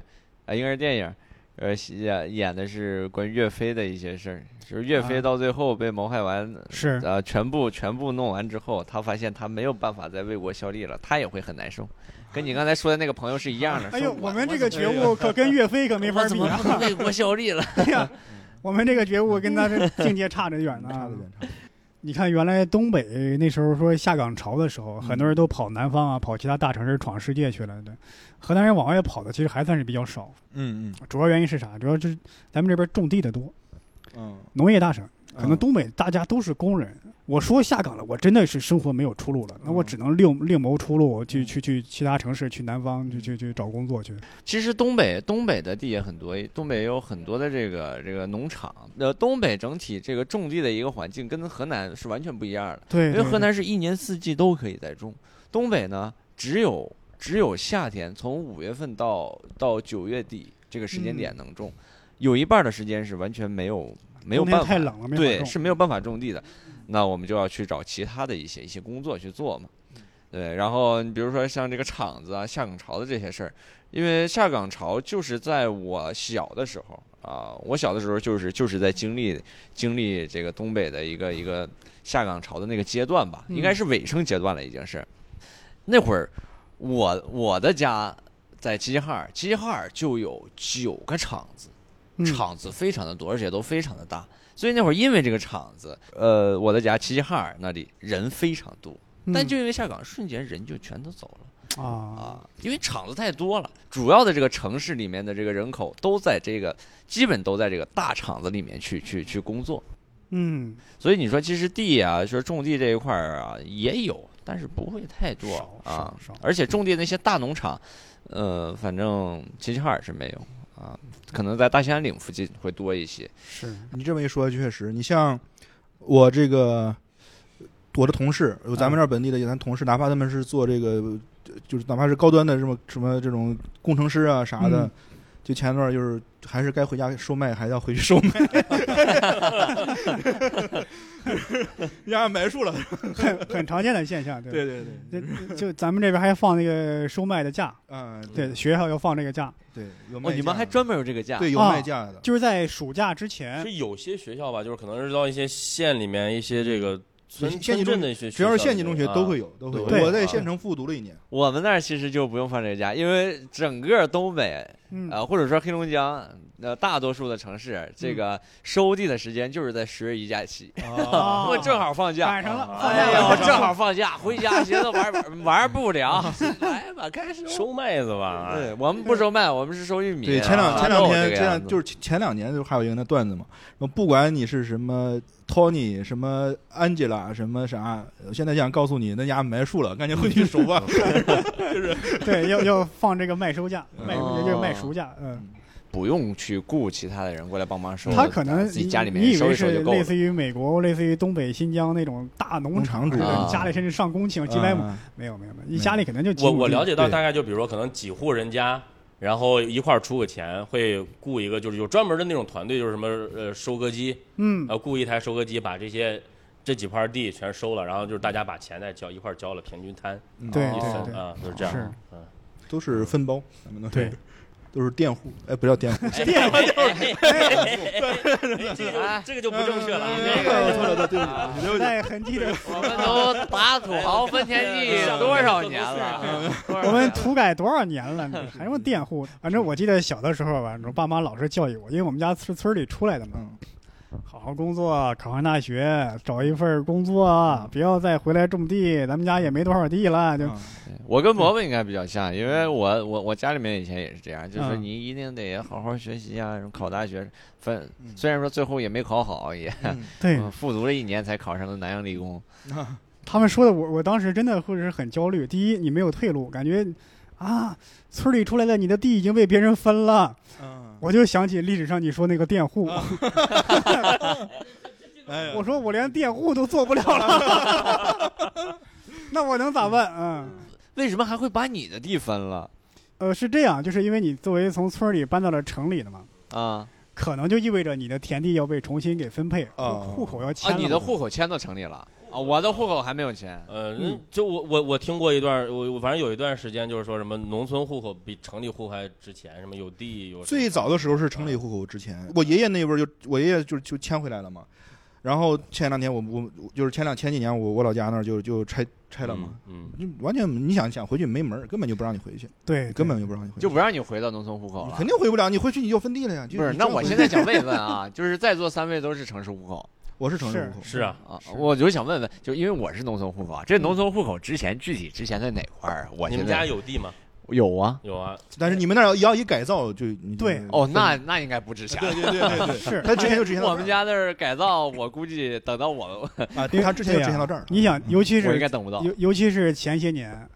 Speaker 2: 啊、应该是电影，呃，演演的是关于岳飞的一些事儿，就是岳
Speaker 1: 啊
Speaker 2: 飞到最后被谋害完，
Speaker 1: 是
Speaker 2: 呃，全部全部弄完之后，他发现他没有办法再为国效力了，他也会很难受，跟你刚才说的那个朋友是
Speaker 1: (laughs)
Speaker 2: 一样的。
Speaker 1: 哎
Speaker 2: 说
Speaker 1: 呦，我们这个觉
Speaker 4: 怎么
Speaker 1: 悟可跟岳飞可
Speaker 3: (laughs)
Speaker 1: 没法
Speaker 2: 我怎
Speaker 1: 比
Speaker 2: 么
Speaker 1: 啊！
Speaker 2: 不能为国效力了？
Speaker 1: 对呀，我们这个觉悟跟他这境界差得远呢。
Speaker 4: 差得远，差得远。
Speaker 1: 你看，原来东北那时候说下岗潮的时候，很多人都跑南方啊，跑其他大城市闯世界去了。对，河南人往外跑的其实还算是比较少，
Speaker 4: 嗯
Speaker 1: 主要原因是啥？主要就是咱们这边种地的多，
Speaker 4: 嗯嗯，
Speaker 1: 农业大省，可能
Speaker 4: 嗯
Speaker 1: 东北大家都是工人。我说下岗了，我真的是生活没有出路了，那我
Speaker 4: 嗯
Speaker 1: 只能另另谋出路，去
Speaker 4: 嗯
Speaker 1: 去去其他城市，去南方去去去找工作去。
Speaker 2: 其实东北东北的地也很多，东北有很多的这个这个农场。呃，东北整体这个种地的一个环境跟河南是完全不一样的，
Speaker 1: 对，
Speaker 2: 因为
Speaker 1: 对
Speaker 2: 河南是一年四季都可以在种，东北呢只有只有夏天，从五月份到到九月底这个时间
Speaker 1: 嗯
Speaker 2: 点能种，有一半的时间是完全没有没有
Speaker 1: 冬天
Speaker 2: 办法
Speaker 1: 太冷了没法
Speaker 2: 对
Speaker 1: 种
Speaker 2: 是没有办法种地的，那我们就要去找其他的一些一些工作去做嘛。对，然后你比如说像这个厂子啊、下岗潮的这些事儿，因为下岗潮就是在我小的时候啊，我小的时候就是就是在经历经历这个东北的一个一个下岗潮的那个阶段吧，
Speaker 1: 嗯
Speaker 2: 应该是尾声阶段了，已经是。那会儿我我的家在齐齐哈尔，齐齐哈尔就有九个厂子，
Speaker 1: 嗯
Speaker 2: 厂子非常的多，而且都非常的大。所以那会儿因为这个厂子，呃，我的家齐齐哈尔那里人非常多，但就因为下岗，瞬间人就全都走了。
Speaker 1: 嗯啊，
Speaker 2: 啊，因为厂子太多了，主要的这个城市里面的这个人口都在这个，基本都在这个大厂子里面去去去工作。
Speaker 1: 嗯，
Speaker 2: 所以你说，其实地啊，说种地这一块儿啊，也有，但是不会太多
Speaker 1: 少
Speaker 2: 啊
Speaker 1: 少少。
Speaker 2: 而且种地那些大农场，呃，反正齐齐哈尔是没有啊，可能在大兴安岭附近会多一些。
Speaker 1: 是
Speaker 4: 你这么一说，确实，你像我这个我的同事，咱们这儿本地的咱同事，哪怕他们是做这个，就是哪怕是高端的什么什么这种工程师啊啥的，
Speaker 1: 嗯
Speaker 4: 就前段就是还是该回家收麦，还要回去收麦，压埋树了。
Speaker 1: 很很常见的现象，对吧
Speaker 4: 对对对，
Speaker 1: 那就咱们这边还放那个收麦的假，
Speaker 4: 嗯，
Speaker 1: 对，学校要放这个假，
Speaker 4: 对，有麦
Speaker 2: 哦，
Speaker 4: 价
Speaker 2: 你们还专门有这个价？
Speaker 4: 对有
Speaker 1: 啊
Speaker 4: 卖价的，
Speaker 1: 就是在暑假之前，
Speaker 3: 是有些学校吧，就是可能是到一些县里面一些这个村
Speaker 4: 县级
Speaker 3: 村
Speaker 4: 中
Speaker 3: 镇的一些学校，啊
Speaker 4: 只要是县级中学都会
Speaker 3: 有。
Speaker 4: 有，都会有。
Speaker 1: 对
Speaker 4: 我在县城复读了一年，
Speaker 2: 我们那儿其实就不用放这个价，因为整个东北
Speaker 1: 嗯，
Speaker 2: 呃，或者说黑龙江，呃，大多数的城市，这
Speaker 1: 嗯
Speaker 2: 个收地的时间就是在十月一假期，
Speaker 1: 啊
Speaker 2: (laughs) 我正好哦放假。
Speaker 1: 赶上了，放假
Speaker 2: 哎呀，
Speaker 1: 了
Speaker 2: 我正好放假，回家寻思玩玩玩不了，来吧，开始。
Speaker 3: 收麦子吧，啊
Speaker 2: 对，我们不收麦，我们是收玉米啊。
Speaker 4: 对，前两前两
Speaker 2: 豆
Speaker 4: 天
Speaker 2: 这个
Speaker 4: 前
Speaker 2: 样
Speaker 4: 两
Speaker 2: 子
Speaker 4: 就是前前两年就还有一个那段子嘛，说不管你是什么 Tony 什么 Angela 什么啥，我现在想告诉你，那家埋树了，赶紧回去收
Speaker 2: (laughs)
Speaker 4: 吧。
Speaker 1: 对，要要放这个麦收假，麦
Speaker 2: 哦
Speaker 1: 就是麦熟假，嗯，
Speaker 2: 不用去雇其他的人过来帮忙收，
Speaker 1: 他可能
Speaker 2: 自己家里
Speaker 1: 你
Speaker 2: 面
Speaker 1: 以
Speaker 2: 收
Speaker 1: 为
Speaker 2: 一收
Speaker 1: 是
Speaker 2: 就够
Speaker 1: 类
Speaker 2: 了。
Speaker 1: 似于美国、类似于东北、新疆那种大农场
Speaker 4: 农
Speaker 1: 似
Speaker 4: 场主
Speaker 1: 的，
Speaker 2: 啊
Speaker 1: 你家里甚至上公顷、几百亩，
Speaker 4: 啊
Speaker 1: 没有没有没有，你家里可能就几
Speaker 3: 我
Speaker 1: 亩
Speaker 3: 我
Speaker 1: 地
Speaker 3: 了解到
Speaker 4: 对
Speaker 3: 大概就比如说可能几户人家，然后一块儿出个钱，会雇一个就是有专门的那种团队，就是什么呃收割机，
Speaker 1: 嗯
Speaker 3: 呃雇一台收割机把这些这几块地全收了，然后就是大家把钱再交一块儿交了，平均摊
Speaker 2: 嗯
Speaker 1: 对
Speaker 2: 哦
Speaker 3: 一
Speaker 1: 对
Speaker 3: 分 (laughs)
Speaker 1: 对
Speaker 3: 啊，就是这样。
Speaker 1: 是
Speaker 3: 嗯，
Speaker 4: 都是分包，咱们都是
Speaker 1: 对，
Speaker 4: 都是佃户，哎，不叫
Speaker 1: (laughs)
Speaker 4: 佃户，
Speaker 3: 哎这个这个就不正确了啊。
Speaker 2: 这个
Speaker 4: 错了，对不起，对不
Speaker 1: 时
Speaker 4: 起，
Speaker 1: 代痕迹的，
Speaker 2: 我们都打土豪分田地多少年了？多少年了
Speaker 1: 我们土改多少年了，你还用佃户？反正我记得小的时候吧，我爸妈老是教育我，因为我们家是村里出来的嘛，
Speaker 4: 嗯，
Speaker 1: 好好工作，考上大学，找一份工作，不要再回来种地。咱们家也没多少地了，就、
Speaker 4: 嗯
Speaker 2: 我跟伯伯应该比较像，因为我我我家里面以前也是这样，就是
Speaker 1: 嗯
Speaker 2: 你一定得好好学习啊，什么考大学，分
Speaker 4: 嗯
Speaker 2: 虽然说最后也没考好，也
Speaker 1: 对
Speaker 2: 嗯 (laughs) 复读了一年才考上了南洋理工。
Speaker 4: 啊
Speaker 1: 他们说的我，我当时真的会是很焦虑。第一，你没有退路，感觉啊，村里出来的你的地已经被别人分了。
Speaker 4: 嗯，
Speaker 1: 我就想起历史上你说那个佃户，
Speaker 2: 啊
Speaker 4: 哎呀
Speaker 1: 我说我连佃户都做不了了， (laughs) 那我能咋办？嗯。
Speaker 2: 为什么还会把你的地分了
Speaker 1: 呃，是这样，就是因为你作为从村里搬到了城里的嘛，
Speaker 2: 啊？
Speaker 1: 可能就意味着你的田地要被重新给分配，
Speaker 4: 哦
Speaker 1: 户口要迁
Speaker 2: 啊，
Speaker 1: 了嘛。
Speaker 2: 你的户口迁到城里了啊？我的户口还没有迁。
Speaker 3: 呃，
Speaker 1: 嗯
Speaker 3: 就我我我听过一段，我我反正有一段时间就是说什么农村户口比城里户口还值钱，什么有地有
Speaker 4: 最早的时候是城里户口之前，我爷爷那辈儿就我爷爷就就迁回来了嘛。然后前两天我我我就是前两前几年我我老家那儿就就拆拆
Speaker 3: 开
Speaker 4: 了嘛，，
Speaker 3: 嗯，
Speaker 4: 你完全你想想回去没门儿，根本就不让你回去，
Speaker 1: 对，
Speaker 4: 根本就不让你回去，
Speaker 2: 就不让你回到农村户口
Speaker 4: 你
Speaker 2: 了
Speaker 4: 肯。定回不了，你回去你就分地了呀。就
Speaker 2: 不是，
Speaker 4: 你
Speaker 2: 那
Speaker 4: 就
Speaker 2: 我
Speaker 4: 回
Speaker 2: 现
Speaker 4: 去
Speaker 2: 在想问问啊， (laughs) 就是在座三位都是城市户口
Speaker 4: 我是城市户口，
Speaker 3: 是啊，
Speaker 2: 啊
Speaker 4: 是，
Speaker 2: 我就想问问，就因为我是农村户口啊，这农村户口之前具体之前在哪块儿啊？我
Speaker 3: 你
Speaker 2: 现
Speaker 3: 们家
Speaker 2: 在
Speaker 3: 有地吗？
Speaker 2: 有啊。
Speaker 3: 有啊，
Speaker 4: 但是你们那儿要要一改造就你就
Speaker 1: 对
Speaker 2: 哦，那那应该不值钱。
Speaker 4: 对对
Speaker 3: (laughs)
Speaker 4: 对对对，
Speaker 1: 是
Speaker 4: 他之前就之前到
Speaker 2: 我们
Speaker 4: 这儿
Speaker 2: 家那儿改造，我估计等到我
Speaker 4: 啊，
Speaker 1: 因为
Speaker 4: 他之前
Speaker 1: 对
Speaker 4: 就之
Speaker 1: 呀
Speaker 4: 前到这儿了，
Speaker 1: 你想，尤其
Speaker 2: 我应
Speaker 1: 是
Speaker 2: 该等不到。
Speaker 1: 尤尤其是前些年，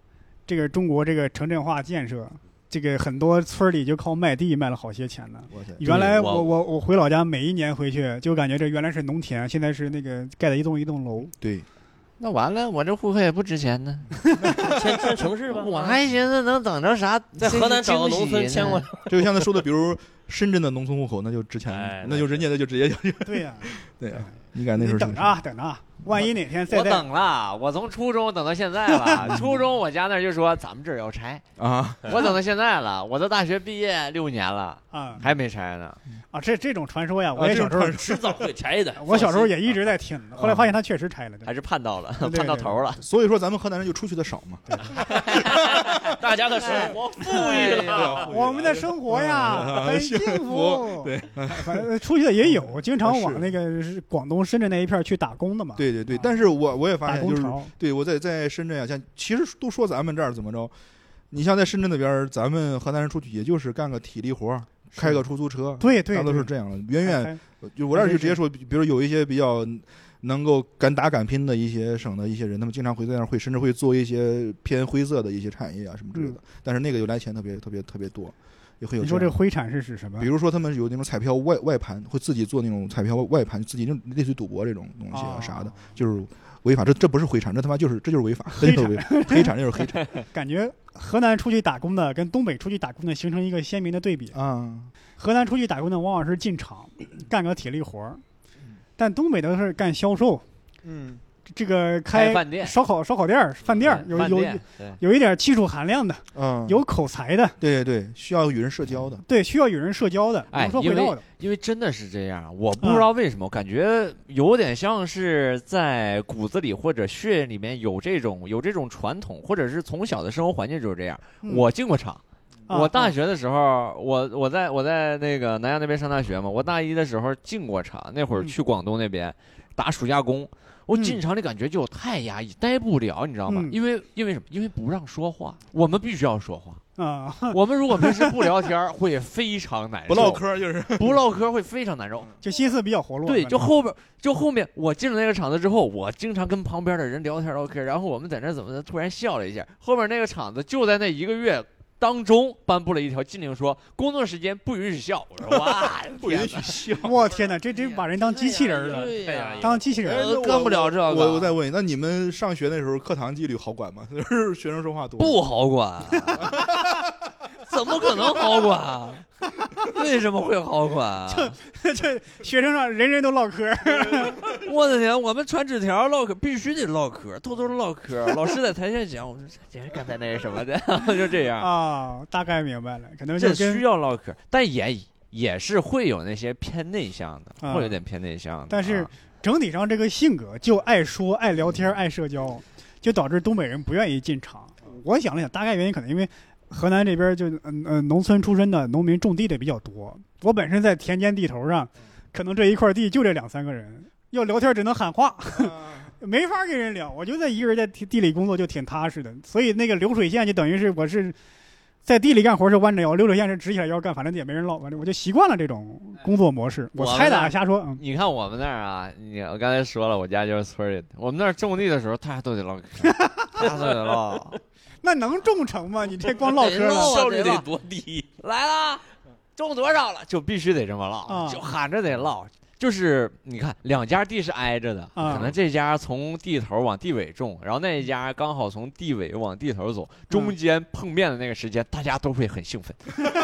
Speaker 1: 这个中国这个城镇化建设，这个很多村里就靠卖地卖了好些钱呢。
Speaker 4: 我天，
Speaker 1: 原来
Speaker 2: 我
Speaker 1: 我我我回老家，每一年回去就感觉这原来是农田，现在是那个盖的一栋一栋楼。
Speaker 4: 对，
Speaker 2: 那完了，我这户口也不值钱呢。
Speaker 3: 迁迁城市吧。
Speaker 2: 我
Speaker 3: (laughs)
Speaker 2: 还寻思能等着 (laughs) 啥，
Speaker 3: 在河南找个农村迁
Speaker 2: (laughs)
Speaker 3: 过
Speaker 2: 来
Speaker 3: 来。，
Speaker 4: 这就像他说的，比如深圳的农村户口那就之
Speaker 3: 哎
Speaker 4: 前，那就人家那就
Speaker 1: (laughs)
Speaker 4: 直接就
Speaker 1: 对呀、
Speaker 4: 对呀，你敢那
Speaker 1: 你
Speaker 4: 时候
Speaker 1: 等着啊，等着啊，万一哪天再
Speaker 2: 我
Speaker 1: 在
Speaker 2: 等了，我从初中等到现在 (laughs) 了。初中我家那儿就说咱们这儿要拆，
Speaker 4: 啊，
Speaker 2: 我等到现在了。我都大学毕业六年了，
Speaker 1: 啊
Speaker 2: 还没拆呢。
Speaker 1: 啊，这这种传说呀，我也
Speaker 4: 这
Speaker 1: 小
Speaker 4: 种
Speaker 1: 时候。
Speaker 4: 传
Speaker 3: 迟早会拆的
Speaker 1: 我小时候也一直在听，后来发现他确实拆了。对
Speaker 2: 还是盼到了，
Speaker 1: 对对
Speaker 2: 盼到头了。
Speaker 4: 所以说咱们河南人就出去的少嘛，
Speaker 3: 大家的生活富裕
Speaker 2: 哎
Speaker 3: 了，啊
Speaker 1: 我们的生活呀，很幸福。
Speaker 4: 对，
Speaker 1: 反正出去的也有，经常
Speaker 4: 是
Speaker 1: 往那个是广东深圳那一片儿去打工的嘛。，
Speaker 4: 对对对
Speaker 1: 啊，
Speaker 4: 但是我我也发
Speaker 1: 打
Speaker 4: 现
Speaker 1: 工
Speaker 4: 就是，
Speaker 1: 潮。
Speaker 4: 对我在在深圳啊，像其实都说咱们这儿怎么着，你像在深圳那边儿，咱们河南人出去也就是干个体力活儿，开个出租车，
Speaker 1: 对对，
Speaker 4: 大多
Speaker 1: 对
Speaker 4: 是这样的。远远
Speaker 1: 哎
Speaker 4: 就我这儿
Speaker 1: 还
Speaker 4: 就
Speaker 1: 真
Speaker 4: 直接说，比比如有一些比较能够敢打敢拼的一些省的一些人，他们经常会在那儿会甚至会做一些偏灰色的一些产业啊什么之类的，但是那个就来钱特别特别特别多，也会
Speaker 1: 嗯
Speaker 4: 有
Speaker 1: 你
Speaker 4: 这
Speaker 1: 说
Speaker 4: 样
Speaker 1: 这
Speaker 4: 的
Speaker 1: 灰产是指什么
Speaker 4: 比？如说他们有那种彩票外外盘，会自己做那种彩票外盘，自己那种类似于赌博这种东西啊
Speaker 1: 啊
Speaker 4: 啥的，就是违法。这这不是灰产，这他妈就是这就是违法，这就是违
Speaker 1: (laughs)
Speaker 4: 法，黑产就是黑产
Speaker 1: 感觉河南出去打工的跟东北出去打工的形成一个鲜明的对比。
Speaker 4: 啊！
Speaker 1: 河南出去打工的往往是进厂干个体力活儿，
Speaker 2: 嗯
Speaker 1: 但东北的是干销售，
Speaker 4: 嗯，
Speaker 1: 这个
Speaker 2: 开
Speaker 1: 开
Speaker 2: 饭店，哎
Speaker 1: 烧烤烧烤店儿、饭店儿，有
Speaker 2: 饭
Speaker 1: 有
Speaker 2: 店对
Speaker 1: 有一点技术含量的，
Speaker 4: 啊，
Speaker 1: 有口才的，
Speaker 4: 对对，需要与人社交的，
Speaker 1: 对，需要与人社交的，
Speaker 2: 哎
Speaker 1: 能说
Speaker 2: 因
Speaker 1: 会
Speaker 2: 为
Speaker 1: 道的。
Speaker 2: 因为真的是这样，我不知
Speaker 1: 嗯
Speaker 2: 道为什么，感觉有点像是在骨子里或者血液里面有这种有这种传统，或者是从小的生活环境就是这样。
Speaker 4: 嗯
Speaker 2: 我进过厂，
Speaker 1: 啊
Speaker 2: 我大学的时候，我我在我在那个南阳那边上大学嘛，我大一的时候进过厂，那会儿
Speaker 1: 嗯
Speaker 2: 去广东那边打暑假工。我进厂里感觉就太压抑，待不了，你知道吗？
Speaker 1: 嗯
Speaker 2: 因为因为什么？因为不让说话，我们必须要说话。
Speaker 1: 啊，
Speaker 2: 我们如果平时不聊天儿，会非常难受。
Speaker 4: 不唠嗑就是
Speaker 2: 不唠嗑会非常难受。
Speaker 1: 就心思比较活络。
Speaker 2: 对，
Speaker 1: 反
Speaker 2: 就
Speaker 1: 正
Speaker 2: 后边就后面，我进了那个厂子之后，我经常跟旁边的人聊天唠嗑，然后我们在那儿怎么的，突然笑了一下。后面那个厂子就在那一个月当中颁布了一条禁令说，工作时间不允许笑。我说哇，
Speaker 4: 不允许笑。
Speaker 1: 我天哪，这真把人当机器人了，
Speaker 2: 对呀
Speaker 1: 当机器
Speaker 2: 哎
Speaker 1: 人。
Speaker 2: 我干不了这个
Speaker 4: 我我再问，那你们上 (laughs) 学那时候课堂纪律好管吗？就是学生说话多
Speaker 2: 不好管。啊 (laughs) 怎么可能好管？啊为什么会好管？啊
Speaker 1: 这学生上人人都唠嗑儿，
Speaker 2: (laughs) 我的天，我们传纸条唠嗑必须得唠嗑，偷偷唠嗑。老师在台下讲，我说这人刚才那是什么的， (laughs) 就这样。
Speaker 1: 啊，大概明白了，可能就
Speaker 2: 这
Speaker 1: 跟
Speaker 2: 需要唠嗑，但也也是会有那些偏内向的，
Speaker 1: 啊
Speaker 2: 会有点偏内向的。
Speaker 1: 但是
Speaker 2: 啊
Speaker 1: 整体上这个性格就爱说、爱聊天、爱社交，就导致东北人不愿意进厂。我想了想，大概原因可能因为河南这边就嗯呃农村出身的农民种地的比较多。我本身在田间地头上，可能这一块地就这两三个人，要聊天只能喊话， (laughs) 没法跟人聊。我就在一个人在地地里工作就挺踏实的，所以那个流水线就等于是我是。在地里干活是弯着腰，流水线是直起来腰干，反正也没人唠，反正我就习惯了这种工作模式。我
Speaker 2: 我们
Speaker 1: 猜的
Speaker 2: 那
Speaker 1: 啊，瞎说。嗯，
Speaker 2: 你看我们那儿啊，你我刚才说了，我家就是村里的，我们那儿种地的时候，大家都得唠嗑，大家都得唠，
Speaker 1: 那能种成吗？你这光唠嗑
Speaker 2: 得
Speaker 1: 了
Speaker 2: 唠
Speaker 3: 效率得多低？
Speaker 2: 来啦，种多少了，就必须得这么唠，
Speaker 1: 啊
Speaker 2: 就喊着得唠。就是你看，两家地是挨着的，
Speaker 1: 啊
Speaker 2: 可能这家从地头往地尾种，然后那一家刚好从地尾往地头走，中间碰面的那个时间，大家都会很兴
Speaker 4: (laughs)
Speaker 2: 奋，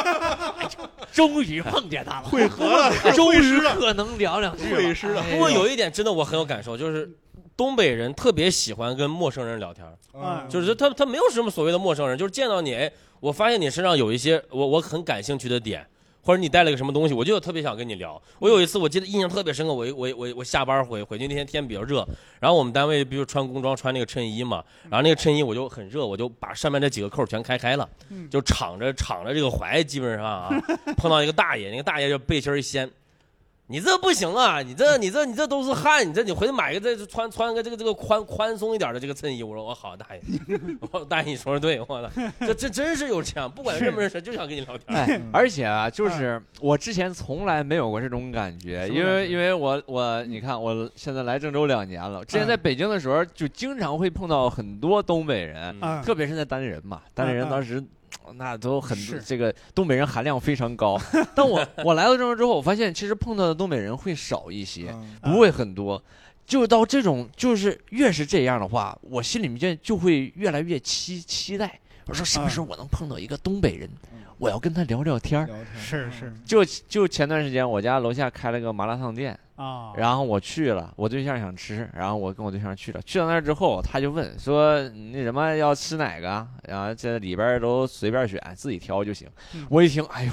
Speaker 2: 哎呦终于碰见他了，
Speaker 4: 会合了，
Speaker 2: 终于可能聊两句
Speaker 4: 会师了
Speaker 2: 哎呦
Speaker 3: 不过有一点真的我很有感受，就是东北人特别喜欢跟陌生人聊天儿。
Speaker 4: 嗯
Speaker 1: 啊
Speaker 3: 就是他他没有什么所谓的陌生人，就是见到你，哎，我发现你身上有一些我我很感兴趣的点，或者你带了个什么东西，我就特别想跟你聊。我有一次我记得印象特别深刻，我我我我下班回回去那天天比较热，然后我们单位不就穿工装穿那个衬衣嘛，然后那个衬衣我就很热，我就把上面这几个扣全开开了
Speaker 1: 嗯，
Speaker 3: 就敞着敞着这个怀，基本上啊，碰到一个大爷，那个大爷就背心儿一掀。你这不行啊！你这、你这、你这都是汗！你这你回去买个这穿穿个这个这个宽宽松一点的这个衬衣。我说我好，大爷，我大爷你说的对，我的这这真是有这样，不管认不认识，就想跟你聊天。
Speaker 2: (laughs) 哎，而且啊，就是我之前从来没有过这种感觉，因为因为我我你看，我现在来郑州两年了，之前在北京的时候就经常会碰到很多东北人，
Speaker 3: 嗯
Speaker 1: 啊，
Speaker 2: 特别是在单立人嘛，单立人当时。那都很多
Speaker 1: 是
Speaker 2: 这个东北人含量非常高，但我我来到郑州之后，我发现其实碰到的东北人会少一些，
Speaker 4: 嗯
Speaker 2: 不会很多。就到这种，就是越是这样的话，我心里面就会越来越期期待。我说什么时候我能碰到一个东北人，我要跟他聊聊天儿。
Speaker 4: 聊天
Speaker 1: 是是
Speaker 2: 就就前段时间，我家楼下开了个麻辣烫店，
Speaker 1: 啊，
Speaker 2: 然后我去了，我对象想吃，然后我跟我对象去了。去到那儿之后，他就问说：“那什么要吃哪个啊？”然后这里边儿都随便选，自己挑就行
Speaker 1: 嗯。
Speaker 2: 我一听，哎呦，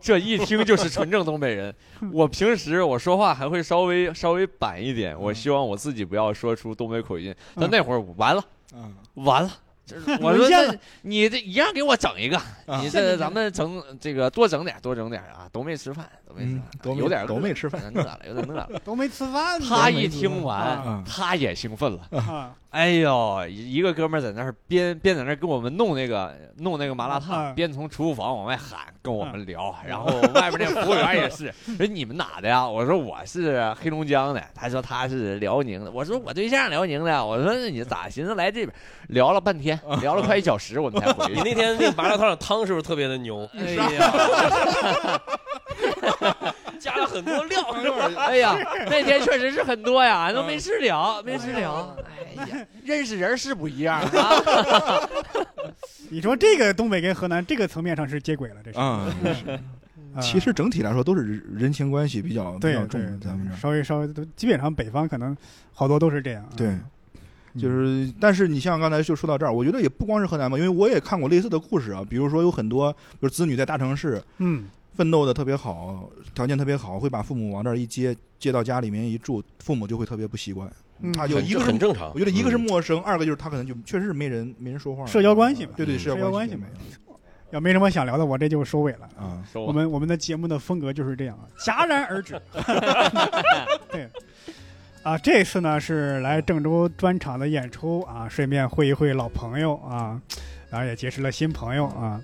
Speaker 2: 这一听就是纯正东北
Speaker 4: (laughs)
Speaker 2: 人。我平时我说话还会稍微稍微板一点，
Speaker 4: 嗯
Speaker 2: 我希望我自己不要说出东北口音。但那会儿完了，
Speaker 4: 啊，
Speaker 2: 完了。就是我
Speaker 1: 沦
Speaker 2: 说
Speaker 1: 陷
Speaker 2: 那你这一样给我整一个，
Speaker 4: 啊
Speaker 2: 你这咱们整这个多整点儿，多整点儿啊，都没吃饭，都没吃
Speaker 4: 嗯
Speaker 2: 饭，，啊
Speaker 4: 都没
Speaker 2: 有点
Speaker 4: 都
Speaker 2: 饿
Speaker 4: 没
Speaker 2: (laughs)
Speaker 4: 吃饭，
Speaker 2: 有点饿了，有点饿了。
Speaker 1: 都没吃饭呢。
Speaker 2: 他一听完，
Speaker 4: 啊
Speaker 2: 他也兴奋了。
Speaker 1: 啊
Speaker 2: 嗯 (laughs) 哎呦，一一个哥们儿在那儿边边在那儿跟我们弄那个弄那个麻辣烫，嗯
Speaker 1: 啊
Speaker 2: 边从厨房往外喊跟我们聊，然后外面那个服务员也 (laughs) 是，说你们哪的呀？我说我是黑龙江的，他说他是辽宁的，我说我对象辽宁的，我说你咋寻思来这边？聊了半天，聊了快一小时，我们才回 (laughs) 去。
Speaker 3: 你那天那个麻辣烫的汤是不是特别的牛？
Speaker 2: 哎呀，
Speaker 3: 加了很多料，是吧？
Speaker 2: 哎呀，那天确实是很多呀，都没吃了，没吃了。嗯哎呀，认识人是不一样啊。
Speaker 1: 你说这个东北跟河南这个层面上是接轨了，这是。
Speaker 4: 啊。
Speaker 1: 啊
Speaker 4: 其实整体来说都是人人情关系比较比
Speaker 1: 对
Speaker 4: 较重
Speaker 1: 对，
Speaker 4: 的，咱们这
Speaker 1: 对
Speaker 4: 儿
Speaker 1: 稍微稍微都基本上北方可能好多都是这样。啊
Speaker 4: 对。就是，但是你像刚才就说到这儿，我觉得也不光是河南吧，因为我也看过类似的故事啊，比如说有很多，比如子女在大城市
Speaker 1: 嗯
Speaker 4: 奋斗的特别好，条件特别好，会把父母往这儿一接，接到家里面一住，父母就会特别不习惯。
Speaker 1: 嗯
Speaker 4: 他就
Speaker 3: 很
Speaker 4: 一个是
Speaker 3: 很正常
Speaker 4: 我。觉得一个是陌生，二个就是他可能就确实是没人没人说话，
Speaker 1: 社交关系嘛
Speaker 4: 对对，
Speaker 2: 嗯
Speaker 4: 社
Speaker 1: 社交
Speaker 4: 关
Speaker 1: 关
Speaker 4: 系
Speaker 1: 系
Speaker 4: 没
Speaker 1: 嘛
Speaker 4: 有
Speaker 1: 要没什么想聊的，我这就收尾了。
Speaker 4: 啊，
Speaker 2: (laughs) 说
Speaker 1: 我
Speaker 2: 吧
Speaker 1: 们我们的节目的风格就是这
Speaker 4: (laughs)
Speaker 1: 样啊，戛然而止。对，啊，这次呢是来郑州专场的演出啊，顺便会一会老朋友啊，然后也结识了新朋友啊，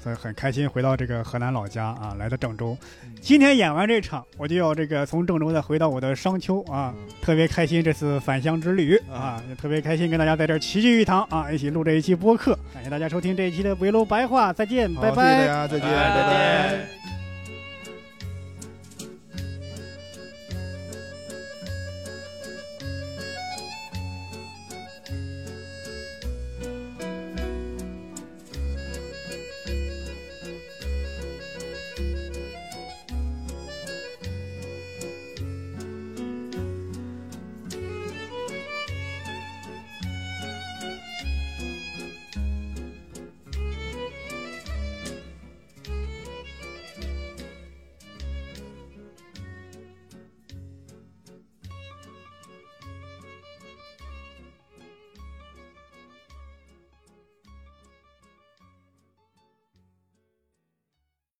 Speaker 1: 所以很开心回到这个河南老家啊，来到郑州。
Speaker 4: 嗯
Speaker 1: 今天演完这场，我就要这个从郑州再回到我的商丘啊，
Speaker 4: 嗯
Speaker 1: 特别开心这次返乡之旅啊，也特别开心跟大家在这儿齐聚一堂啊，一起录这一期播客。感谢大家收听这一期的围楼白话，再见，
Speaker 4: 好
Speaker 1: 拜
Speaker 4: 谢谢大
Speaker 1: 拜。
Speaker 2: 哎
Speaker 4: 家，再见，
Speaker 3: 拜
Speaker 4: 拜
Speaker 3: 拜。